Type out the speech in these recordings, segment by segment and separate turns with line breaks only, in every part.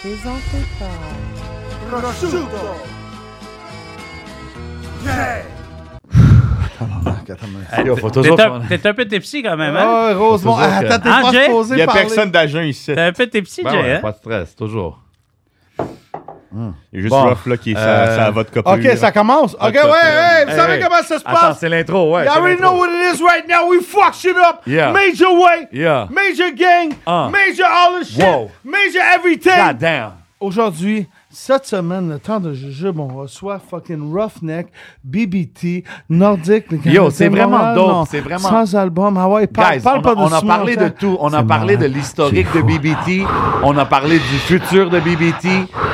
présenté par
Prosciutto! Yeah!
Allez, on va tous
T'es
autres,
un,
on-
t'es un peu tipsy quand même, hein?
Ah, heureusement!
Faut toujours que-
Attends, t'es
Hein,
pas
Jay?
supposé
Il n'y a
parler.
personne d'agent ici.
T'es un peu tipsy,
Ben
Jay,
ouais,
hein?
Pas de stress, toujours.
Il y a juste
Bon.
Ruff là qui est
Euh,
ça, ça va de copier.
Hum. OK, ça commence. OK, ouais,
Attends,
ouais, vous
hey,
savez
hey.
comment ça se
Attends,
passe?
Ah, c'est l'intro, ouais.
You
c'est
already
l'intro.
know what it is right now. We fuck shit up.
Yeah.
Major way.
Yeah.
Major gang.
Ah.
Major all the shit.
Wow.
Major everything.
God damn.
Aujourd'hui, cette semaine, le temps de jujube, on reçoit fucking Roughneck, BBT, Nordic. le Canadien,
c'est vraiment
Montréal,
dope,
non,
c'est vraiment-
Sans album. Ah ouais, parle,
Guys,
parle
on,
pas hein.
a- on a
Simon
parlé de
Jean.
tout. On a
C'est
parlé de
malade.
l'historique de BBT. On a parlé du futur de BBT.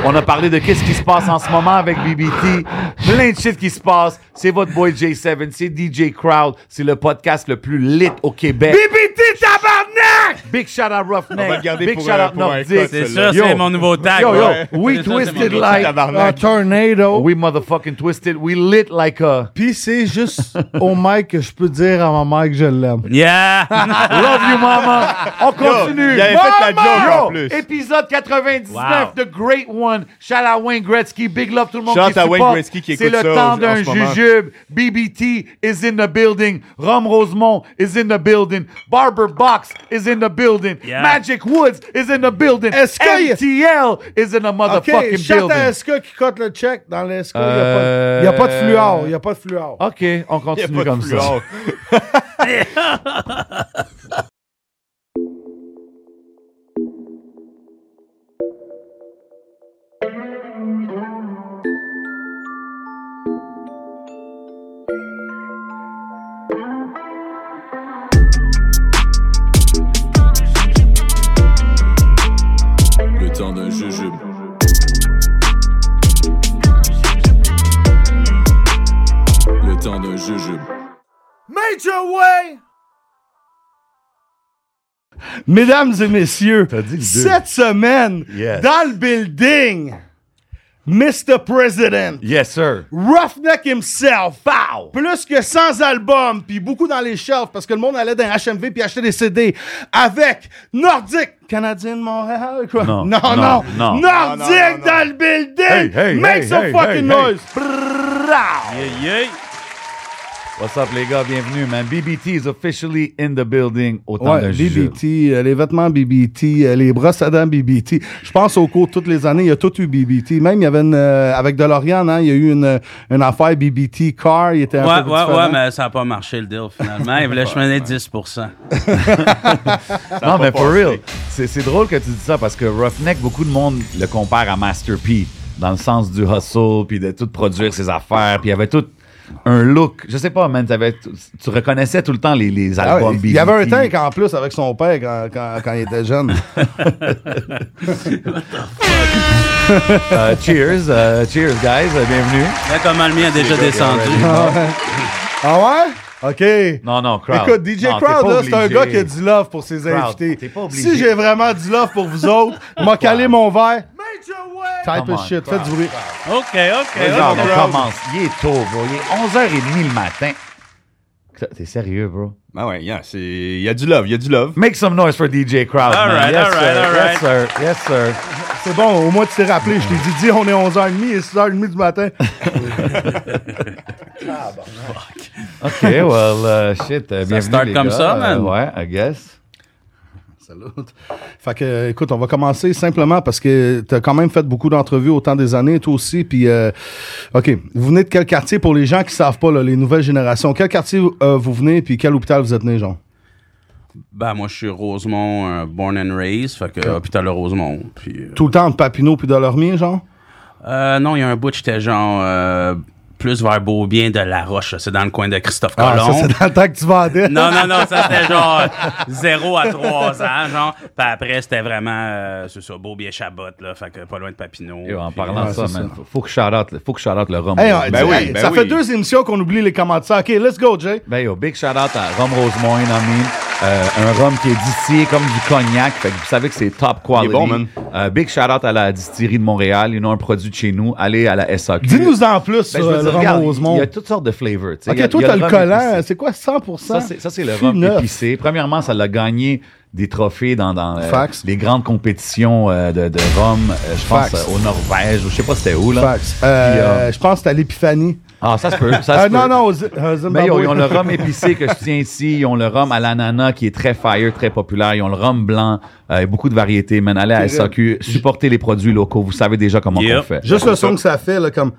On a parlé de qu'est-ce qui se passe en ce moment avec BBT. Plein de shit qui se passe. C'est votre boy J7, c'est DJ Crowd. C'est le podcast le plus lit au Québec.
BBT, tabarnak!
Big shout out
On va le
Roughneck.
garder
Big
pour,
shout
euh,
out
pour un
Nordic.
cut,
C'est
celle-là.
ça,
Yo.
c'est mon nouveau tag.
Yo, yo,
ouais.
we
C'est ça, c'est
twisted
mon-
like
Ah,
a
Tabarnak.
Ah, tornado.
We motherfucking twisted. We lit like a.
Puis c'est juste au mic que je peux dire à ma mère que je l'aime.
Yeah!
Love you, mama. On continue.
il avait fait la
Mama!
joke, en
Yo,
plus.
Épisode 99 de Great One. Shout out Wayne Gretzky. Big love tout le monde
Shout
qui
out à Wayne
supporte.
Gretzky qui
C'est
écoute
le
ça
temps
au-
d'un
en ce moment.
jujube. BBT is in the building. Rome Rosemont is in the building. Barber Box is in the building.
Yeah.
Magic Woods is in the building.
Est-ce que-
MTL is in the
OK,
motherfucking
chante à
building.
SK qui cote le check. Dans le SK, il
Euh,
n'y a, pas de fluor. Il n'y a pas de fluor.
OK, on
Il y a
continue
pas de
comme ça.
fluor.
Le temps d'un jujube. Le temps d'un jujube.
Major Way! Mesdames et messieurs,
dit le deux.
cette semaine,
Yes.
dans le building, Mr. President,
Yes, sir.
Roughneck himself, pow! plus que 100 albums, puis beaucoup dans les shelves, parce que le monde allait dans HMV puis acheter des CD, avec Nordic, Canadien de Montréal, quoi.
Non,
non, non.
non, non.
Nordic
Non, non, non, non.
dans le building!
Hey, hey,
Make
hey,
some
hey,
fucking
hey, hey.
noise!
Yeah, yeah.
What's up, les gars? Bienvenue, man. BBT is officially in the building au temps d'un
Ouais,
jujube.
BBT, euh, les vêtements BBT, euh, les brosses à dents BBT. Je pense au cours de toutes les années, il y a tout eu BBT. Même il y avait une euh, avec DeLorean, hein, il y a eu une, une affaire BBT car, il était un
Ouais,
peu
ouais,
différent.
ouais, mais ça n'a pas marché le deal finalement. Il voulait que je menais 10
Non,
pas
mais for
passé.
real. C'est c'est drôle que tu dis ça parce que Roughneck, beaucoup de monde le compare à Master P dans le sens du hustle, puis de tout produire ses affaires, puis il y avait tout un look. Je sais pas, man, t'avais- tu, tu reconnaissais tout le temps les, les
Ah ouais,
albums
il y avait un
BBT.
tank en plus avec son père quand, quand, quand il était jeune.
Euh, cheers, euh, cheers, guys, euh, bienvenue.
Là, comment le mien a déjà descendu.
ah ouais? OK.
Non, non, Crowd.
Écoute, DJ
Non, t'es
Crowd,
pas
là, c'est un
obligé.
gars qui a du love pour ses
Crowd,
invités.
t'es pas obligé.
Si j'ai vraiment du love pour vous autres, m'a calé mon verre. Type
Come
of
on,
shit, faites du bruit.
OK, OK.
Vas-y,
ok.
on commence. Il est tôt, bro. Il est 11h30 le matin. T'es sérieux, bro?
Ben ouais, yeah, c'est- il y a du love, il y a du love.
Make some noise for DJ Crowd,
All
man.
right,
yes,
all right,
sir.
all
yes, sir. Yes, sir.
C'est bon, au moins tu t'es rappelé. Je t'ai dit, dis, on est 11h30 et 6h30 du matin.
OK, well, euh, shit, euh, bienvenue,
start
les
comme
gars.
ça,
Euh,
man.
ouais, I guess.
Salut. Fait que, euh, écoute, on va commencer simplement parce que t'as quand même fait beaucoup d'entrevues au temps des années, toi aussi. Puis, euh, OK, vous venez de quel quartier pour les gens qui savent pas, là, les nouvelles générations? Quel quartier euh, vous venez puis quel hôpital vous êtes né, Jean?
Ben, moi, je suis Rosemont, euh, born and raised. Fait que, hôpital Rosemont. Puis, euh,
Tout le temps de Papineau puis de Lormier, Jean?
Euh, non, il y a un bout, j'étais genre euh, plus vers Beaubien de La Roche. là. C'est dans le coin de Christophe
Ah,
Colomb.
Ah, ça, c'est dans le temps que tu vendais.
non, non, non, ça c'était genre 0 à 3 ans, genre. Puis après, c'était vraiment, euh, c'est ça, Beaubien Chabot, là, fait que pas loin de Papineau.
Yo, en
Puis, euh,
parlant
ouais,
de ça,
c'est
man, faut- faut que shout-out le- faut que shout-out le Rome.
Hey, on-
Rosemont.
Ben
hey,
oui, ben
ça
oui.
fait deux émissions qu'on oublie les commentaires. OK, let's go, Jay.
Ben yo, big shout-out à Rome Rosemont, you know what I mean? Euh, un rhum qui est distillé comme du cognac. Fait que vous savez que c'est top quality.
Il est bon, man.
Euh, big shout out à la distillerie de Montréal. Ils ont un produit de chez nous. Allez à la SAQ.
Dis-nous en plus sur
Ben, je veux
euh, le
dire,
rhum
regarde,
Rosemont.
Il y a toutes sortes de flavors. tu sais. Il y a-
Ok, toi,
il y a
t'as le
rhum
collant. hein?
épicé.
C'est quoi, 100%?
Ça, c'est, ça, c'est le rhum
Fumeur.
épicé. Premièrement, ça l'a gagné des trophées dans, dans, euh,
Facts.
les grandes compétitions euh, de, de rhum, euh, je pense,
Facts.
euh, au Norvège, ou je sais pas c'était où, là.
Facts. Euh,
Puis, euh,
je pense que t'as l'Épiphanie.
Ah, ça se peut, ça se
Euh,
peut.
non, non, aux, euh, Zimbabwe.
Mais ils ont, ils ont le rhum épicé que je tiens ici. Ils ont le rhum à l'ananas qui est très fire, très populaire. Ils ont le rhum blanc. Euh, beaucoup de variétés. Man, allez à SAQ. Supportez les produits locaux. Vous savez déjà comment
Yep.
on fait.
Juste le son que ça fait, là, comme...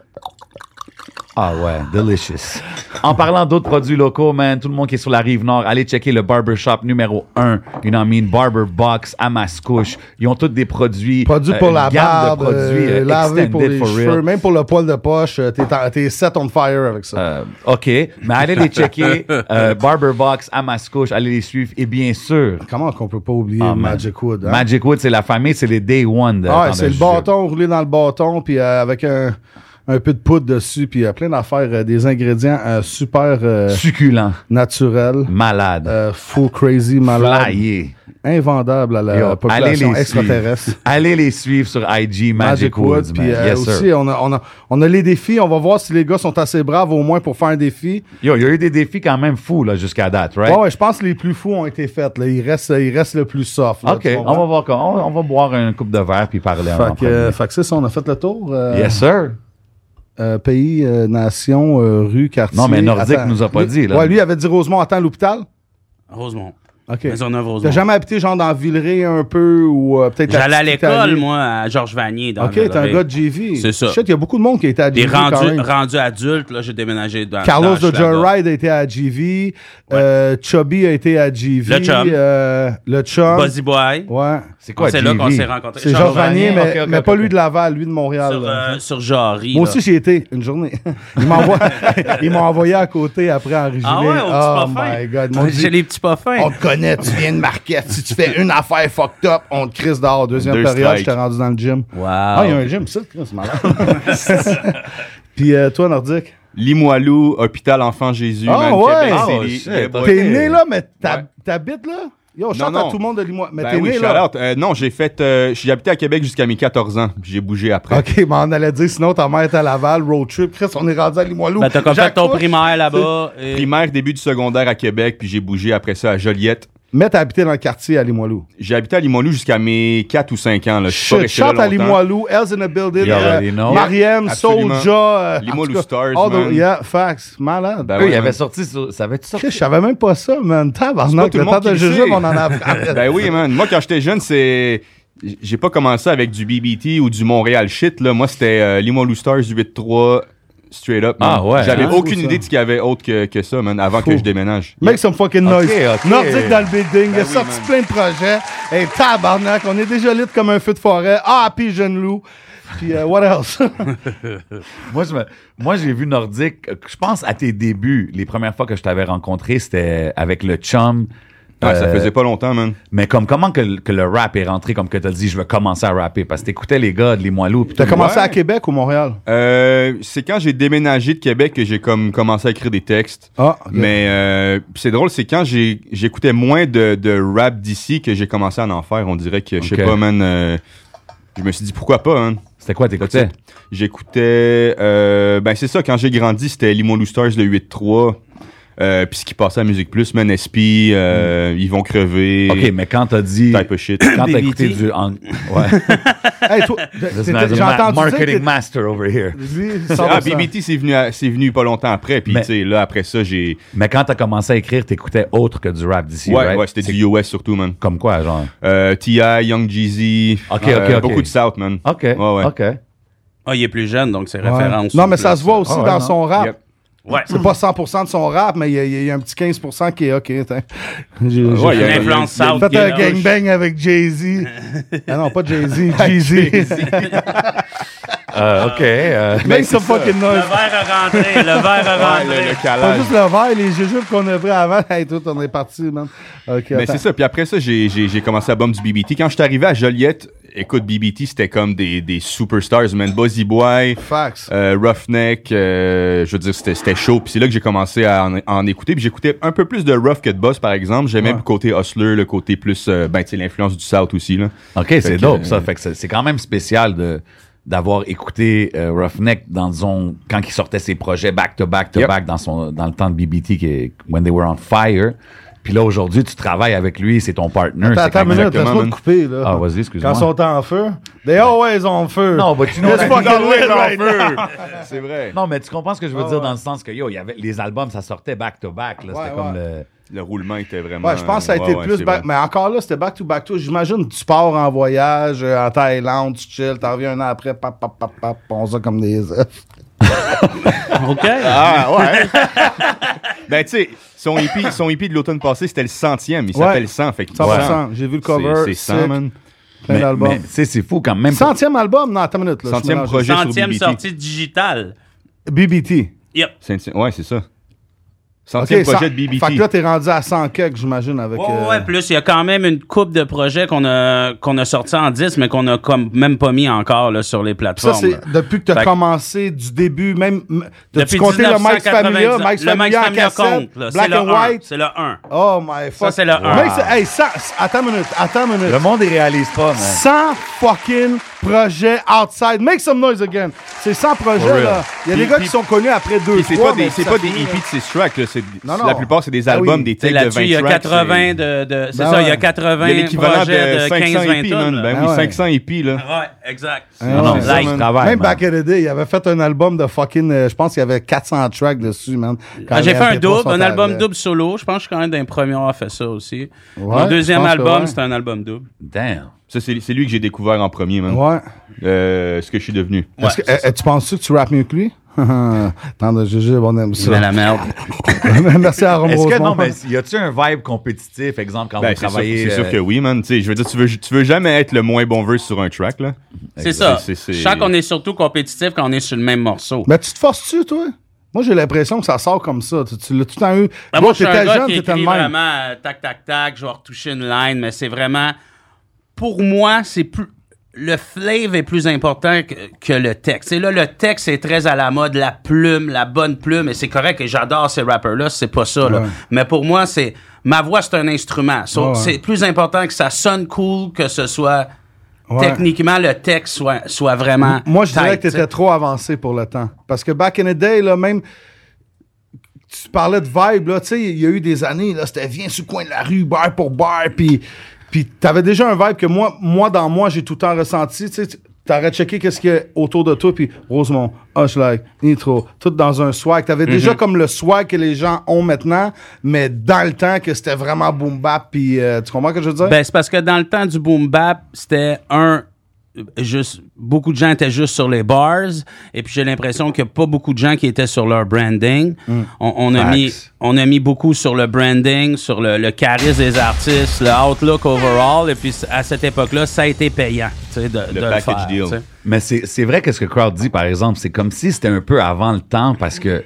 Ah ouais, delicious. En parlant d'autres produits locaux, man, tout le monde qui est sur la rive nord, allez checker le barbershop numéro 1. You know what I mean? Barber Box à Mascouche. Ils ont tous des produits.
Produit pour
euh,
la
une gamme
barbe,
de produits
euh,
euh,
lavé pour
extended
les
for real.
cheveux, même pour le poil de poche, euh, t'es, en- t'es set on fire avec ça.
Euh, OK, mais allez les checker. euh, Barber Box à Mascouche, allez les suivre. Et bien sûr,
Comment qu'on peut pas oublier
Ah, man.
Magic Wood? hein?
Magic Wood, c'est la famille, c'est les day one. de-
Ah,
dans
c'est le
jeu.
bâton roulé dans le bâton, puis euh, avec un, un peu de poudre dessus, puis euh, plein d'affaires, euh, des ingrédients euh, super euh,
Succulent,
naturels,
Mm. malade,
euh, full crazy, malade,
flyé.
invendable à la
Yo,
population
allez les
extraterrestre.
suivre. Allez les suivre sur IG Magic,
Magic
Woods.
Woods, puis
man.
euh,
Yes, sir.
aussi, on a, on, a, on a les défis. On va voir si les gars sont assez braves au moins pour faire un défi.
Yo, il y a eu des défis quand même fous là, jusqu'à date, right?
Ouais, ouais, je pense que les plus fous ont été faits. Là. Il, reste, il reste le plus soft. là,
OK,
tu comprends?
on va voir quand- on, on va boire une coupe de verre puis parler en
Fait que, euh,
premier.
fait que c'est ça, on a fait le tour. euh,
Yes, sir.
euh, pays, euh, nation, euh, rue, quartier.
Non, mais Nordique
Attends,
nous a pas
lui-
dit, là.
Ouais, lui, il avait dit Rosemont, attends l'hôpital.
Rosemont.
OK.
Maisonneuve, Rosemont.
T'as jamais habité, genre, dans Villeray un peu ou euh, peut-être. la
J'allais à
petite
l'école,
Italie?
moi, à Georges Vanier. Dans
OK, t'es un
Villeray.
gars de JV.
C'est ça.
Shit, il y a beaucoup de monde qui a été à
Puis
JV. quand
rendu,
même.
rendu adulte, là, j'ai déménagé dans
Carlos
dans
de
Hochelaga.
Joyride a été à JV. Euh, Chubby a été à JV.
Le chum.
euh, le chum.
Buzzy Boy.
Ouais.
C'est quoi,
Ah, C'est là qu'on
JV?
s'est rencontrés.
C'est
Georges
Georges Vanier, mais,
Vanier, ok, ok,
mais
ok,
pas
ok.
lui de Laval, lui de Montréal.
Sur,
là.
euh, sur Jarry.
Moi
là.
aussi, j'y étais une journée. Il m'envoie- Il m'a envoyé à côté après enregistrer.
Ah ouais, au
oh
petit pas
my God. Mon
fin. J'ai
Dieu.
les petits pas fins.
On te connaît, tu viens de Marquette. Si tu fais une affaire fucked up, on te crisse dehors. Deuxième
Deux
période,
strikes.
j'étais rendu dans le gym.
Wow.
Ah, il y a un gym, ça, Chris, c'est malade. Puis euh, toi, Nordique,
Limoilou, Hôpital Enfant Jésus.
Ah,
man,
ouais.
Québec,
Ah,
c'est
ouais,
les-
shit.
les boys.
t'es né là, mais t'hab-
Ouais.
t'habites là? Yo, je
Non,
chante à
non.
tout le monde de Limois. Mais
Ben
t'es
oui,
né
shout
là?
out. Euh, non, j'ai fait. euh, j'ai habité à Québec jusqu'à mes 14 ans. puis J'ai bougé après.
OK, mais on allait dire, sinon ta mère est à Laval, road trip. Chris, on est rendu à Limoilou.
Ben, t'as comme fait ton
J'accouche.
primaire là-bas. et-
Primaire, début du secondaire à Québec, puis j'ai bougé après ça à Joliette.
Mais t'as habité dans le quartier à Limoilou.
J'ai habité à Limoilou jusqu'à mes 4 ou 5 ans. Là. Je suis pas
Shit,
resté là
shout à
longtemps.
Limoilou, Els in a Building,
You already
euh,
know.
Mariam,
Yeah, absolument.
Soulja. euh,
Limoilou
en tout cas,
Stars,
all the-
man.
Yeah, facts, malade.
Ben
Eux,
ouais,
ils avaient
man.
sorti sur- Ça avait-tu
Chris,
sorti?
je savais même pas ça, man.
pas
Tabarnak,
tout
le
le
temps
monde
de
qui le
jujube,
sait.
on en a parlé.
Ben oui, man. Moi, quand j'étais jeune, c'est. J'ai pas commencé avec du BBT ou du Montréal shit, là. Moi, c'était euh, Limoilou Stars 8-3, straight up. man.
Ah ouais,
J'avais
hein?
aucune
Fou, ça.
idée de ce qu'il y avait autre que, que ça, man, avant que je déménage.
Make some fucking noise.
ok.
Nordique dans le building, il a
Ben oui,
sorti
man.
plein de projets. Et tabarnak, on est déjà lit comme un feu de forêt. Ah, puis jeune loup. Puis euh, what else?
Moi, je me- moi, j'ai vu Nordique. euh, Je pense à tes débuts, les premières fois que je t'avais rencontré, c'était avec le chum.
Ouais, Ça
Euh,
faisait pas longtemps, man.
Mais comme comment que, le- que le rap est rentré, comme que t'as dit, je veux commencer à rapper, parce que t'écoutais les gars de Les Moilous. puis
T'as
tout.
commencé à Québec ou Montréal?
Euh, c'est quand j'ai déménagé de Québec que j'ai comme commencé à écrire des textes.
Ah, ok.
Mais euh, pis c'est drôle, c'est quand j'ai j'écoutais moins de, de rap d'ici que j'ai commencé à en faire. On dirait que, je sais
Ok.
pas, man, euh, je me suis dit pourquoi pas, hein.
C'était quoi, t'écoutais?
J'écoutais. euh, ben, c'est ça, quand j'ai grandi, c'était Limon Loosters, le 8-3. Euh, Puis ce qui passait à Musique Plus, Man SP, euh, Ils vont crever.
Hmm. OK, mais quand t'as dit...
Type of shit.
Quand t'as
BBT.
écouté du... en- Ouais.
Hey, toi,
This is
t'étais-
not
j'ai
a ma-
entendu dire que
marketing master over here.
t'étais-
Ah,
100%.
BBT, c'est venu, à- c'est venu pas longtemps après. Puis,
Mais-
tu sais, là, après ça, j'ai.
Mais quand t'as commencé à écrire, t'écoutais autre que du rap d'ici,
Ouais,
right?
ouais, c'était
C'est
du US surtout, man.
Comme quoi, genre?
Euh, T.I., Young Jeezy.
Ok,
euh,
ok, ok.
Beaucoup de South, man.
OK,
Ouais, ouais.
OK.
Ah, il est plus jeune, donc c'est
Ouais.
référence.
Non,
au
mais ça
plus,
se voit aussi
Ah ouais,
dans
non.
son rap.
Yep.
Ouais.
C'est pas 100% de son rap, mais il y, a- il y a un petit 15% qui est OK. tiens. J'ai- j'ai-
Ouais, il y a-
Une influence
il y a-
south.
Faites
qui est
un
là.
gangbang avec Jay-Z. ah non, pas Jay-Z, Jay-Z.
Euh, OK. euh,
Make some fucking
Le
noise.
verre a rentré, le verre a
Ouais, Ah, le,
rentré.
le calage.
Pas juste le verre, les jujubes qu'on œuvrait avant. Hey, tout, on est parti, man. OK,
Mais
attends.
c'est ça. Puis après ça, j'ai, j'ai, j'ai commencé à bomber du BBT. Quand je suis arrivé à Joliette, écoute, BBT, c'était comme des, des superstars, man. Buzzy Boy,
Fax.
euh, Roughneck, euh, je veux dire, c'était, c'était chaud. Puis c'est là que j'ai commencé à en, à en écouter. Puis j'écoutais un peu plus de Rough que de Buzz, par exemple. J'aimais le côté hustler, le côté plus, euh, ben, tu sais, l'influence du South aussi, là.
OK, c'est
que,
dope,
euh,
ça. Fait que c'est- c'est quand même spécial de d'avoir écouté euh, Roughneck dans son quand il sortait ses projets back to back to
Yep.
back dans son dans le temps de BBT qui est When They Were on Fire. Puis là aujourd'hui, tu travailles avec lui, c'est ton partner,
Attends,
c'est
attends
quand
une
même
minute,
exactement,
laisse-moi te
man.
couper, là.
Ah, vas-y, excuse-moi.
Quand ils sont en feu, they always on feu.
Non, but you know
ben,
Let's
what I
fucking
mean.
win right now.
C'est vrai.
Non, mais tu comprends ce que je
Ah,
veux dire dans le sens que yo, il y avait les albums, ça sortait back to back là, c'était
Ouais,
comme
ouais.
le
Le roulement était vraiment.
Ouais, je pense que ça a
ouais,
été
ouais,
plus
c'est
back.
vrai.
Mais encore là, c'était back to back to. J'imagine, tu pars en voyage euh, en Thaïlande, tu chill, t'en reviens un an après, pap, pap, pap, pap, on ça comme des œufs.
OK.
Ah ouais. ben tu sais, son hippie, son hippie de l'automne passé, c'était le centième. Il s'appelle
Ouais.
100. Fait que
100%. J'ai vu le cover.
C'est
sick,
100, man.
Plein d'albums.
mais, tu sais, c'est fou quand même. pour-
Centième album? Non, attends une minute. Là, je
Centième
mélange.
projet sur
Centième
BBT.
sortie digitale.
BBT.
Yep.
Centième- Ouais, c'est ça.
OK,
Centième projet
cent-
de BBT.
Fait que là, t'es rendu à 100 quelques, j'imagine, avec...
Ouais,
euh,
ouais, plus il y a quand même une coupe de projets qu'on a qu'on a sorti en 10 mais qu'on a comme même pas mis encore là, sur les
Ça,
plateformes.
c'est
là.
depuis que t'as
Fait que-
commencé, du début, même... m- T'as-tu
Depuis
compté le Mike's
1990,
Familia, Mike's
le Mike's
Familia en
Familia
cassette,
compte, là. C'est
Black
le
and
1,
White?
C'est le 1.
Oh my fuck.
c'est le un.
Mike, c'est- hey, ça- attends une minute, attends une minute.
Le monde il réalise pas, mais
100 fucking projets outside. Make some noise again. C'est 100
For
projets,
real.
là. Il y a
Puis-
des gars
puis-
qui sont connus après deux,
Puis c'est
trois.
pas des,
mais
c'est
ça
pas des
finit,
hippies de 6 tracks, là. c'est-
Non, non.
La plupart, c'est des
Ah oui.
albums, des takes
C'est
de 20
là-dessus, il y a
tracks, c'est-
80 de, de c'est
Ben
ça, il y
ouais.
a 80
Il y a l'équivalent
projets
de 500
15-20
hippies, man.
tonnes.
Ben
là.
oui,
Ah ouais.
500 hippies, là.
Ouais, exact.
Ah
non,
ouais.
ça,
Like.
man.
là.
travail,
Même
man.
back in the day, il avait fait un album de fucking. euh, je pense qu'il y avait 400 tracks dessus, man. Quand
Ah, J'ai
les
fait un
MP3 sont
double, un album
arrivés.
double solo. Je pense que je suis quand même d'un premier à avoir fait ça aussi.
Ouais,
Mon
je
deuxième
pense que
album,
ouais.
c'était un album double.
damn.
Ça, c'est c'est lui que j'ai découvert en premier, man.
Ouais.
Euh, ce que je suis devenu.
Ouais,
Est-ce que- euh, tu penses que tu rappes mieux que lui? Tant de jujube, on aime
Mais
ça.
la merde.
Merci à Rome
Est-ce que non,
Rosemont.
mais y a-tu un vibe compétitif, exemple quand
Ben,
vous
c'est sûr,
travaillez
c'est sûr
euh,
que oui, man. Tu sais, je veux dire, tu veux, tu veux jamais être le moins bon verse sur un track, là.
C'est ça.
Ben, C'est- c'est-
Je sens qu'on est surtout compétitif quand on est sur le même morceau.
Mais tu te forces-tu, toi? Moi, j'ai l'impression que ça sort comme ça. Tu, tu l'as tout le temps eu.
Ben,
Bro,
moi, je suis un gars qui
t'étais
écrit vraiment euh, tac, tac, tac, je vais retoucher une line, mais c'est vraiment... Pour moi, c'est plus... Le flavor est plus important que, que le texte. Et là, le texte est très à la mode, la plume, la bonne plume, et c'est correct, et j'adore ces rappers-là, c'est pas ça. Là.
Ouais.
Mais pour moi, c'est... Ma voix, c'est un instrument. So,
Ouais, ouais.
C'est plus important que ça sonne cool, que ce soit...
Ouais.
Techniquement, le texte soit, soit vraiment...
Moi, je dirais
tight,
que t'étais
t'sais.
trop avancé pour le temps. Parce que back in the day, là, même. Tu parlais de vibe, là. Tu sais, il y a eu des années, là, c'était viens sur le coin de la rue, bar pour bar. Puis, puis t'avais déjà un vibe que moi, moi dans moi, j'ai tout le temps ressenti. Tu sais, tu- t'aurais checké qu'est-ce qu'il y a autour de toi. Puis, Rosemont, Hushlight, Nitro, tout dans un swag. T'avais déjà
Mhm.
comme le swag que les gens ont maintenant, mais dans le temps que c'était vraiment boom bap. Puis, euh, tu comprends ce que je veux dire?
Ben, c'est parce que dans le temps du boom bap, c'était un euh, juste beaucoup de gens étaient juste sur les bars et puis j'ai l'impression qu'il n'y a pas beaucoup de gens qui étaient sur leur branding. On, on a
Facts.
mis on a mis beaucoup sur le branding, sur le, le charisme des artistes, le outlook overall et puis c- à cette époque-là, ça a été payant, tu sais, de, de le
package
faire,
deal.
tu sais.
Mais c'est c'est vrai que ce que Crowd dit, par exemple, c'est comme si c'était un peu avant le temps parce que,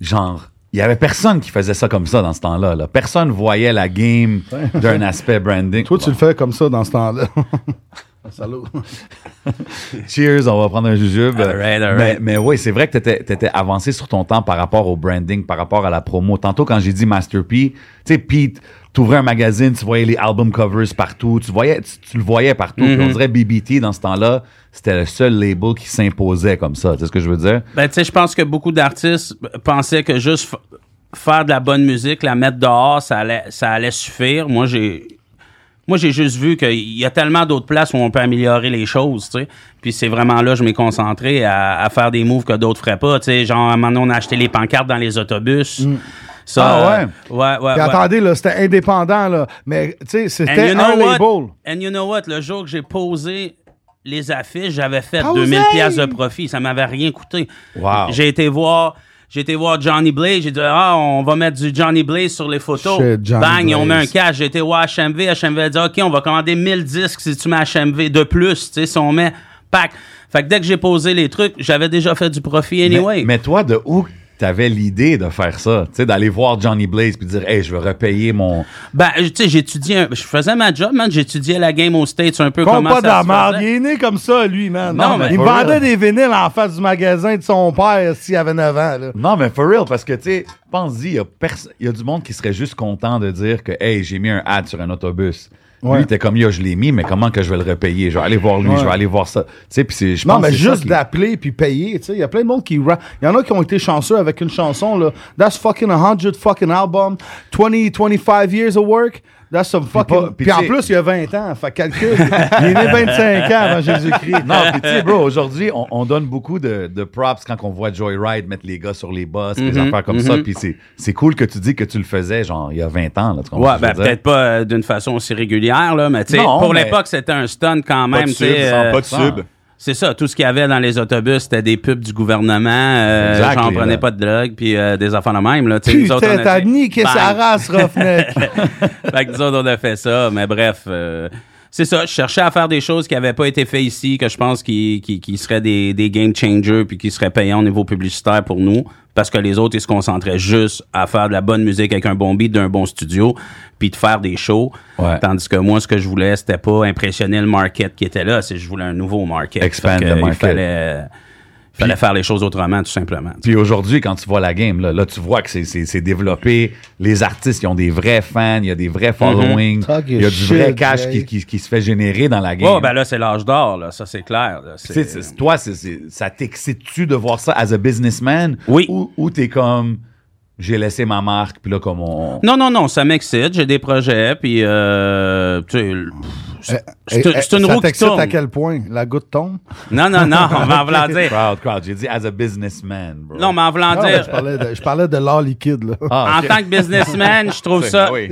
genre, il y avait personne qui faisait ça comme ça dans ce temps-là. là. Personne voyait la game d'un aspect branding.
toi, tu le fais comme ça dans ce temps-là. Salut.
Cheers, on va prendre un jujube.
All right, all
Mais,
right.
mais oui, c'est vrai que t'étais étais avancé sur ton temps par rapport au branding, par rapport à la promo. Tantôt, quand j'ai dit Master P, tu sais, Pete, t'ouvrais un magazine, tu voyais les album covers partout, tu voyais, tu, tu le voyais partout.
Mm-hmm.
Puis on dirait BBT, dans ce temps-là, c'était le seul label qui s'imposait comme ça. Tu sais ce que je veux dire?
Ben, tu sais, je pense que beaucoup d'artistes euh, pensaient que juste f- faire de la bonne musique, la mettre dehors, ça allait, ça allait suffire. Moi, j'ai. Moi, j'ai juste vu qu'il y a tellement d'autres places où on peut améliorer les choses, tu sais. Puis c'est vraiment là que je m'ai concentré à, à faire des moves que d'autres feraient pas, tu sais. Genre, à un moment donné, on a acheté les pancartes dans les autobus.
Ah
Ça, euh, ouais? Ouais, ouais,
Puis attendez, là, c'était indépendant, là. Mais, tu sais, c'était
you
un
know what?
label.
And you know what? Le jour que j'ai posé les affiches, j'avais fait
Posé!
2000 pièces de profit. Ça m'avait rien coûté.
Wow.
J'ai été voir... J'ai été voir Johnny Blaze, j'ai dit ah on va mettre du Johnny Blaze sur les photos.
Shit, Johnny
Bang, ils ont mis un
Blaze.
cash. J'ai été voir HMV, HMV a dit OK, on va commander 1000 disques si tu mets HMV de plus, tu sais si on met pack. Fait que dès que j'ai posé les trucs, j'avais déjà fait du profit anyway.
Mais, mais toi, de où t'avais l'idée de faire ça? Tu sais, d'aller voir Johnny Blaze puis dire, hey, je veux repayer mon.
Ben, tu sais, j'étudiais, un- je faisais ma job, man, j'étudiais la game aux States un peu
Compte
comment
pas de
ça
la
se
merde. Il
faisait.
est né comme ça, lui, man.
Non, mais
il
for
vendait
real.
des vinyles en face du magasin de son père s'il avait 9 ans. Là.
Non, mais for real, parce que, tu sais, pense-y, il y, a perso- il y a du monde qui serait juste content de dire que, hey, j'ai mis un ad sur un autobus.
Ouais.
Lui, t'es comme, yo, je l'ai mis, mais comment que je vais le repayer? Je vais aller voir lui,
Ouais.
je vais aller voir ça. Tu sais, puis c'est- je pense
Non, mais
que c'est ça
juste
qui-
d'appeler puis payer. tu sais, Il y a plein de monde qui rap. Il y en a qui ont été chanceux avec une chanson. Là. That's fucking 100 fucking album. 20, 25 years of work. That's some fucking.
pas- puis
Puis en
tu sais-
plus, il y a 20 ans. Fait calcul. il est né 25 ans avant Jésus-Christ.
Non, puis tu sais, bro, aujourd'hui, on, on donne beaucoup de, de props quand on voit Joyride mettre les gars sur les bus, des
Mhm.
affaires comme ça. Puis c'est- c'est cool que tu dis que tu le faisais, genre, il y a 20 ans. Là, tu comprends
Ouais,
ce que
ben
je veux dire?
peut-être pas euh, d'une façon aussi régulière, là, mais tu sais,
Non,
pour
mais-
l'époque, c'était un stun quand
Pas
même.
de
tu
sub,
sais,
sans
euh,
pas de sub.
C'est ça, tout ce qu'il y avait dans les autobus, c'était des pubs du gouvernement. Euh,
Exactly,
j'en prenais
là.
pas de drogue, puis euh, des enfants de même. Là, tu sais, nous autres, on Ben,
Putain,
a
t'as
dit,
niqué
bang.
sa race, Roughneck.
fait que nous autres, on a fait ça, mais bref. euh, c'est ça, je cherchais à faire des choses qui n'avaient pas été faites ici, que je pense qui, qui, qui seraient des, des game changers puis qui seraient payants au niveau publicitaire pour nous, parce que les autres, ils se concentraient juste à faire de la bonne musique avec un bon beat d'un bon studio, puis de faire des shows.
Ouais.
Tandis que moi, ce que je voulais, c'était pas impressionner le market qui était là, c'est je voulais un nouveau market.
Expand
Fait que
le market.
Il fallait, il fallait faire les choses autrement, tout simplement.
Puis aujourd'hui, quand tu vois la game, là, là tu vois que c'est- c'est c'est développé. Les artistes, ils ont des vrais fans, il y a des
Mhm.
vrais followings,
Talk
il y a
your
du vrai
shit,
cash
Jay.
qui, qui, qui se fait générer dans la game.
Oh, ben là, c'est l'âge d'or, là, ça c'est clair. là,
Tu sais, c'est- toi, c'est- c'est- ça t'excite-tu de voir ça as a businessman?
Oui.
Ou, ou t'es comme, j'ai laissé ma marque, puis là, comme on...
Non, non, non, ça m'excite. J'ai des projets, puis euh, tu sais, le- c'est
Eh,
c'est-
eh,
c'est une
ça
roue qui
t'excite
tourne.
à quel point? La goutte tombe?
Non, non, non, on va en vouloir dire.
Crowd, crowd. J'ai dit as a businessman, bro.
Non, mais en voulant
Ah, ouais,
dire,
je, parlais de, je parlais de l'or liquide. Là.
Ah,
en
ok.
tant que businessman, je trouve ça...
Ah oui.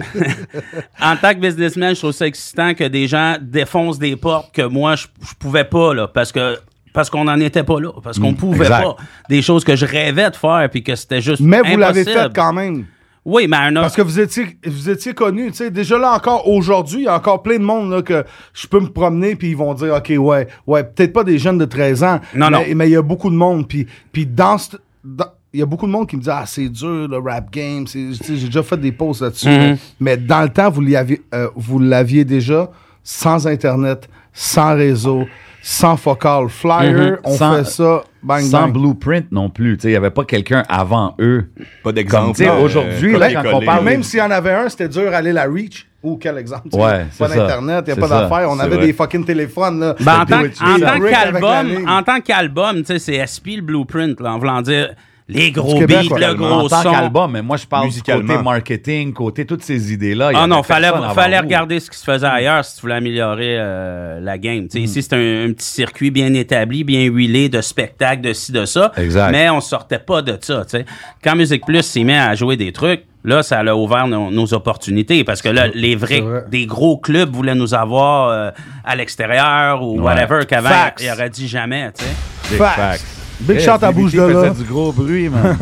en tant que businessman, je trouve ça excitant que des gens défoncent des portes que moi, je, je pouvais pas, là, parce que parce qu'on n'en était pas là, parce
Mm,
qu'on pouvait
exact.
pas. Des choses que je rêvais de faire, puis que c'était juste
Mais vous l'avez
impossible.
fait quand même.
Oui, mais à un autre...
Parce que vous étiez, vous étiez connu, tu sais, déjà là encore aujourd'hui, il y a encore plein de monde là, que je peux me promener puis ils vont dire OK, ouais, ouais, peut-être pas des jeunes de 13 ans,
Non,
mais,
non.
mais il y a beaucoup de monde puis puis dans ce- dans- il y a beaucoup de monde qui me dit ah c'est dur le rap game, c'est- tu sais, j'ai déjà fait des pauses là-dessus,
Mhm.
mais dans le temps vous l'aviez vous l'aviez déjà sans internet, sans réseau, sans focal flyer,
Mhm.
on
Sans-
fait ça bang
sans
bang.
blueprint non plus. Tu sais, il n'y avait pas quelqu'un avant eux.
Pas d'exemple.
Comme, tu sais,
euh,
aujourd'hui, là, quand
copier-coller.
on parle-
Même s'il y en avait un, c'était dur aller la reach. Ou quel exemple? tu sais,
Ouais, c'est
pas
ça.
d'Internet, il n'y
C'est
a pas
ça,
d'affaires. On
c'est
avait
vrai.
des fucking téléphones. Là.
Ben, en,
do
tant,
it
en
yourself.
tant
Break avec la
qu'album,
ligne.
en tant qu'album, tu sais, c'est SP le blueprint, là, en voulant dire les gros
Du Québec,
beats,
quoi,
le
tellement.
gros
en tant
son.
qu'album, mais moi, je parle du côté
Musicalement.
marketing, côté toutes ces idées-là. il y
Ah
avait
non, fallait,
personne avant
fallait
vous.
regarder ce qui se faisait ailleurs si tu voulais améliorer euh, la game. Tu sais, Ici, c'est un, un petit circuit bien établi, bien huilé de spectacles, de ci, de ça.
Exact.
Mais on sortait pas de ça. tu sais. Quand Musique Plus s'est mis à jouer des trucs, là, ça a ouvert nos, nos opportunités parce que là, les vrais,
vrai.
des gros clubs voulaient nous avoir euh, à l'extérieur ou whatever qu'avant,
Facts.
ils auraient dit jamais. tu sais.
Big
Facts. Big
Hey,
shot à
CBT
bouche de là.
faisait du gros bruit, man.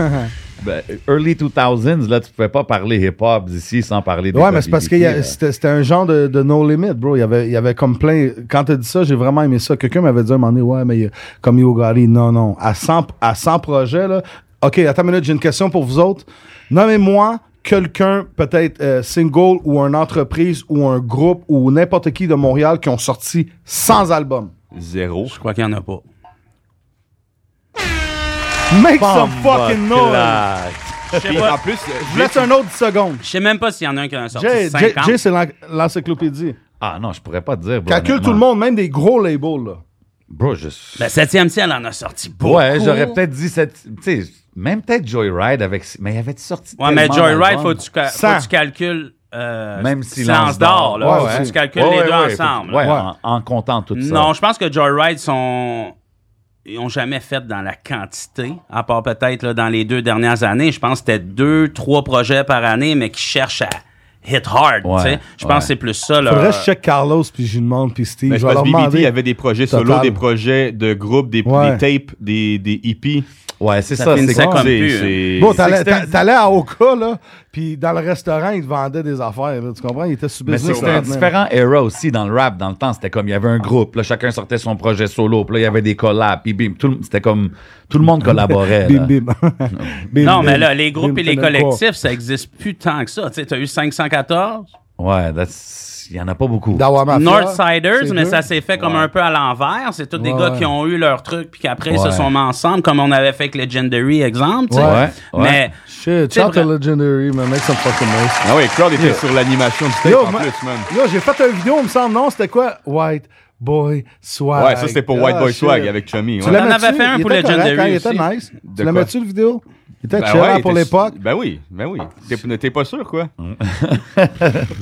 Ben, early 2000s, là, tu pouvais pas parler hip-hop d'ici sans parler de
Ouais, mais c'est parce que y a- c'était c'était un genre de, de no limit, bro. Il y avait, il y avait comme plein. Quand t'as dit ça, j'ai vraiment aimé ça. Quelqu'un m'avait dit à un moment donné, ouais, mais il y a- comme Yogari, non, non. À 100, à 100 projets, là. OK, attends une minute, j'ai une question pour vous autres. Nommez-moi quelqu'un, peut-être euh, single ou une entreprise ou un groupe ou n'importe qui de Montréal qui ont sorti 100 albums.
Zéro. Ben,
Je crois qu'il n'y en a pas.
Make some
Oh,
fucking noise!
Puis en plus, euh,
Je vous laisse un autre 10 secondes.
Je sais même pas s'il y en a un qui en a sorti
Jay, Jay,
50.
Jay, c'est l'en- l'encyclopédie.
Ah non, je pourrais pas te dire. bro,
Calcule tout le
honnêtement.
monde, même des gros labels. Là.
Bro, je
Le Ben, septième ciel en a sorti beaucoup.
Ouais, j'aurais peut-être dit cette. Tu sais, même peut-être Joyride avec. Mais il avait sorti.
Ouais, mais
tellement
Joyride,
d'albums.
faut que tu, cal- faut
Cent.
que tu calcules. euh,
Même
silence
silence d'or.
d'or, là.
Ouais,
Faut que
ouais.
Tu calcules
Ouais,
les
ouais,
deux
ouais,
ensemble.
faut- Ouais,
Ouais.
En, en comptant tout ça.
Non, je pense que Joyride sont. Ils n'ont jamais fait dans la quantité, à part peut-être là, dans les deux dernières années. Je pense que c'était deux, trois projets par année, mais qui cherchent à hit hard.
Ouais,
tu sais. Je pense
ouais.
que c'est plus ça. Là.
Faudrait
Euh,
que je check Carlos, puis je lui demande, puis Steve.
Mais
je
je
vais leur
pense Ben, que BBT, il y
demander.
avait des projets
Total.
solo, des projets de groupe, des,
Ouais.
des tapes, des, des hippies.
Ouais, c'est
Ça
ça.
fait une
c'est-
seconde.
c'est-
C'est-
plus, hein.
c'est-
Bon, t'allais,
c'était-
t'a- t'allais à Oka, là, puis dans le restaurant, ils te vendaient des affaires, là, tu comprends? Ils étaient sous
Mais c'est
business,
que c'était
là,
un
maintenant.
différent era aussi dans le rap. Dans le temps, c'était comme il y avait un groupe, là, chacun sortait son projet solo, puis là, il y avait des collabs, puis bim, tout, le- c'était comme tout le monde collaborait. là.
Bim, bim. Bim,
Non,
bim.
mais là, les groupes
Bim,
et les
t'allais le voir.
collectifs, ça existe plus tant que ça. Tu as eu 514,
Ouais, that's- il y en a pas beaucoup.
Dawa Mafia,
Northsiders,
c'est
mais
deux.
ça s'est fait comme un peu à l'envers. C'est tous des
Ouais,
gars
ouais.
qui ont eu leur truc, puis qu'après, ils
Ouais.
se sont mis ensemble, comme on avait fait avec Legendary, exemple. tu sais.
Ouais, ouais.
Mais
Shit,
C'est
shout out to
vrai.
Legendary, man. Make some fucking noise.
Ah ouais, Crowd était sur l'animation du tape
Yo,
en
ma-
plus, man.
Yo, j'ai fait une vidéo, il me semble, non? C'était quoi? White Boy Swag.
Ouais, ça c'était pour White
Ah,
Boy
shit.
Swag avec Chummy.
Tu
ouais.
l'as-
l'aimais-tu?
avais fait un
Il
pour
était correct,
Legendary
hein, Il était
aussi.
nice.
De
Tu
quoi?
l'aimais-tu, le vidéo? Il était
Ben
chill
ouais,
hein, pour
t'es-
l'époque.
Ben oui, ben oui. T'es t'es pas sûr, quoi?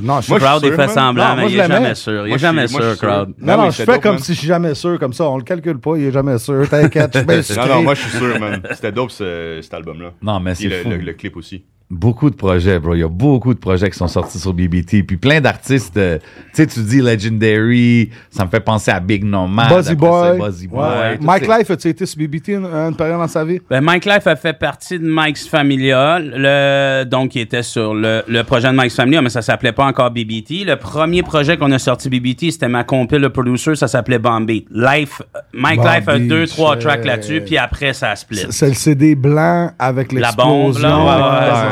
Non, je suis
Moi,
Crowd, il
sûr,
fait
man.
semblant,
Non,
mais
moi, je
il est
l'aimais.
jamais sûr. Il
Moi,
est
je suis-
jamais
moi, je
sûr,
suis sûr.
Crowd.
Non,
Ah
non,
oui,
je
c'était
fais
dope,
comme
man.
si je suis jamais sûr, comme ça. On le calcule pas, il est jamais sûr. T'inquiète, je m'inscris.
Non, non, moi je suis sûr, man. C'était dope ce- cet album-là.
Non, mais
Puis
c'est
le,
fou.
le- le clip aussi.
Beaucoup de projets, bro. Il y a beaucoup de projets qui sont sortis sur BBT. Puis plein d'artistes. euh, tu sais, tu dis Legendary, ça me fait penser à Big Nomad.
Buzzy
après ça,
Boy.
Buzzy Boy.
Ouais.
Tout
Mike
ça.
Life, a-tu été sur BBT une, une période dans sa vie?
Ben, Mike Life a fait partie de Mike's Familia, le, donc il était sur le, le projet de Mike's Familia, mais ça s'appelait pas encore BBT. Le premier projet qu'on a sorti BBT, c'était ma compil, le producer, ça s'appelait Bombay. Life, Mike
Bomb
Life a
Beat,
deux, trois
c'est-
tracks là-dessus, puis après ça a split.
C'est le CD blanc avec
La bombe, là.
l'explosion.
Ouais, ouais,
ouais, ouais, ouais.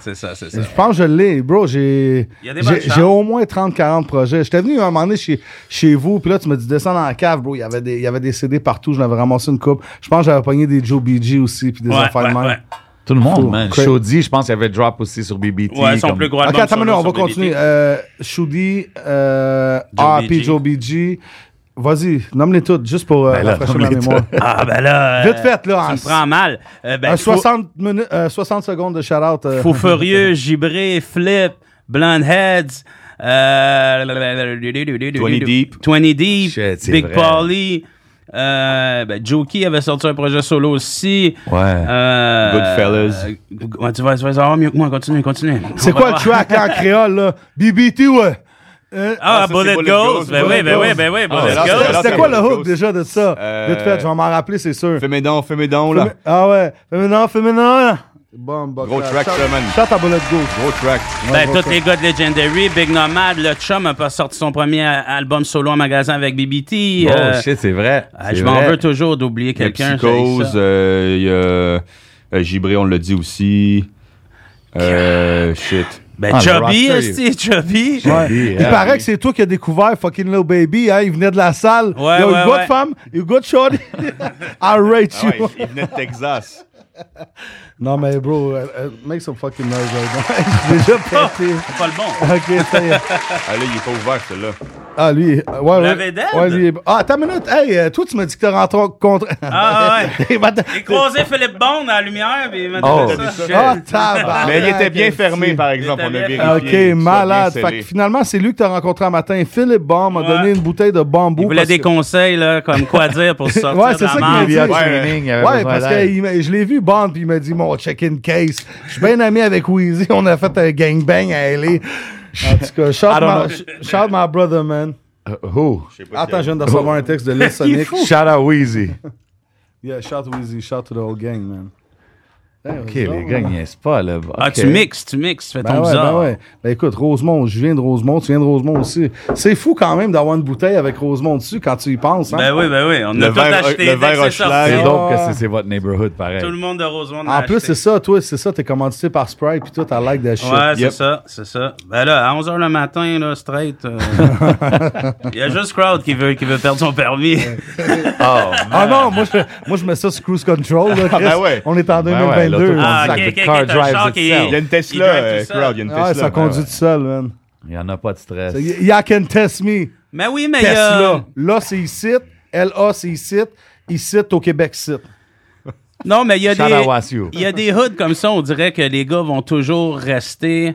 c'est ça, c'est ça.
Je pense que je l'ai, bro. J'ai
Il y a des
j'ai-
bonnes chances.
j'ai au moins 30-40 projets. J'étais venu un moment donné chez, chez vous, puis là, tu me dis descends dans la cave, bro. Il y avait des, il y avait des CD partout. J'en avais ramassé une coupe. Je pense que j'avais pogné des Joe BG aussi, puis des
Ouais,
affaires de
ouais,
même.
ouais.
Tout le monde, man.
Cra-
Chaudi, je pense qu'il y avait Drop aussi sur BBT.
Ouais, son
comme-
plus gros album
Ok, attends,
solo
une minute, on va
sur BBT.
continuer. Euh, Shudi, euh,
Joe
RP,
BG.
Joe BG. Vas-y, nomme-les toutes, juste pour euh,
Ben là,
rafraîchir ma
nomme-les
mémoire.
Ah, ben là. euh,
Vite fait, là, en-
Tu me prends mal. Euh, ben,
Un
faut-
60, minutes, euh, 60 secondes de shout-out. euh,
Faux Furieux, Gibré, Flip, Blonde Heads, euh, 20
Deep.
20 Deep,
Shit, c'est
Big
vrai.
Polly, euh, ben, Jokey avait sorti un projet solo aussi.
Ouais.
Euh,
Goodfellas.
euh, ouais, tu, vas, tu vas savoir mieux que moi, continue, continue.
C'est quoi le track en créole, là? BBT, ouais. Euh,
Ah,
Ah, ça,
Bullet
c'est Bullet
Ghost.
Ghost,
Ben
Bullet
oui, ben oui,
Ghost.
ben oui,
Ah,
Bullet
c'est-
Ghost.
c'est-
C'était quoi le hook déjà de ça?
Euh,
Vite fait, je vais m'en rappeler, c'est sûr.
Fais mes dons, fais mes dons,
Fais-
là.
Ah ouais, fais non, fais non. Bon, bon.
Gros track, ça, man.
Chat à bullet go.
Gros track.
Ben, tous les gars de Legendary, Big Nomad, Le Chum a pas sorti son premier a- album solo en magasin avec BBT.
Oh
euh,
shit, c'est vrai.
ah,
C'est
je m'en
vrai.
veux toujours d'oublier
Il y a
quelqu'un. j'ai ça.
Psychose, euh, il y a euh, Gibré, on l'a dit aussi. Euh, shit.
Ben,
Ah, le
Chubby,
roster,
esti, Chubby.
Ouais.
Yeah.
Il paraît que c'est toi qui as découvert Fucking Little Baby, hein, il venait de la salle.
Ouais,
Yo,
ouais,
you good
ouais.
femme, you good shorty. I rate
Ah
you.
ouais, il venait de Texas.
Non mais bro, euh, euh, make some fucking noise right now. J'ai déjà
Oh!
pété.
C'est pas le bon.
Ok, ça y est.
Ah là, il est pas ouvert, celui-là.
Ah lui, euh, ouais,
La
ouais.
vedette?
ouais lui, est- ah attends une minute, hey, euh, toi tu m'as dit que t'as rentré contre.
Ah ouais.
Et maintenant-
J'ai croisé Philippe Bond à la lumière, puis il m'a
Oh.
donné ça.
Ah, tabarnak,
Mais il était bien fermé, par exemple.
était
On a
bien
vérifié.
fermé.
Ok,
qu'il soit bien
malade.
scellé.
Fait que finalement, c'est lui que t'as rencontré un matin. Philippe Baum m'a
Ouais.
donné une bouteille de bambou.
Il voulait
parce
des
que-
conseils, là, comme quoi dire pour se sortir
Ouais,
de
c'est
la
ça qu'il
merde.
m'a dit.
Media
Ouais,
training, il y avait
Ouais,
besoin
parce
d'aide.
que il m'a- je l'ai vu Bond, puis il m'a dit mon check-in case. Je suis bien ami avec Wheezy, on a fait un gangbang à LA. En tout cas, shout, my, shout my brother, man.
Euh, Who?
Je sais pas
Attends, je
s'il y a-
viens de recevoir un texte de Lil Sonic.
Shout out Wheezy.
Yeah, shout Wheezy, shout to the whole gang, man.
Ok, les gars, ils niaisent pas, là.
Ah,
Ok.
tu mixes, tu mixes, tu fais
Ben
ton
ouais,
bizarre.
ben ouais. Ben écoute, Rosemont, je viens de Rosemont, tu viens de Rosemont aussi. C'est fou quand même d'avoir une bouteille avec Rosemont dessus quand tu y penses. Hein?
Ben oui, ben oui, on
Le
a tout
verre-
acheté.
le
dès que
verre
c'est
Hochelag.
C'est
sorti,
donc que c'est- c'est votre neighborhood, pareil.
Tout le monde de Rosemont l'a
En plus,
acheté.
c'est ça, toi, c'est ça, t'es commandité par Sprite, puis toi, t'as like de shit.
Ouais, c'est
Yep.
ça, c'est ça. Ben là, à 11h le matin, là, straight. euh, Il y a juste Crowd qui veut, qui veut perdre son permis.
Oh,
Ah non, moi je, moi, je mets ça sur Cruise Control, là, Chris.
ben ouais.
On est en
Ben ouais,
2022.
l'auto-
ah,
Exact,
ok,
the
ok, ok,
car
t'as un
drives
char qui
itself.
Il y a une
il
Tesla,
drive tout
euh,
seul.
Crowd. Il y a une
Ah,
Tesla.
ça
ben
conduit
ouais.
tout seul, man.
il y en a pas de stress.
Y- Y'all can test me.
Mais oui, mais euh, il y a...
Tesla. Là, c'est ici. LA, c'est ici. Ici, au Québec, c'est.
Non, mais il y a
Shout
des...
out Wassio.
Il y a des hoods comme ça, on dirait que les gars vont toujours rester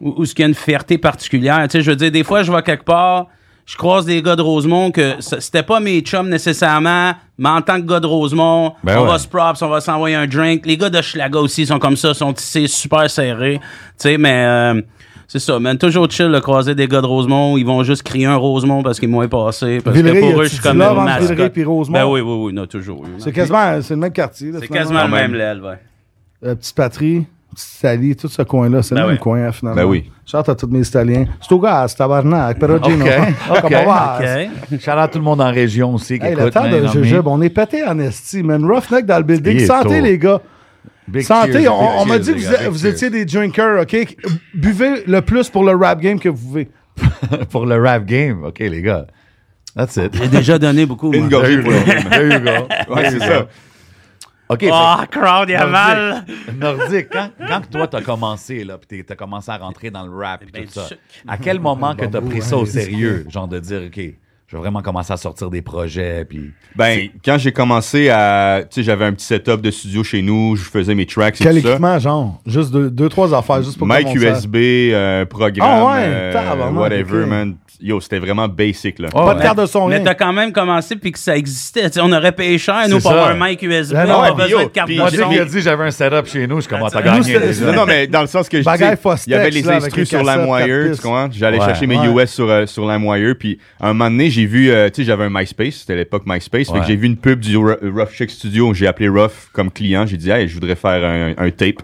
où, où ce qu'il y a une fierté particulière. Tu sais, je veux dire, des fois, je vais quelque part, je croise des gars de Rosemont que c- c'était pas mes chums nécessairement, mais en tant que gars de Rosemont,
Ben
on
ouais.
va se props, on va s'envoyer un drink. Les gars de Schlaga aussi sont comme ça, sont tissés super serrés. Tu sais, mais euh, c'est ça, man. Toujours chill de croiser des gars de Rosemont. Ils vont juste crier un Rosemont parce qu'ils m'ont passé. Parce
Villeray,
que
y
pour
a-tu
eux, je suis
du
comme
love
une
entre
mascotte.
Villeray puis Rosemont?
Ben oui, oui, oui, non, toujours. eu, man.
C'est quasiment, c'est le même quartier. là,
C'est
finalement.
quasiment le même l'aile, ouais.
Euh, Petite Patrie, Petite Italie, tout ce coin-là, c'est
Ben
le même
oui.
coin, hein, finalement.
Ben oui.
Shout à tous mes Italiens. Stugas, Tabarnak, Perugino.
Ok, ok,
Comment
Ah,
va?
OK.
Shout out tout le monde en région aussi. qui
Hey, le
écoute,
temps
man,
de
non, mais-
jujube, on est pété en esti, man. Roughneck dans le building.
Il est
Santé,
tôt.
les gars.
Big
Santé,
cheers,
on, on
big
m'a
cheers,
dit que
les
vous,
gars, big
vous
cheers.
étiez des drinkers, OK? Buvez le plus pour le rap game que vous pouvez.
Pour le rap game. OK, les gars. That's it.
J'ai déjà donné beaucoup.
Une
moi.
gorgée pour le
There you go.
Ouais, c'est ça.
OK,
Ah, crowd, il y a mal.
fait que, Nordique, quand, quand que toi, t'as commencé, là, puis t'es- t'as commencé à rentrer dans le rap et
Ben,
tout ça,
sucre.
à quel moment que t'as pris ça au sérieux, genre de dire, OK, je vais vraiment commencer à sortir des projets, puis...
Ben, quand j'ai commencé à. Tu sais, j'avais un petit setup de studio chez nous, je faisais mes tracks et
Quel
tout ça.
équipement, genre? Juste deux, deux, trois affaires, juste pour
Mic
que le monde sache.
USB, euh, programme,
Ah ouais,
euh,
tabarnak,
whatever,
ok. Ah
man. Yo, c'était vraiment basic, là.
Pas de carte de son,
Mais
rien.
t'as quand même commencé puis que ça existait. Tu sais, on aurait payé cher, nous,
C'est
pour
ça.
avoir un mic USB.
Ben non,
on a
ouais, puis
besoin
yo,
de carte
puis
de
j'ai-
son.
il a
dit, j'avais un setup chez nous, je commence à
Nous,
gagner.
c'était-
déjà.
Euh, Non, non, mais dans le sens que je
Bagaille
dis, il y avait
Fostex,
les
là, avec
instrus
les
sur
cassettes,
LimeWire, tu
quatre
comprends? J'allais
Ouais.
chercher mes
Ouais.
US sur, euh, sur LimeWire, puis un moment donné, j'ai vu, euh, tu sais, j'avais un MySpace, c'était l'époque MySpace, fait
Ouais.
que j'ai vu une pub du Ru- Rough Chick Studio, j'ai appelé Rough comme client, j'ai dit, hey, je voudrais faire un, un tape.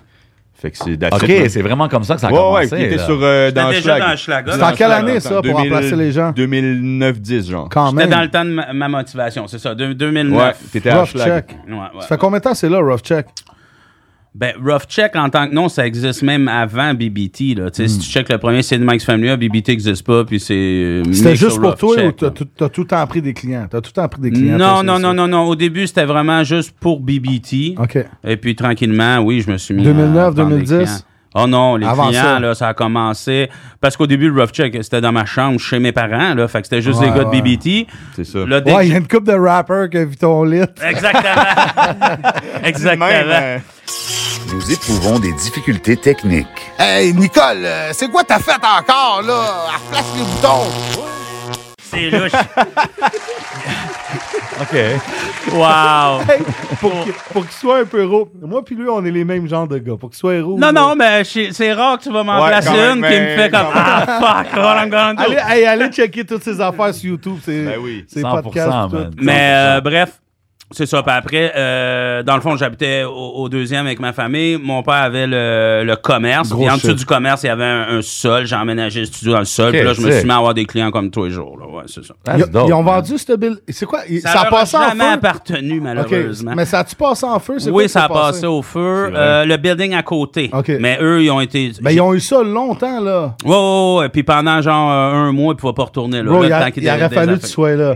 Fait que c'est that's
OK,
it, man.
c'est vraiment comme ça que ça a
Ouais,
commencé.
ouais, puis il était
là.
sur, euh, dans
déjà
Schlag.
dans Schlager.
C'était
Dans
en quelle
Schlager,
année,
ça,
ça,
pour remplacer les gens?
2009-10, genre.
Quand
C'était
même.
dans le temps de ma, ma motivation, c'est ça, deux-
Ouais,
2009.
t'étais à
Rough
Schlag.
check.
Ouais, ouais.
Ça fait combien de temps c'est là, Rough Check?
Ben, Rough Check en tant que nom, ça existe même avant BBT. Là. Tu sais, Si tu checkes le premier, c'est de Mike's Family, là, BBT n'existe pas, puis c'est. euh,
C'était
mis sur
juste pour
Rough
toi
Check,
ou t'as
là.
tout- t'as tout le temps pris des clients? T'as tout le temps pris des clients? toi,
Non,
c'est
non,
ça?
non, non, non. Au début, c'était vraiment juste pour BBT.
OK.
Et puis, tranquillement, oui, je me suis mis.
2009,
à prendre des
2010?
clients. Oh non, les
Avant
clients,
ça.
là, ça a commencé. Parce qu'au début, le Rough Check, c'était dans ma chambre chez mes parents, là. Fait que c'était juste
Ouais,
des gars
ouais.
de BBT.
C'est ça.
Là, dès que
Ouais, il y
j'ai-
a une coupe de rappers que Viton lit.
Exactement.
Même,
hein.
Exactement.
euh,
Nous éprouvons des difficultés techniques.
Hey, Nicole, euh, c'est quoi t'as fait encore, là? Elle flash les boutons.
C'est louche.
OK.
Wow.
pour qu'il- pour qu'il soit un peu roux. Moi puis lui, on est les mêmes genres de gars. Pour qu'il soit roux.
Non, non, mais je- c'est rare que tu vas m'en
Ouais,
placer
quand même,
une qui me
ben,
mais
fait comme
quand
Ah, fuck, Roland Gando.
Allez, hey, allez checker toutes ses affaires sur YouTube. C'est
Ben oui.
c'est
100%,
podcast, tout.
man.
Mais
hein.
euh, bref, c'est ça. Puis après, euh, dans le fond, j'habitais au, au deuxième avec ma famille. Mon père avait le, le commerce.
Gros
Puis en
shit.
dessous du commerce, il y avait un, un sol. J'ai emménagé le studio dans le sol.
Ok,
Puis là, je me
sick.
suis mis à avoir des clients comme tous les jours. Là. Ouais, c'est ça.
That's
Ils,
dope,
ils ont
man.
vendu ce bill. C'est quoi? Il- Ah, Ça, a
leur
passé en
jamais
feu?
appartenu,
Ok.
malheureusement.
Mais ça a-tu passé en feu? C'est quoi
Oui,
qui
ça a
s'est
passé, au feu. Euh, le building à côté.
OK.
Mais eux, ils ont été.
Ben, ils ont eu ça longtemps, là.
Ouais, ouais, ouais. Puis pendant genre euh, un mois, ils pouvaient pas retourner. Là,
Bro,
là,
il,
le
a,
temps qu'ils
il aurait
développent des
fallu que tu
affaires.
sois là.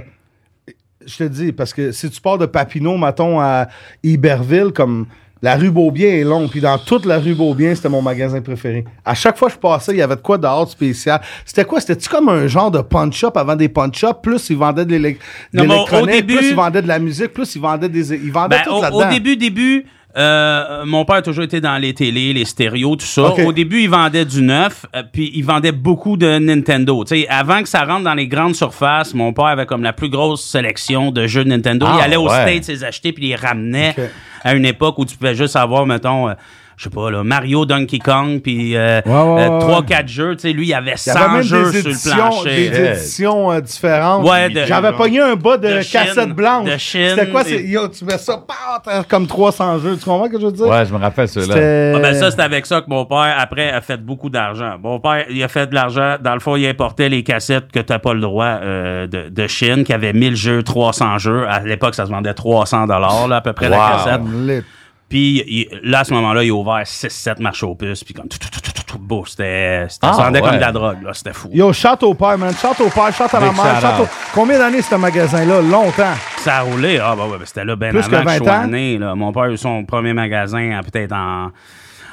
Je te dis, parce que si tu pars de Papineau, mettons, à Iberville, comme la rue Beaubien est longue, puis dans toute la rue Beaubien, c'était mon magasin préféré. À chaque fois que je passais, il y avait de quoi dehors de spécial. C'était quoi? C'était-tu comme un genre de punch-up avant des punch-up? Plus ils vendaient de l'élec- de
Non, mais au- au
l'électronique,
début-
plus ils vendaient de la musique, plus ils vendaient des... Ils vendaient
Ben,
tout
au, au
là-dedans.
début, début, euh, mon père a toujours été dans les télés, les stéréos, tout ça.
Ok.
Au début, il vendait du neuf, euh, puis il vendait beaucoup de Nintendo. Tu sais, avant que ça rentre dans les grandes surfaces, mon père avait comme la plus grosse sélection de jeux de Nintendo. il
Ah,
allait aux
ouais.
States les acheter, puis il les ramenait
Ok.
à une époque où tu pouvais juste avoir, mettons... euh, je sais pas, là, Mario, Donkey Kong, puis euh,
Ouais, ouais,
euh,
ouais,
trois,
ouais.
quatre jeux. Tu sais, lui, il avait 100
Il y avait même
jeux
des
sur le
éditions,
plancher.
des éditions euh, différentes.
Ouais, de-
J'avais
de-
pogné un bas de,
de Chine,
cassette blanche.
de Chine,
C'était quoi?
des-
c'est- Yo, tu mets ça, pah, t'as comme 300 jeux. Tu comprends ce que je veux dire? Euh,
Ouais, je me rappelle ceux-là.
C'était-
Ah ben
Euh,
ça, c'est avec ça que mon père, après, a fait beaucoup d'argent. Mon père, il a fait de l'argent. Dans le fond, il importait les cassettes que t'as pas le droit euh, de, de Chine, qui avaient 1000 jeux, 300 jeux. À l'époque, ça se vendait 300 dollars, là, à peu près, la
Wow.
cassette.
Lit.
Puis il- là, à ce moment-là, il a ouvert 6-7 marchés aux puces, puis comme tout, tout, tout, tout, tout, tout beau. C'était, c'était-
Ah,
ça vendait comme
ouais.
de la drogue, là. C'était fou.
Yo, shout au père, man. Shout au père, shout à la
Big
mère.
shout
shout au-
out.
Combien d'années ce magasin-là? Longtemps.
Ça a roulé. Ah, bah ouais, ben c'était là ben
Plus
avant
que
que je
20
sois
ans?
né, là. Mon père a eu son premier magasin en- peut-être en,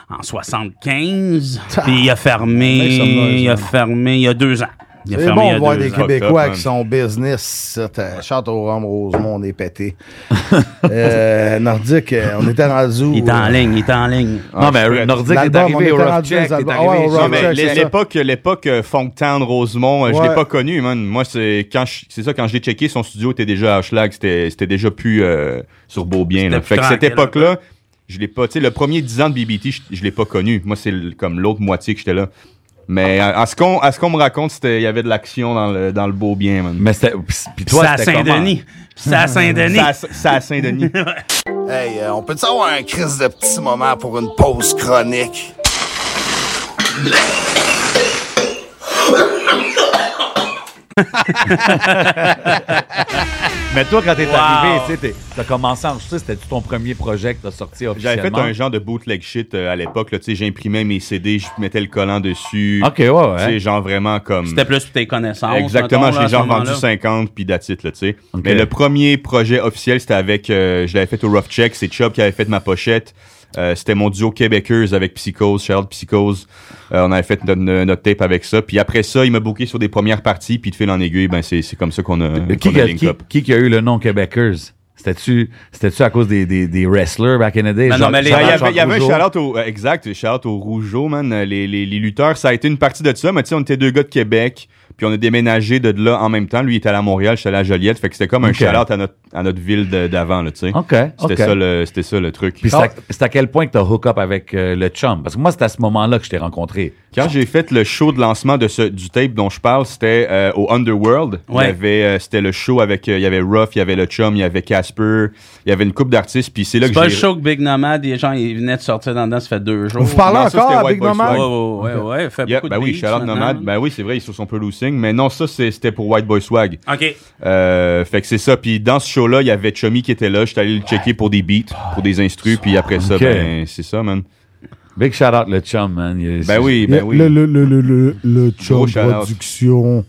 en 75. Puis il a
mec, ça me
fermé, il a
donne.
fermé il y a deux ans. Il a
C'est
fermé il y
bon
a
de voir
deux
des
ans.
Québécois
Fucked up,
qui sont business. Shout au Rome Rosemont, on est pété. euh, Nordique, euh, on était rendu.
Il est en ligne, il est en ligne.
Ah.
Ah,
Non, mais Nordique est
L'album, on
arrivé
était
au Rough
rendu
Check,
aux
est
albums. Ah ouais,
arrivé
au
Non,
Rough
chez-
mais
check,
l'é-
ça.
l'époque, l'époque euh, Funktown, Rosemont, euh, je
Ouais.
l'ai pas connu, man. Moi, c'est quand je- c'est ça, quand je l'ai checké, son studio était déjà à Schlag, c'était c'était déjà plus euh, sur Beaubien. Là.
C'était
Fait que
plus
cette
tranquille,
époque-là, je l'ai pas, tu sais, le premier 10 ans de BBT, je, je l'ai pas connu. Moi, c'est l- comme l'autre moitié que j'étais là. Mais à, à ce qu'on à ce qu'on me raconte, c'était- il y avait de l'action dans le, dans le beau bien, man.
Mais c'était. Puis puis
Puis c'est
toi,
à
c'était comment?
Saint-Denis. Puis c'est à Saint-Denis.
C'est à- C'est à Saint-Denis.
Hey, euh, on peut-tu avoir un crise de petit moment pour une pause chronique?
Mais toi, quand t'es arrivé, tu sais, t'es- t'as commencé à enregistrer, c'était ton premier projet que t'as sorti
J'avais
officiellement.
fait un genre de bootleg shit euh, à l'époque. là, tu sais, J'imprimais mes CD, je mettais le collant dessus.
Ok, ouais, ouais.
Tu sais, genre vraiment comme...
C'était plus pour tes connaissances.
Exactement,
mettons, là, à
j'ai
ce
genre vendu
moment-là.
50 puis d'attitude, là, tu sais. Mais le premier projet officiel, c'était avec, euh, je l'avais fait au Rough Check, c'est Chubb qui avait fait ma pochette. Euh, c'était mon duo québécoise avec Psychose, Charles Psychose. Euh, on avait fait notre, notre tape avec ça. Puis après ça, il m'a booké sur des premières parties, puis de fil en aiguille, ben c'est, c'est comme ça qu'on
Euh,
a,
Qui,
qu'on
qui,
a
a-
link
qui-
up.
qui qui a eu le nom Québécoise? C'était-tu c'était-tu à cause des, des, des wrestlers back in the day?
Ben non, mais les-
Ben, il y
Jean-
avait, il y avait un
Rougeau.
shout-out au, euh, exact, shout-out au Rougeau, man. euh, Les, les, les lutteurs, ça a été une partie de ça, mais tu sais, on était deux gars de Québec, puis on a déménagé de là en même temps. Lui, il était allé à Montréal, je suis allé à Joliette, fait que c'était comme
Ok.
un shout-out à notre, à notre ville de- d'avant, là, tu sais.
OK,
C'était
OK.
ça, le- c'était ça le truc.
Puis c'est à- c'est à, quel point que t'as hook up avec euh, le chum? Parce que moi, c'est à ce moment-là que je t'ai rencontré.
Quand j'ai fait le show de lancement de ce, du tape dont je parle, c'était euh, au Underworld. Il y
Ouais.
avait, euh, c'était le show avec, euh, il y avait Ruff, il y avait le Chum, il y avait Casper, il y avait une coupe d'artistes, puis c'est là
C'est
que
pas le
j'ai-
show que Big Nomad, les gens, ils venaient de sortir dans dedans, ça fait deux jours.
Vous parlez
Non, ça,
encore
c'était
à
White
Big
Boy
Nomad?
Swag.
Ouais, ouais, ouais, ouais, il fait
Yeah,
beaucoup
ben
de
oui,
beats
Shout Out
maintenant,
Nomad.
là.
Ben oui, c'est vrai, ils se sont producing. Mais non, ça, c'est- c'était pour White Boy Swag.
OK. Ah,
Euh, fait que c'est ça. Puis dans ce show-là, il y avait Chummy qui était là. J'étais allé le checker pour des beats, pour des instrus. Puis après ça,
Ok.
ben, c'est ça, man.
Big shout-out le chum, man. Il- c'est-
Ben oui, ben oui.
Le, le, le, le, le, le Chum
Gros shout-out.
Production.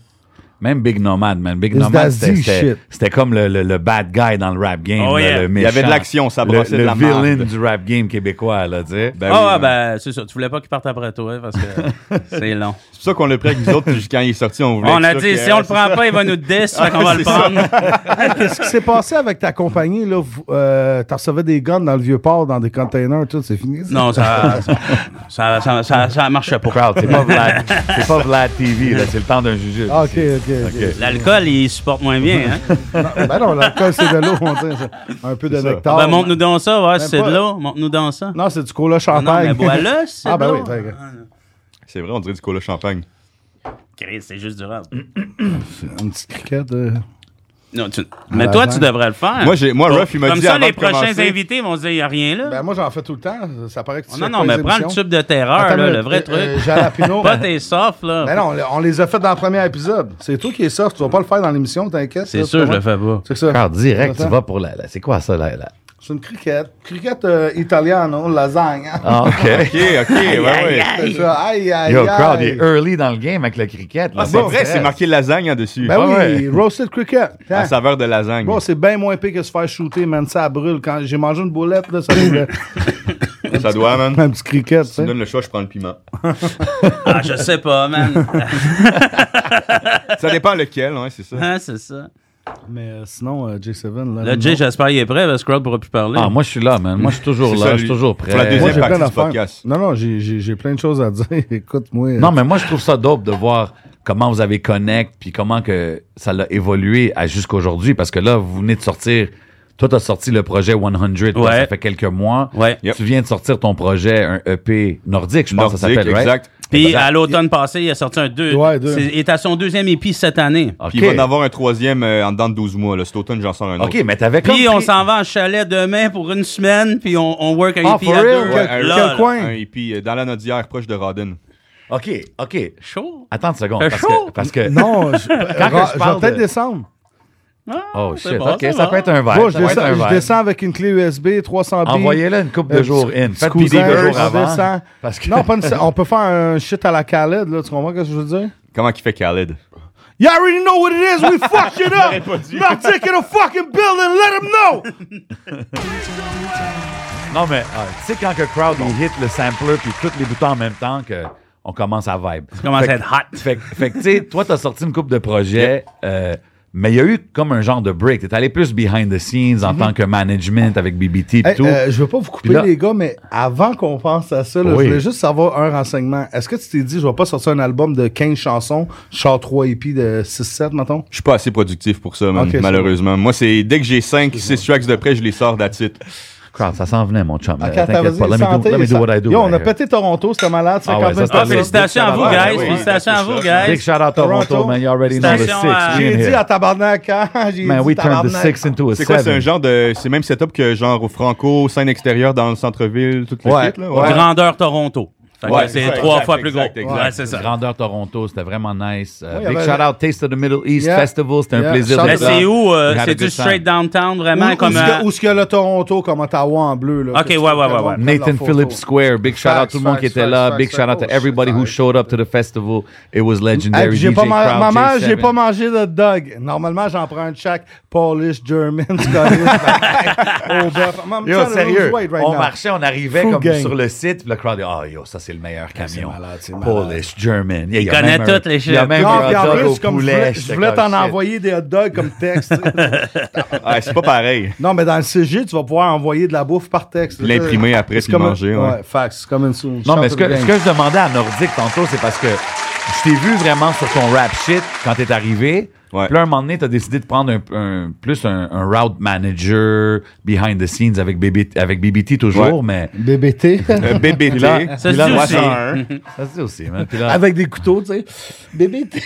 Même Big Nomad, man. Big
It's
Nomad,
that
c'était-
Z
c'était
shit.
c'était comme le, le, le bad guy dans le rap game.
Oh,
là,
yeah.
le
Il y avait de
méchant.
l'action, ça
Le-
brassait de la
Le villain
merde.
du rap game québécois, là, tu sais.
Ben oui,
Ah,
man.
ben, c'est ça. Tu voulais pas qu'il parte après toi, parce que c'est long.
C'est pour ça qu'on l'a pris avec nous autres. puis quand il est sorti, on voulait.
On a
être sûr
dit,
que-
si on le prend pas, il va nous 10, fait qu'on va le
c'est ça.
prendre.
Qu'est-ce qui s'est passé avec ta compagnie? là? Vous, euh, T'as recevais des guns dans le vieux port, dans des containers, tout, c'est fini? ça?
Non, ça, ça, ça, ça, ça marche pas.
Crowd, c'est pas Vlad, Ben, c'est pas Vlad TV, là, c'est le temps d'un juge.
Ah, ok, ok, ok.
L'alcool, il supporte moins bien, hein?
Non, ben non, l'alcool, c'est de l'eau, on dit. c'est Un peu de nectar.
Ben, montre-nous donc ça, voir si
Même
c'est
pas.
de l'eau. Montre-nous donc ça.
Non, c'est du cola
Ah
champagne.
Non, mais bois-le, si c'est
Ah,
de
ben oui,
l'eau.
très bien.
C'est vrai, on dirait du cola champagne.
Chris, c'est juste du rap.
Une petite criquette. euh.
Non, tu- Mais toi,
ben.
tu devrais le faire.
Moi, j'ai- moi,
Comme-
Ruff, il m'a
Ah. Comme
dit
ça,
avant
les
de
prochains
commencer-
invités vont se dire, il n'y a rien là.
Ben moi, j'en fais tout le temps. Ça paraît que tu
Oh,
fais
non,
pas
non, mais
les
prends le
émissions.
tube de terreur,
Attends,
là,
mais,
le vrai truc.
euh, Jalapino.
Pas tes soft, là.
Ben non, on les a fait dans le premier épisode. C'est toi qui es soft. Tu vas pas le faire dans l'émission, t'inquiète.
c'est
là,
sûr, je
tu
le fais pas.
C'est ça.
Crowd, direct, tu
Attends.
vas pour la. la- c'est quoi ça, Ben, là? là?
C'est une criquette. Criquette euh, italiano, lasagne. hein.
Ah, OK.
Ok, ok, ouais, ouais.
C'est ça. Aïe, aïe, aïe.
Yo, crowd est early dans le game avec le cricket. là.
Ah, c'est
Bon
vrai, c'est
stress.
marqué lasagne en dessus.
Ben oui,
Ah ouais. Ah,
roasted cricket.
À
Hein.
saveur de lasagne.
Bon, c'est bien moins pire que se faire shooter, man. Ça brûle. Quand j'ai mangé une boulette, là, ça brûle.
ça doit, man.
un petit cricket, tu
Tu
sais.
me donnes le choix, je prends le piment.
Ah, je sais pas, man.
ça dépend lequel, ouais, c'est ça.
Hein, c'est ça.
Mais euh, sinon, euh, J7, là.
Le
non.
Jay, j'espère qu'il est prêt, parce que Crowd pourra plus parler.
Ah, moi, je suis là, man. Moi, je suis toujours
C'est
là.
ça,
Je suis
lui.
toujours
Pour
prêt.
la deuxième
Moi, j'ai
partie
plein
du
d'affaires.
podcast.
Non, non, j'ai- j'ai j'ai plein de choses à dire. Écoute-moi.
Non, mais moi, je trouve ça dope de voir comment vous avez connect, puis comment que ça l'a évolué à jusqu'aujourd'hui. Parce que là, vous venez de sortir. Toi, t'as sorti le projet 100, là,
Ouais.
ça fait quelques mois.
Ouais.
Yep.
Tu viens de sortir ton projet, un EP nordique, je pense que ça
Nordique,
s'appelle, right?
exact.
Puis à l'automne passé, il a sorti un 2.
Ouais, deux.
Il est à son deuxième épi cette année.
OK.
Puis il va en avoir un troisième euh, en dedans de 12 mois. Là. Cet automne, j'en sors un autre.
OK, mais t'avais comme
Puis on
pris-
s'en va en chalet demain pour une semaine, puis on, on work un
Ah,
hippie
for
à
real?
deux.
Quel-
là,
quel
là.
coin?
Un hippie euh, dans la Nodière, proche de Rodden.
OK, OK.
Chaud.
Attends une seconde.
Fait
Parce
chaud?
que, parce que...
Non, je, Ra-
que je
je
parle
vais peut-être
de-
descendre.
Oh, shit.
Ah, bon,
OK,
ça
ça,
va.
peut être un verre.
Moi, je,
ça peut être
descends,
un
je
verre.
descends avec une clé USB 300 bits.
Envoyez-le une couple
Euh,
de jours
petit-
in.
petit
Faites des
cousin,
deux jours
je
avant.
descends.
Parce que...
Non, pas une- on peut faire un shit à la Khaled, là. Tu comprends ce que je veux dire?
Comment qu'il fait Khaled?
You already know what it is. We fucked it up. Now take it a fucking building. Let him know.
Non, mais euh, tu sais, quand que crowd, il hit le sampler puis tous les boutons en même temps, que on commence à vibe. Ça
commence à être hot.
Fait, que- fait que, tu sais, toi, t'as sorti une coupe de projets, euh, mais il y a eu comme un genre de break. T'es allé plus behind the scenes en tant que management avec BBT et
Mhm. Hey,
tout.
euh, je veux pas vous couper,
Puis là-
les gars, mais avant qu'on pense à ça, là,
Oui.
je voulais juste savoir un renseignement. Est-ce que tu t'es dit, je vais pas sortir un album de 15 chansons, genre 3 épis de 6-7, mettons?
Je suis pas assez productif pour ça, man,
Ok, c'est
malheureusement. Moi, c'est dès que j'ai 5, 6 tracks de près, je les sors d'attitude.
crowd. Ça s'en venait, mon chum.
Ah,
Euh,
quand t'avais
T'inquiète
dit
pas. Let me, do,
santé,
let me do
ça-
what I do.
Yo, on
right
a
here.
pété Toronto, c'était malade.
Ah ouais,
50
ça, c'était
Ah,
Bravo.
félicitations à vous,
Ah,
guys.
oui.
Félicitations à vous,
Big
guys.
shout out Toronto,
Toronto.
man. You already know the six.
Station à-
We
J'ai
in
dit
here.
à tabarnak quand j'ai
Man,
dit
we turned the
tabarnak.
six into a
C'est quoi, c'est un
seven.
genre de. C'est le même setup que genre au Franco, scène extérieure dans le centre-ville, tout le
Ouais,
kit, là?
ouais.
Grandeur Toronto. Fait que
Ouais,
c'est
exact,
trois
exact,
fois plus gros.
exact, exact.
Ouais, c'est ça.
Grandeur Toronto, c'était vraiment nice. Euh,
Ouais, y
big
avait-
shout out Taste of the Middle East
Yeah.
Festival, c'était
Yeah.
un plaisir.
Shout
de
Mais
out.
faire.
c'est où? euh,
We had a
C'est-tu
good
straight
time.
downtown, vraiment?
Où-
comme
Où est-ce
à-
que- où est-ce qu'il y a le Toronto comme Ottawa en bleu? Là,
Ok,
que tu
ouais,
peux
ouais,
que le
ouais,
monde
ouais.
prenne
Nathan
leur photo.
Phillips Square, big shout out
Facts,
tout le monde qui
facts,
était là,
facts,
big
facts.
shout out to
Oh, shit,
everybody who
nice.
showed up to the festival. It was
Hey,
legendary.
puis j'ai
DJ
pas ma-
Crowd,
maman,
J7.
j'ai pas mangé de dog. Normalement, j'en prends un de chaque Polish, German, Scottish. ben, au bœuf. Maman, tell
Yo,
her
sérieux,
who's white right
on
now.
marchait, on arrivait
Full
comme
gang.
sur le site, puis le crowd dit « Ah, yo, ça, c'est le meilleur camion.
malade, c'est malade.
Polish, German. Yeah, il y a
connaît
même un-
toutes les
Il y a
chefs.
même
Non,
un
puis en
hot dog
plus, comme
au
je
poulet.
voulais, je
J'étais
voulais
comme,
t'en
shit.
envoyer des hot dogs comme texte.
Ah, c'est pas pareil.
non, mais dans le CG, tu vas pouvoir envoyer de la bouffe par texte.
Puis l'imprimer après,
C'est
puis
comme
le
un-
manger, ouais.
Ouais, fax, comme une soon.
Non, mais ce que, ce que je demandais à Nordique tantôt, c'est parce que je t'ai vu vraiment sur ton rap shit quand t'es arrivé.
Ouais.
Puis là, un moment donné, t'as décidé de prendre un, un- plus un, un route manager behind the scenes avec, BB avec BBT toujours, mais...
BBT.
Euh, BBT.
Là-
Ça se
là,
dit
moi,
aussi.
j'en ai un. Ça se dit aussi, man. Puis
Ah.
là,
Avec des couteaux, tu sais. BBT.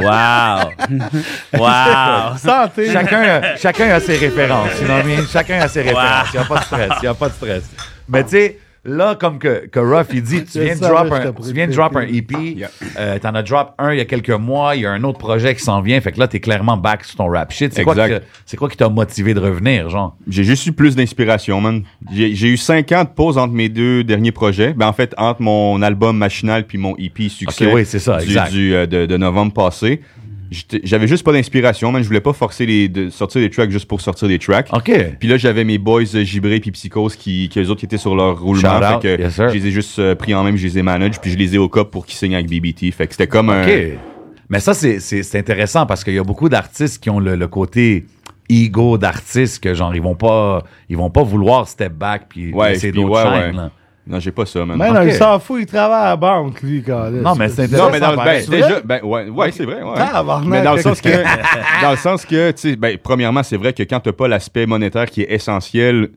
Wow! wow!
Santé.
chacun, a- chacun a ses références. You know what I mean? Chacun a ses références. Il n'y a pas de stress. Il n'y a pas de stress. Mais tu sais, là, comme que, que Ruff, il dit, tu
Je
viens de
savais,
drop
je
un,
t'ai pris
tu viens de
le
drop un
pied.
EP. euh, T'en as drop un il y a quelques mois. Il y a un autre projet qui s'en vient. Fait que là, t'es clairement back sur ton rap shit. C'est quoi,
Exact.
que- c'est quoi qui t'a motivé de revenir, genre?
J'ai juste eu plus d'inspiration, man. J'ai j'ai eu 5 ans de pause entre mes deux derniers projets. Ben, en fait, entre mon album Machinal puis mon EP Succès
Ok, oui, c'est ça,
du-
exact.
du, euh, de, de novembre passé. J'étais- J'avais juste pas d'inspiration, man. Je voulais pas forcer les, de sortir des tracks juste pour sortir des tracks.
OK.
Puis là, j'avais mes boys euh, Gibré puis Psychose qui, qui eux autres qui étaient sur leur roulement.
Shout out,
Fait que
yes, sir.
je les ai juste euh, pris en main, je les ai managed, puis je les ai au cop pour qu'ils signent avec BBT. Fait que c'était comme un.
OK. Mais ça, c'est- c'est c'est intéressant parce qu'il y a beaucoup d'artistes qui ont le, le côté ego d'artiste que genre ils vont pas ils vont pas vouloir step back puis
Ouais,
laisser
puis
d'autres
ouais,
chaînes,
ouais.
là.
Non, j'ai pas ça, man.
Mais non,
Ok.
il s'en fout, il travaille à la banque, lui, quand même.
Non, mais c'est
Non,
intéressant.
mais dans le ben,
pareil.
déjà, ben, ouais, ouais, c'est vrai. ouais.
Tabarnak.
Mais dans le sens que, dans le sens que, tu sais, ben, premièrement, c'est vrai que quand t'as pas l'aspect monétaire qui est essentiel,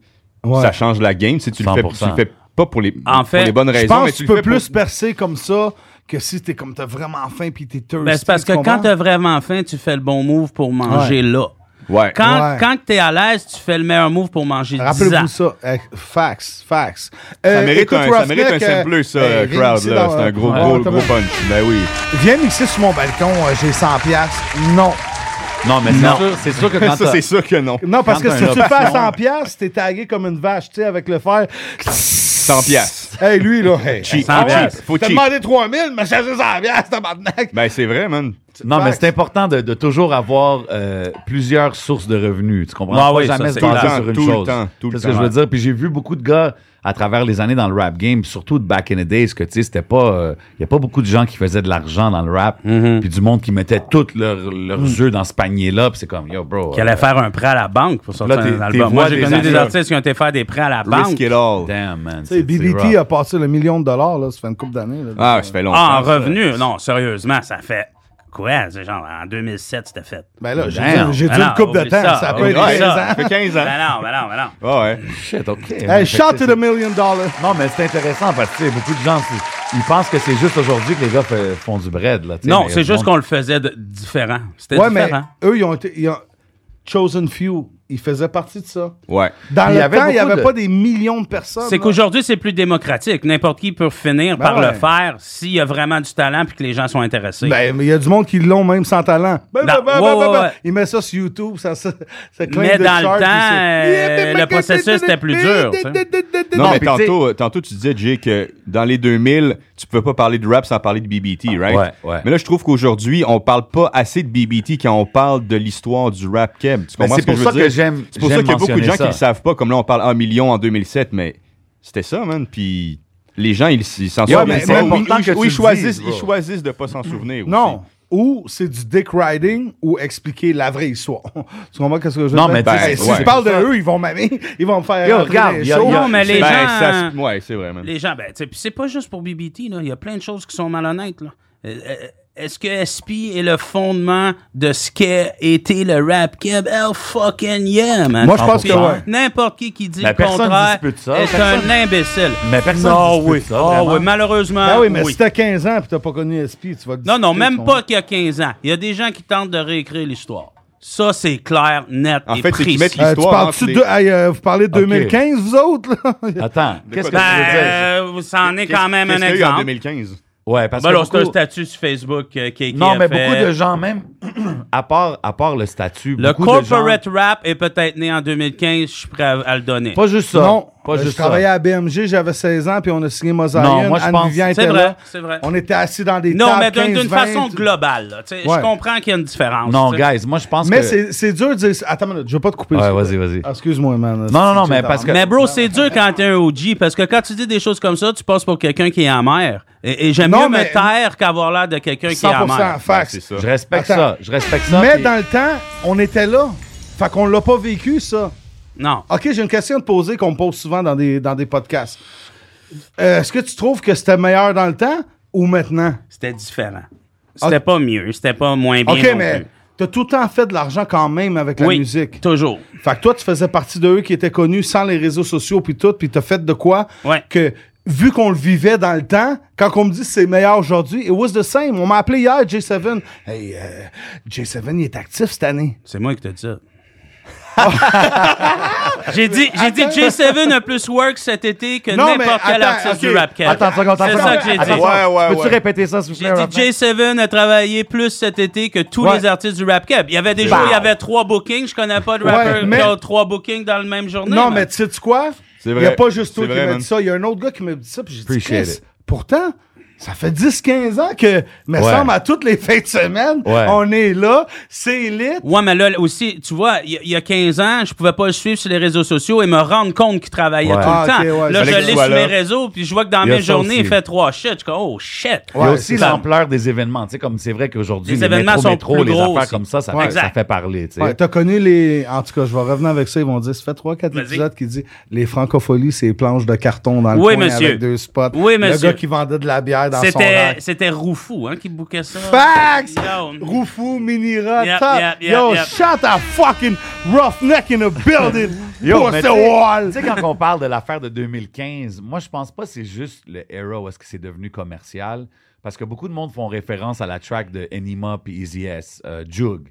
Ouais.
ça change la game. Tu sais, tu le fais, tu le
100%.
fais pas pour les,
En fait,
pour les bonnes
Je
raisons,
pense
mais
que tu
tu le
peux
fais pour-
plus percer comme ça que si t'es comme t'as vraiment faim pis t'es thirsty.
Ben, c'est parce que
tu
quand
comprends?
t'as vraiment faim, tu fais le bon move pour manger là.
Ouais.
Quand,
Ouais.
quand t'es à l'aise, tu fais le meilleur move pour manger
Rappelez-vous
10 ans.
ça. Eh, Euh, Fax, fax.
Ça mérite, un, ça mérite un simple, ça,
ben, euh,
euh,
eh,
crowd, là. C'est un gros, gros, gros punch. Ben oui.
Viens mixer sur mon balcon, euh, j'ai 100 piastres. Non.
Non, mais c'est sûr, c'est sûr que quand
Ça,
t'as-
c'est sûr que non.
Non, parce
Quand
que
t'as
si
une
tu le fais à
option.
100 piastres, t'es tagué comme une vache, tu sais, avec le fer.
100 piastres.
Hey, lui, là, hey.
Cheap,
Ah ouais,
cheap, faut
T'as
cheap.
demandé 3000, mais j'ai 100 piastres, tabarnak.
Ben, c'est vrai, man.
Non, mais
Fact.
c'est important de, de toujours avoir euh, plusieurs sources de revenus. Tu comprends?
Ah
Pas
oui, ça,
jamais se
c'est
baser
clair.
sur une
Tout le
chose.
temps, tout le
C'est ce
temps.
que je veux dire. Puis j'ai vu beaucoup de gars à travers les années dans le rap game, surtout de back in the days, que tu sais, c'était pas. Il n'y a pas beaucoup de gens qui faisaient de l'argent dans le rap. Puis du monde qui mettait tous leurs leurs œufs dans ce panier-là. Puis c'est comme, yo, bro.
Qui allait faire un prêt à la banque pour sortir
Là, t'es-
un
t'es
album.
voix
Moi, j'ai
des
connu des
acteurs.
artistes qui ont été faire des prêts à la
Risk
banque.
it
euh,
all.
Damn, man.
Tu sais,
c'est- c'est
BBT
rough.
a passé le million de dollars, là, ça fait une couple d'années. là.
Ah, ça fait longtemps.
Ah, en
ça.
revenu, non, sérieusement, ça fait quoi? C'est genre en 2007, c'était fait.
Ben là, j'ai
Damn.
dit- j'ai dit
Ben non,
une coupe de
oublie
temps,
ça,
ça, peut
oublie
être 15
ça.
ans.
Ça fait 15 ans.
Ben non, ben non, ben non.
Ah ouais.
Shit, OK. man.
euh, Hey, shout
Fait que
to
c'est-
the million dollars.
Non, mais c'est intéressant parce que tu sais, beaucoup de gens, c'est- ils pensent que c'est juste aujourd'hui que les gars fait- font du bread. Là, tu sais,
Non,
mais
c'est
le
juste
monde-
qu'on le faisait de- différent. C'était
Ouais, mais
différent.
eux, ils ont été. Ils ont... Chosen Few, ils faisaient partie de ça.
Ouais.
Dans
Il y
le
avait
temps, il n'y
beaucoup
avait
de-
pas des millions de personnes.
C'est
là.
qu'aujourd'hui, c'est plus démocratique. N'importe qui peut finir
Ben
par
ouais.
le faire s'il y a vraiment du talent puis que les gens sont intéressés.
Ben, mais il y a du monde qui l'ont même sans talent. Ben,
Dans-
ben, ben,
ouais,
ben, ben,
ouais,
ben.
ouais.
Ils mettent ça sur YouTube, ça, ça, ça claim
Mais
the
dans le
chart,
temps,
puis c'est-
euh, le processus était plus dur, tu sais.
Non, mais
puis tu sais-
tantôt, tantôt, tu disais, Jay, que dans les 2000, tu pouvais pas parler de rap sans parler de BBT, right?
Ah, Ouais, ouais.
Mais là, je trouve qu'aujourd'hui, on parle pas assez de BBT quand on parle de l'histoire du rap keb. Tu
Mais
comprends
Ben, c'est
ce que
pour
je
ça
veux dire?
que j'aime-
C'est pour ça
j'aime
qu'il y a beaucoup de gens
mentionner
qui le
ça.
savent pas. Comme là, on parle 1 million en 2007, mais c'était ça, man. Puis les gens, ils ils s'en
Yeah,
souviennent pas.
mais c'est
Ou-
important
ou-
que
ou
tu
ils
le
choisissent,
dises,
ils
bro.
choisissent de pas s'en souvenir. aussi.
Non. Ou c'est du dick riding ou expliquer la vraie histoire. tu comprends qu'est-ce que je veux
Non,
dire?
mais tu sais,
Hey,
c'est-
si
ouais.
je parle de eux, ils vont m'aimer. Ils vont me faire.
Yo,
rentrer
regarde,
dans les
il y a-
shows.
il y a-
non, mais les
Ben,
gens...
ça se- ouais, c'est vrai, man.
Les gens, ben, tu sais, puis c'est pas juste pour BBT, là. Il y a plein de choses qui sont malhonnêtes, là. Euh, euh, est-ce que SP est le fondement de ce qu'a été le rap keb? Hell fucking yeah, man.
Moi, je pense
Puis
que ouais.
N'importe qui qui dit
Mais
le
personne
contraire
dispute ça.
est
Personne-
un imbécile.
Mais personne
Non,
dispute
oui.
ça,
Ah
vraiment.
oui, malheureusement.
Ben oui,
Ah
mais
oui.
si t'as 15 ans et t'as pas connu SP, tu vas
Non, non,
discuter,
même
tu
pas qu'il y a 15 ans. Il y a des gens qui tentent de réécrire l'histoire. Ça, c'est clair, net
En
et
fait, c'est
précis.
qu'ils mettent
Euh, tu
Histoire
parles-tu
entre
de- Hey, euh, vous parlez de
Ok.
2015, vous autres? là?
Attends, qu'est-ce que
quoi,
tu veux dire?
Ben, euh, ça en est quand même un
Qu'est-ce qu'il y a eu en
exemple.
2015?
Ouais, parce
Ben
que
là, c'est un
beaucoup-
statut sur Facebook euh, qui, qui
Non,
a
mais
fait-
beaucoup de gens, même, à part, à part le statut,
Le
beaucoup
corporate
de gens...
rap est peut-être né en 2015, je suis prêt à, à le donner.
Pas juste ça.
non.
pas
Euh, je
juste ça.
travaillais à BMG, j'avais 16 ans, puis on a signé Mozart.
Non, moi, je pense-
C'est vrai, c'est vrai.
On était assis dans des
non,
tables,
mais d'une
15,
d'une façon
20,
globale. là. Tu sais,
Ouais.
Je comprends qu'il y a une différence.
Non,
tu sais.
guys, moi, je pense
Mais
que...
c'est- c'est dur de dire... Attends une minute, je veux pas te couper.
Ouais,
s'il te
vas-y,
plaît.
vas-y.
Ah, Excuse-moi, man.
Non, non, non, mais parce que...
Mais bro, c'est dur quand t'es un OG, parce que quand tu dis des choses comme ça, tu passes pour quelqu'un qui est amer. Et, et j'aime
Non,
mieux
mais-
me taire qu'avoir l'air de quelqu'un qui est
100%
amer.
C'est
fax.
ça.
Je respecte
Attends.
ça, je respecte ça.
mais
puis-
dans le temps, on était là. Fait qu'on l'a pas vécu, ça.
Non.
OK, j'ai une question à te poser qu'on me pose souvent dans des, dans des podcasts. Euh, Est-ce que tu trouves que c'était meilleur dans le temps ou maintenant?
C'était différent. C'était pas mieux, c'était pas moins bien.
OK,
non
mais
plus.
t'as tout le temps fait de l'argent quand même avec la
oui,
musique.
Toujours.
Fait que toi, tu faisais partie de eux qui étaient connus sans les réseaux sociaux puis tout, puis t'as fait de quoi
Ouais.
que vu qu'on le vivait dans le temps, quand on me dit c'est meilleur aujourd'hui, it was the same. On m'a appelé hier J7. Hey, euh, J7, il est actif cette année.
C'est moi qui te dis ça. j'ai dit, j'ai dit J7 a plus work cet été que
Non, mais
n'importe quel
attends,
artiste
ok.
du rap cap.
Attends, une seconde, attends,
C'est ça que j'ai dit.
attends, attends.
Ouais, ouais,
Peux-tu
ouais.
répéter ça, s'il vous plaît?
J'ai
Raphaël?
dit J7 a travaillé plus cet été que tous les artistes du rap cap. Il y avait des jours, il y avait trois bookings. Je connais pas de rappeur
mais-
qui a trois bookings dans le même journée.
non,
man.
mais tu sais quoi?
C'est
Il n'y a
vrai.
pas juste toi
C'est
qui
vrai,
m'a
man.
dit ça. Il y a un autre gars qui m'a dit ça. Puis j'ai dit,
Appreciate
Chris,
it.
pourtant, ça fait 10-15 ans que, me
Ouais.
semble, à toutes les fins de semaine,
Ouais.
on est là, c'est lit.
Ouais, mais là aussi, tu vois, il y a- il y, a 15 ans, je pouvais pas le suivre sur les réseaux sociaux et me rendre compte qu'il travaillait
Ouais.
tout
Ah,
le temps.
ok, ouais.
Là,
Fallait
je
qu'il
l'ai
soit
sur mes
là.
réseaux, puis je vois que dans
Il y a
mes
ça
journées, il
aussi.
fait trois shit. Je suis comme, oh shit.
Il y a
Ouais,
aussi
c'est ça.
l'ampleur des événements. Tu sais, comme c'est vrai qu'aujourd'hui,
Les
les,
événements
métros,
sont
métros,
plus
les
gros
affaires
aussi.
comme ça, ça,
Ouais.
fait, ça
Exact.
fait parler. Tu sais.
Ouais, t'as connu les. En tout cas, je vais revenir avec ça. Ils vont dire ça fait 3-4
Vas-y.
épisodes qui dit les francopholies, c'est les planches de carton dans le
Oui,
coin
monsieur.
avec deux spots.
Oui,
Le
monsieur.
gars qui vendait de la bière dans son
C'était,
rack.
c'était Roufou, hein, qui bouquait ça.
Fax!
Yo.
Roufou, Minira,
Yep,
top.
yep, yep,
Yo,
yep.
shut the fucking roughneck in the building. Yo,
mais
c'est
tu sais-
wall.
Tu sais, quand on parle de l'affaire de 2015, moi, je pense pas que c'est juste le era où est-ce que c'est devenu commercial. Parce que beaucoup de monde font référence à la track de Enima puis Easy S, euh, Jug.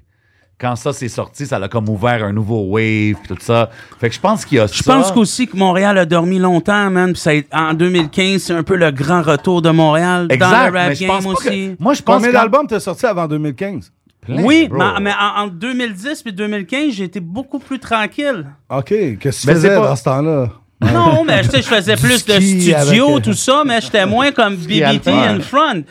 Quand ça s'est sorti, ça a comme ouvert un nouveau wave puis tout ça. Fait que je pense qu'il y a
Je
ça.
pense qu'aussi que Montréal a dormi longtemps, man. Puis ça a été- en 2015, c'est un peu le grand retour de Montréal dans
Exact,
le rap
mais je pense
game
pas
aussi.
que- Moi, je pense
Combien
que-
d'albums t'as sorti avant 2015?
Plein,
Oui,
bro.
mais, mais en, en 2010 puis 2015, j'ai été beaucoup plus tranquille.
OK, qu'est-ce que
Mais
tu faisais
c'est pas-
dans ce temps-là?
Non, mais tu sais, je faisais plus de
ski
studio,
euh,
avec-
tout ça, mais j'étais moins comme BBT
alpin.
in front.